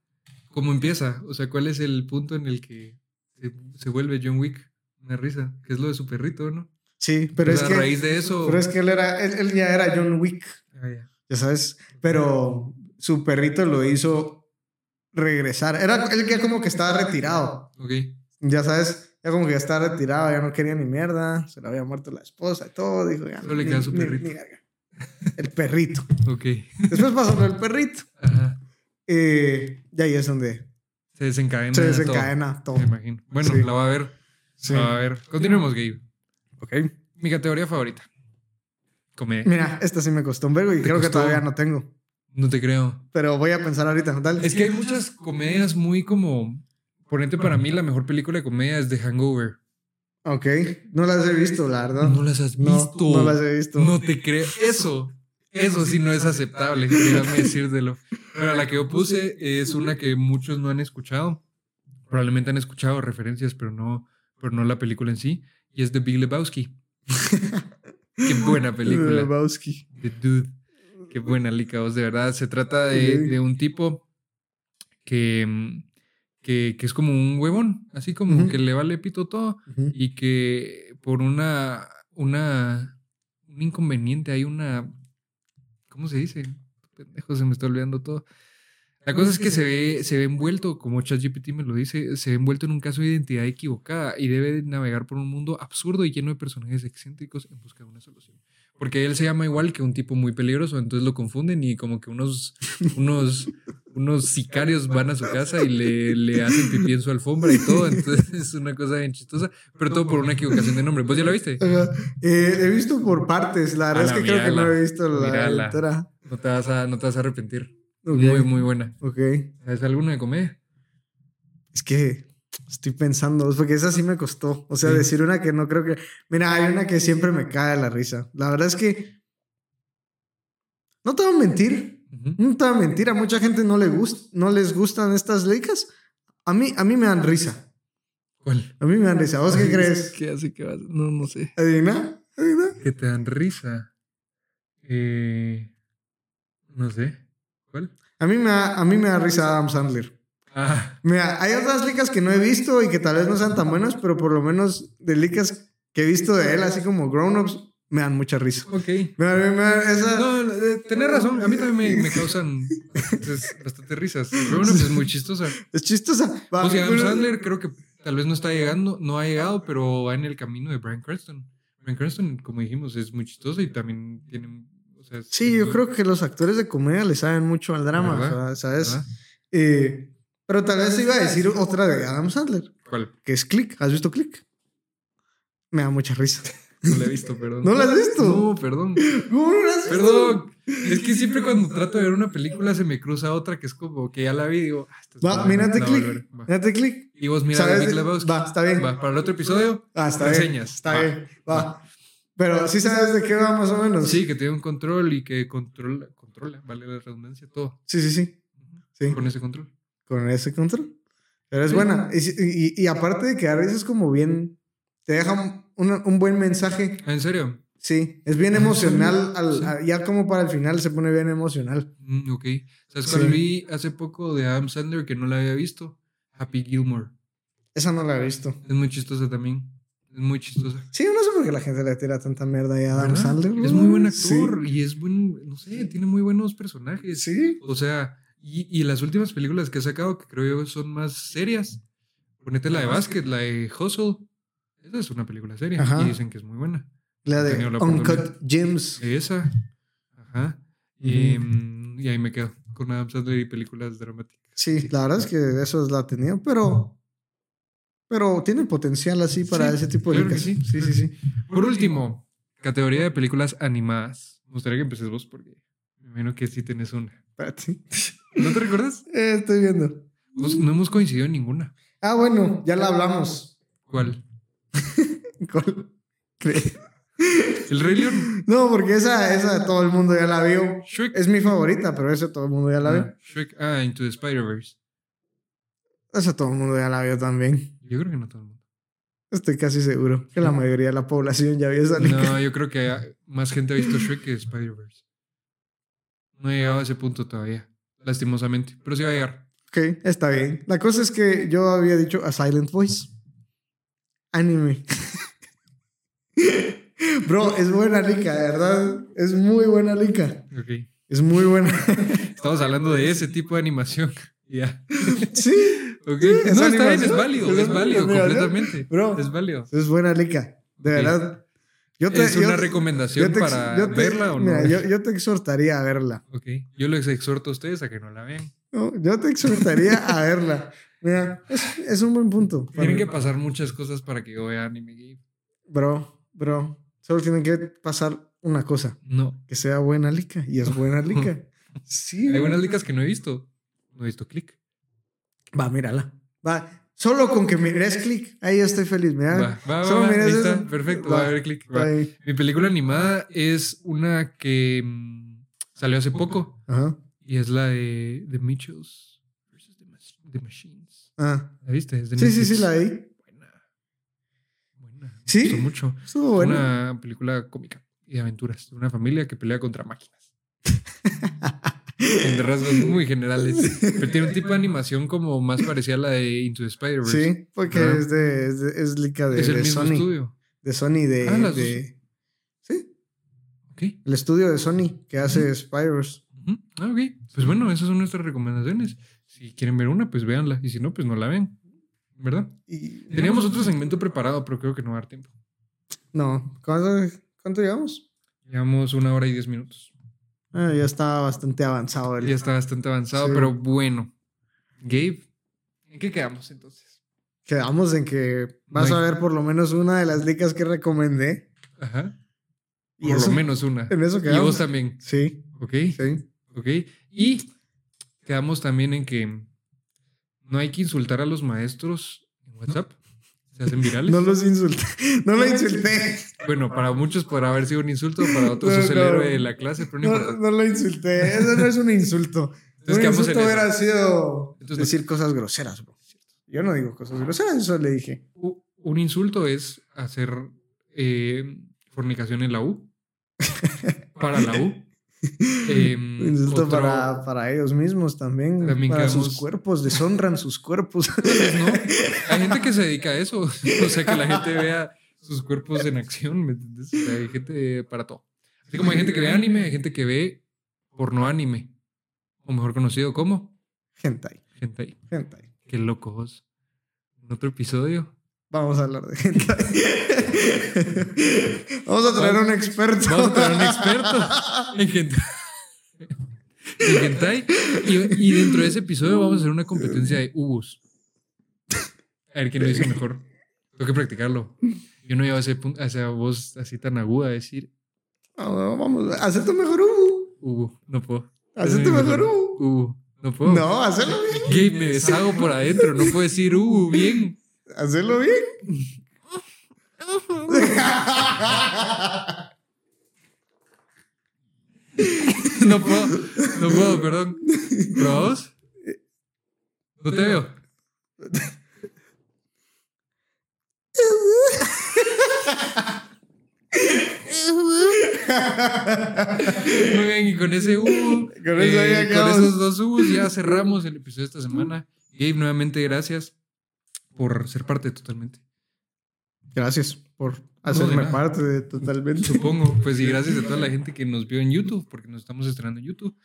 Speaker 1: cómo empieza. O sea, cuál es el punto en el que se, se vuelve John Wick. Me risa, que es lo de su perrito, ¿no?
Speaker 2: Sí, pero
Speaker 1: O
Speaker 2: es
Speaker 1: sea,
Speaker 2: que.
Speaker 1: a raíz de eso...
Speaker 2: Pero es que él, era, él, él ya era John Wick,
Speaker 1: Ah, ya.
Speaker 2: ya sabes. Pero su perrito lo hizo regresar. Era, él ya como que estaba retirado,
Speaker 1: Ok.
Speaker 2: ya sabes. Ya como que ya estaba retirado, ya no quería ni mierda. Se le había muerto la esposa y todo. Dijo, ya.
Speaker 1: Solo le
Speaker 2: ni-
Speaker 1: queda su
Speaker 2: ni-
Speaker 1: perrito.
Speaker 2: ni verga. el perrito.
Speaker 1: Ok.
Speaker 2: Después pasó lo del perrito.
Speaker 1: Ajá.
Speaker 2: Eh, y ahí es donde
Speaker 1: Se desencadena.
Speaker 2: se
Speaker 1: todo.
Speaker 2: desencadena todo.
Speaker 1: Me imagino. Bueno,
Speaker 2: Sí.
Speaker 1: la va a ver.
Speaker 2: Sí.
Speaker 1: La va a ver. Continuemos, Gabe.
Speaker 2: Ok.
Speaker 1: Mi categoría favorita. Comedia.
Speaker 2: Mira, esta sí me costó un vergo y
Speaker 1: ¿Te
Speaker 2: creo que
Speaker 1: costó?
Speaker 2: todavía no tengo.
Speaker 1: No te creo.
Speaker 2: Pero voy a pensar ahorita. Dale.
Speaker 1: Es que hay muchas comedias muy como... Ponente para mí la mejor película de comedia es The Hangover.
Speaker 2: Ok. No las he visto, la verdad.
Speaker 1: No las has
Speaker 2: No,
Speaker 1: visto.
Speaker 2: No, las he visto.
Speaker 1: No te creo. Eso, eso sí no es aceptable, déjame decírtelo. Pero la que yo puse es una que muchos no han escuchado. Probablemente han escuchado referencias, pero no, pero no la película en sí. Y es The Big Lebowski. Qué buena película.
Speaker 2: Eh, Lebowski.
Speaker 1: The Dude. Qué buena, Lica, vos, de verdad. Se trata de,
Speaker 2: Ok.
Speaker 1: de un tipo que, mm, que, que es como un huevón, así como
Speaker 2: Ujú.
Speaker 1: que le vale pito todo
Speaker 2: Ujú.
Speaker 1: y que por una, una, un inconveniente hay una, ¿cómo se dice? Pendejo, se me está olvidando todo. La cosa es que se ve, se ve envuelto, como ChatGPT me lo dice, se ve envuelto en un caso de identidad equivocada y debe navegar por un mundo absurdo y lleno de personajes excéntricos en busca de una solución. Porque él se llama igual que un tipo muy peligroso, entonces lo confunden y como que unos, unos, unos sicarios van a su casa y le, le hacen pipí en su alfombra y todo. Entonces es una cosa bien chistosa, pero todo por una equivocación de nombre. ¿Vos ya la viste?
Speaker 2: Ajá. Eh, he visto por partes, la verdad
Speaker 1: A
Speaker 2: es
Speaker 1: la
Speaker 2: que creo que no
Speaker 1: mírala.
Speaker 2: he visto la
Speaker 1: Mírala.
Speaker 2: entera.
Speaker 1: No te vas a, no te vas a arrepentir.
Speaker 2: Ok,
Speaker 1: Muy, muy buena.
Speaker 2: ok.
Speaker 1: ¿Es alguna de comedia?
Speaker 2: Es que estoy pensando, porque esa sí me costó. O sea,
Speaker 1: Sí.
Speaker 2: decir una que no creo que. Mira, hay una que siempre me cae la risa. La verdad es que. No te voy a mentir.
Speaker 1: Ujú.
Speaker 2: No te voy a mentir. A mucha gente no, le gust- no les gustan estas leicas. A mí, a mí me dan risa.
Speaker 1: ¿Cuál?
Speaker 2: A mí me dan risa. ¿Vos qué crees?
Speaker 1: ¿Qué hace que vas? No, no sé.
Speaker 2: ¿Adivina? ¿Adivina?
Speaker 1: Que te dan risa. Eh, no sé. ¿Cuál?
Speaker 2: A mí me da, a mí me da risa Adam Sandler.
Speaker 1: Ah,
Speaker 2: Mira, hay otras licas que no he visto y que tal vez no sean tan buenas, pero por lo menos de licas que he visto de él, así como grown-ups, me dan mucha risa.
Speaker 1: ok.
Speaker 2: Mira, mira, mira, esa-
Speaker 1: No, eh, tenés razón. A mí también me, me causan pues, bastantes- bastante risas. Pero bueno, pues, es muy chistosa.
Speaker 2: es chistosa. Va,
Speaker 1: O sea, Adam
Speaker 2: bueno,
Speaker 1: Sandler creo que tal vez no está llegando, no ha llegado, pero va en el camino de Brian Cranston. Brian Cranston, como dijimos, es muy chistoso y también tiene... O sea, es-
Speaker 2: Sí, yo creo que los actores de comedia le saben mucho al drama,
Speaker 1: ¿Verdad?
Speaker 2: o sea, ¿sabes?
Speaker 1: ¿verdad?
Speaker 2: Eh, pero tal vez iba a decir otra de Adam Sandler,
Speaker 1: ¿Cuál?
Speaker 2: que es Click. ¿Has visto Click? Me da mucha risa.
Speaker 1: No la he visto, perdón.
Speaker 2: ¿No la has visto?
Speaker 1: No, perdón.
Speaker 2: ¿Cómo no la has visto?
Speaker 1: Perdón. Es que siempre cuando trato de ver una película se me cruza otra que es como que ya la vi y digo... ah, esta está
Speaker 2: Va,
Speaker 1: buena,
Speaker 2: mírate
Speaker 1: la voy a
Speaker 2: Click.
Speaker 1: ver, va.
Speaker 2: Mírate Click.
Speaker 1: Y vos mira
Speaker 2: ¿Sabes?
Speaker 1: Big Lebowski.
Speaker 2: Va, está bien.
Speaker 1: Va, para el otro episodio,
Speaker 2: Ah, está
Speaker 1: te
Speaker 2: bien.
Speaker 1: enseñas.
Speaker 2: Está
Speaker 1: Va.
Speaker 2: bien, va. Pero sí sabes de qué va más o menos.
Speaker 1: Pues Sí, que tiene un control y que controla, controla, vale la redundancia, todo
Speaker 2: Sí, sí, sí. Sí,
Speaker 1: con ese control.
Speaker 2: con ese control. Pero es buena. Y, si- y- y aparte de que a veces es como bien... Te deja un, una- un buen mensaje.
Speaker 1: Ah, ¿En serio?
Speaker 2: Sí, es bien emocional. al-
Speaker 1: Sí.
Speaker 2: a- ya como para el final se pone bien emocional.
Speaker 1: Mm, ok. ¿Sabes cuál
Speaker 2: Sí.
Speaker 1: vi hace poco de Adam Sandler que no la había visto? Happy Gilmore.
Speaker 2: Esa no la he visto.
Speaker 1: Es muy chistosa también. Es muy chistosa.
Speaker 2: Sí, no sé por qué la gente le tira tanta mierda ahí a Adam
Speaker 1: ¿Verdad?
Speaker 2: Sandler.
Speaker 1: Es muy buen
Speaker 2: Sí.
Speaker 1: actor y es buen, no sé, tiene muy buenos personajes.
Speaker 2: Sí.
Speaker 1: O sea, y, y las últimas películas que ha sacado que creo yo son más serias. Ponete la de Basket, la de Hustle. Esa es una película seria
Speaker 2: Ajá.
Speaker 1: y dicen que es muy buena.
Speaker 2: La de
Speaker 1: Tenido la
Speaker 2: Uncut
Speaker 1: oportunidad.
Speaker 2: Gems.
Speaker 1: Esa. Ajá. Y, mm, y ahí me quedo con Adam Sandler y películas dramáticas.
Speaker 2: Sí, la verdad es que eso es la tenía, pero. Pero tiene potencial así para
Speaker 1: Sí,
Speaker 2: ese tipo de
Speaker 1: claro que
Speaker 2: licas.
Speaker 1: sí,
Speaker 2: sí,
Speaker 1: claro
Speaker 2: sí,
Speaker 1: que Por último, categoría de películas animadas. Me gustaría que empeces vos porque me imagino que sí tenés una.
Speaker 2: Espérate.
Speaker 1: ¿No te recuerdas?
Speaker 2: Eh, estoy viendo.
Speaker 1: Vos- no hemos coincidido en ninguna.
Speaker 2: Ah, bueno, ya la hablamos.
Speaker 1: ¿Cuál?
Speaker 2: ¿Cuál? Cre-
Speaker 1: El Rey León.
Speaker 2: No, porque esa, esa todo el mundo ya la vio.
Speaker 1: Shrek.
Speaker 2: Es mi favorita, pero esa todo el mundo ya la vio.
Speaker 1: Ah, Shrek. Ah, Into the Spider-Verse.
Speaker 2: Esa todo el mundo ya la vio también.
Speaker 1: Yo creo que no todo el mundo.
Speaker 2: Estoy casi seguro que la mayoría de la población ya vio esa lica.
Speaker 1: No, yo creo que ah, más gente ha visto Shrek que Spider-Verse. No he llegado a ese punto todavía, lastimosamente. Pero sí va a llegar.
Speaker 2: Ok, está bien. La cosa es que yo había dicho a Silent Voice. Anime. Bro, es buena lica, de verdad. Es muy buena lica.
Speaker 1: Ok.
Speaker 2: Es muy buena.
Speaker 1: Estamos hablando de ese tipo de animación. Ya.
Speaker 2: sí,
Speaker 1: Ok.
Speaker 2: es
Speaker 1: no, está bien,
Speaker 2: animación.
Speaker 1: es válido,
Speaker 2: Es
Speaker 1: es válido
Speaker 2: animación.
Speaker 1: completamente.
Speaker 2: Bro.
Speaker 1: Es válido.
Speaker 2: es buena lica. De
Speaker 1: Ok.
Speaker 2: verdad. Yo
Speaker 1: es
Speaker 2: yo
Speaker 1: una
Speaker 2: yo
Speaker 1: recomendación
Speaker 2: te ex-
Speaker 1: para
Speaker 2: yo te-
Speaker 1: verla o no.
Speaker 2: mira, yo, yo te exhortaría a verla.
Speaker 1: Ok. Yo les exhorto a ustedes a que no la vean.
Speaker 2: No, yo te exhortaría a verla. Mira, es, es un buen punto.
Speaker 1: Tienen que pasar muchas cosas para que yo vea anime game.
Speaker 2: Bro, bro. Solo tienen que pasar una cosa.
Speaker 1: No.
Speaker 2: que sea buena lica y es buena lica. Sí.
Speaker 1: Hay
Speaker 2: güey.
Speaker 1: unas licas que no he visto. No he visto click.
Speaker 2: Va, mírala. Va. Solo con que mires clic, ahí ya estoy feliz. Mira.
Speaker 1: Va, va,
Speaker 2: Solo
Speaker 1: va, va,
Speaker 2: miras
Speaker 1: lista,
Speaker 2: eso.
Speaker 1: Perfecto,
Speaker 2: Va.
Speaker 1: va a ver click.
Speaker 2: Está
Speaker 1: va.
Speaker 2: ahí.
Speaker 1: Mi película animada es una que mm, salió hace poco
Speaker 2: Ajá.
Speaker 1: y es la de The Mitchells versus The, Mach- The Machines.
Speaker 2: Ah.
Speaker 1: ¿La viste? Es de
Speaker 2: Sí, sí,
Speaker 1: Netflix.
Speaker 2: sí, la vi.
Speaker 1: Buena. Buena. Me
Speaker 2: ¿Sí?
Speaker 1: gustó mucho.
Speaker 2: Estuvo buena.
Speaker 1: Una película cómica y de aventuras. de Una familia que pelea contra máquinas. en rasgos muy generales. Pero tiene un tipo de animación como más parecida a la de Into the Spider-Verse.
Speaker 2: Sí, porque
Speaker 1: Ajá.
Speaker 2: es de, es de- es lica de,
Speaker 1: Es el
Speaker 2: de
Speaker 1: mismo
Speaker 2: Sony.
Speaker 1: estudio.
Speaker 2: De Sony de,
Speaker 1: Ah, las dos.
Speaker 2: de- Sí,
Speaker 1: Ok.
Speaker 2: el estudio de Sony que hace Spiders.
Speaker 1: Ujú. Ah, ok. Pues bueno, esas son nuestras recomendaciones. Si quieren ver una, pues véanla. Y si no, pues no la ven. ¿Verdad?
Speaker 2: Y
Speaker 1: Teníamos otro segmento preparado, pero creo que no va a dar tiempo.
Speaker 2: no, ¿cuánto, cuánto llevamos?
Speaker 1: Llevamos una hora y diez minutos.
Speaker 2: Ah, ya está bastante avanzado el.
Speaker 1: Ya está bastante avanzado,
Speaker 2: Sí.
Speaker 1: pero bueno. Gabe, ¿en qué quedamos entonces?
Speaker 2: Quedamos en que vas
Speaker 1: No
Speaker 2: a
Speaker 1: hay-
Speaker 2: ver por lo menos una de las ligas que recomendé.
Speaker 1: Ajá.
Speaker 2: Y
Speaker 1: Por
Speaker 2: eso-
Speaker 1: lo menos una.
Speaker 2: En eso
Speaker 1: Y vos
Speaker 2: quedamos.
Speaker 1: también.
Speaker 2: Sí,
Speaker 1: Ok,
Speaker 2: sí.
Speaker 1: ok. Y quedamos también en que no hay que insultar a los maestros en WhatsApp. Se hacen virales.
Speaker 2: No los insulté. No lo insulté.
Speaker 1: Bueno, para muchos podrá haber sido un insulto, para otros
Speaker 2: No,
Speaker 1: es el
Speaker 2: no.
Speaker 1: héroe de la clase, pero no
Speaker 2: No,
Speaker 1: importa.
Speaker 2: no lo insulté. Eso no es un insulto.
Speaker 1: Entonces
Speaker 2: un
Speaker 1: quedamos en
Speaker 2: insulto
Speaker 1: eso.
Speaker 2: hubiera sido
Speaker 1: Entonces-
Speaker 2: decir cosas groseras, bro. Yo no digo cosas groseras, eso le dije.
Speaker 1: U- Un insulto es hacer eh, fornicación en la U. Para la U. Em,
Speaker 2: Un insulto
Speaker 1: otro-
Speaker 2: para, para ellos mismos también.
Speaker 1: También
Speaker 2: para sus
Speaker 1: quedamos-
Speaker 2: cuerpos, deshonran sus cuerpos.
Speaker 1: pues, ¿no? Hay gente que se dedica a eso. O sea, que la gente vea sus cuerpos en acción, ¿me entiendes? O sea, hay gente para todo. Así como hay gente que ve anime, hay gente que ve porno anime. O mejor conocido como
Speaker 2: Hentai,
Speaker 1: gente ahí.
Speaker 2: hentai.
Speaker 1: Qué locos. En otro episodio.
Speaker 2: Vamos a hablar de hentai. Vamos a traer a un experto.
Speaker 1: Vamos a traer un experto en hentai. En hentai. Y, y dentro de ese episodio vamos a hacer una competencia de ubus. A ver quién lo dice mejor. Tengo que practicarlo. Yo no llevo a ese punto, a esa voz así tan aguda de decir
Speaker 2: Vamos, vamos, haz tu mejor Hugo.
Speaker 1: ubu, no puedo.
Speaker 2: Haz tu
Speaker 1: Ese es mi
Speaker 2: mejor
Speaker 1: mejor.
Speaker 2: Hugo.
Speaker 1: Ubu, no puedo.
Speaker 2: No, hazlo bien.
Speaker 1: Gabe, me deshago por adentro. No puedo decir ubu bien.
Speaker 2: Hazlo bien.
Speaker 1: No puedo, no puedo, perdón. ¿Probamos? No te veo. Muy bien, y con ese U,
Speaker 2: Con eso ya acabamos.
Speaker 1: esos dos U's ya cerramos el episodio de esta semana. Gabe, nuevamente gracias por ser parte totalmente.
Speaker 2: Gracias por
Speaker 1: de
Speaker 2: hacerme
Speaker 1: nada.
Speaker 2: parte de totalmente.
Speaker 1: Supongo, pues y gracias a toda la gente que nos vio en YouTube, porque nos estamos estrenando en YouTube.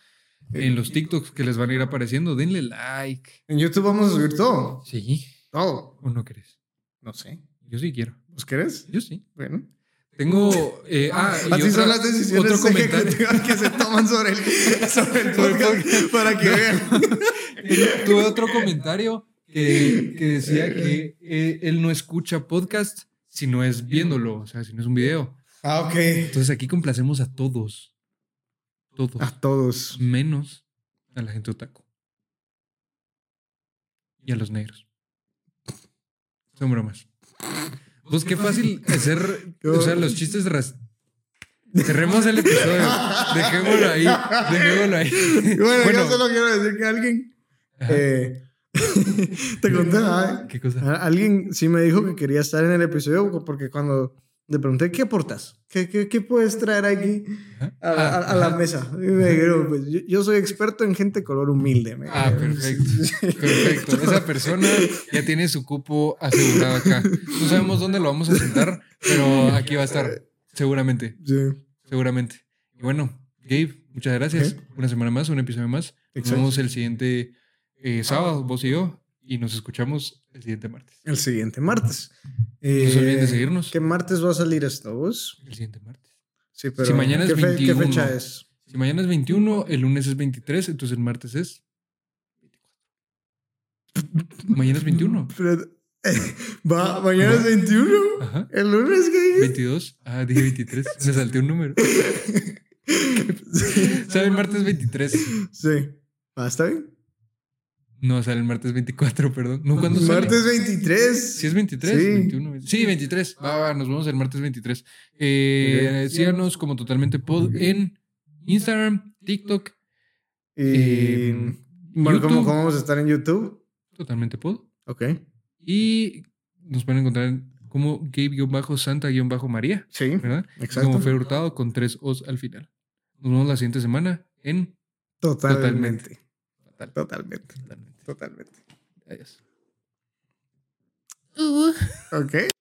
Speaker 1: En los TikToks que les van a ir apareciendo, denle like.
Speaker 2: En YouTube vamos a subir todo.
Speaker 1: Sí,
Speaker 2: Todo.
Speaker 1: o no crees.
Speaker 2: No sé.
Speaker 1: Yo sí quiero.
Speaker 2: ¿Vos querés?
Speaker 1: Yo sí.
Speaker 2: Bueno.
Speaker 1: Tengo. eh, ah, y
Speaker 2: Así son
Speaker 1: otra-
Speaker 2: las decisiones
Speaker 1: Otro comentario.
Speaker 2: ejecutivas que se toman sobre el, sobre el podcast para que vean.
Speaker 1: Tuve otro comentario que, que decía que eh, él no escucha podcast si no es viéndolo, o sea, si no es un video.
Speaker 2: Ah, ok.
Speaker 1: Entonces aquí complacemos a todos. Todos.
Speaker 2: A todos.
Speaker 1: pues, Menos a la gente otaku. Y a los negros. Son bromas. Pues qué fácil hacer. O sea, los chistes ras- Cerremos el episodio. Dejémoslo ahí. Dejémoslo ahí.
Speaker 2: Bueno, yo
Speaker 1: Bueno,
Speaker 2: solo quiero decir que alguien.
Speaker 1: Ajá.
Speaker 2: eh, te conté, ¿ah?
Speaker 1: ¿Qué cosa?
Speaker 2: A- Alguien sí me dijo que quería estar en el episodio porque cuando le pregunté, ¿qué aportas? ¿Qué, qué, qué puedes traer aquí a, la- a- a
Speaker 1: Ah.
Speaker 2: la mesa? Y me dijeron, pues yo, yo soy experto en gente color humilde. me
Speaker 1: Ah,
Speaker 2: dijeron.
Speaker 1: perfecto. Perfecto. Esa persona ya tiene su cupo asegurado acá. No sabemos dónde lo vamos a sentar, pero aquí va a estar. Seguramente.
Speaker 2: Sí.
Speaker 1: Seguramente. Y bueno, Gabe, muchas gracias. Una semana más, un episodio más. Nos
Speaker 2: Exacto.
Speaker 1: vemos el siguiente eh, sábado, vos y yo, y nos escuchamos el siguiente martes.
Speaker 2: El siguiente martes.
Speaker 1: No se olviden de
Speaker 2: Eh,
Speaker 1: seguirnos.
Speaker 2: ¿Qué martes va a salir esto vos?
Speaker 1: El siguiente martes.
Speaker 2: Sí, pero
Speaker 1: Si mañana es
Speaker 2: ¿qué, fe- qué
Speaker 1: 21.
Speaker 2: fecha es?
Speaker 1: Si mañana es 21, el lunes es 23, entonces el martes es. Mañana es 21.
Speaker 2: Pero- Va, mañana es 21.
Speaker 1: Ajá.
Speaker 2: El lunes que
Speaker 1: 22. Ah, dije 23. Me salté un número. Sale el martes 23.
Speaker 2: Sí. Ah, ¿Está bien?
Speaker 1: No, sale el martes 24, perdón. No, ¿cuándo sale?
Speaker 2: Martes 23.
Speaker 1: Si es 23,
Speaker 2: Sí.
Speaker 1: 21, 20. sí, 23. Va, va, nos vemos el martes 23. Eh, Síganos como Totalmente Pod en Instagram, TikTok,
Speaker 2: Y,
Speaker 1: eh,
Speaker 2: bueno, ¿cómo,
Speaker 1: YouTube.
Speaker 2: cómo vamos a estar en YouTube?
Speaker 1: Totalmente Pod.
Speaker 2: Ok.
Speaker 1: Y nos pueden encontrar como Gabe-Santa-María,
Speaker 2: Sí,
Speaker 1: ¿verdad?
Speaker 2: exacto.
Speaker 1: Como fue hurtado con tres O's al final. Nos vemos la siguiente semana en
Speaker 2: Totalmente.
Speaker 1: Fatal.
Speaker 2: Totalmente.
Speaker 1: Totalmente.
Speaker 2: Totalmente.
Speaker 1: Adiós.
Speaker 2: Ok.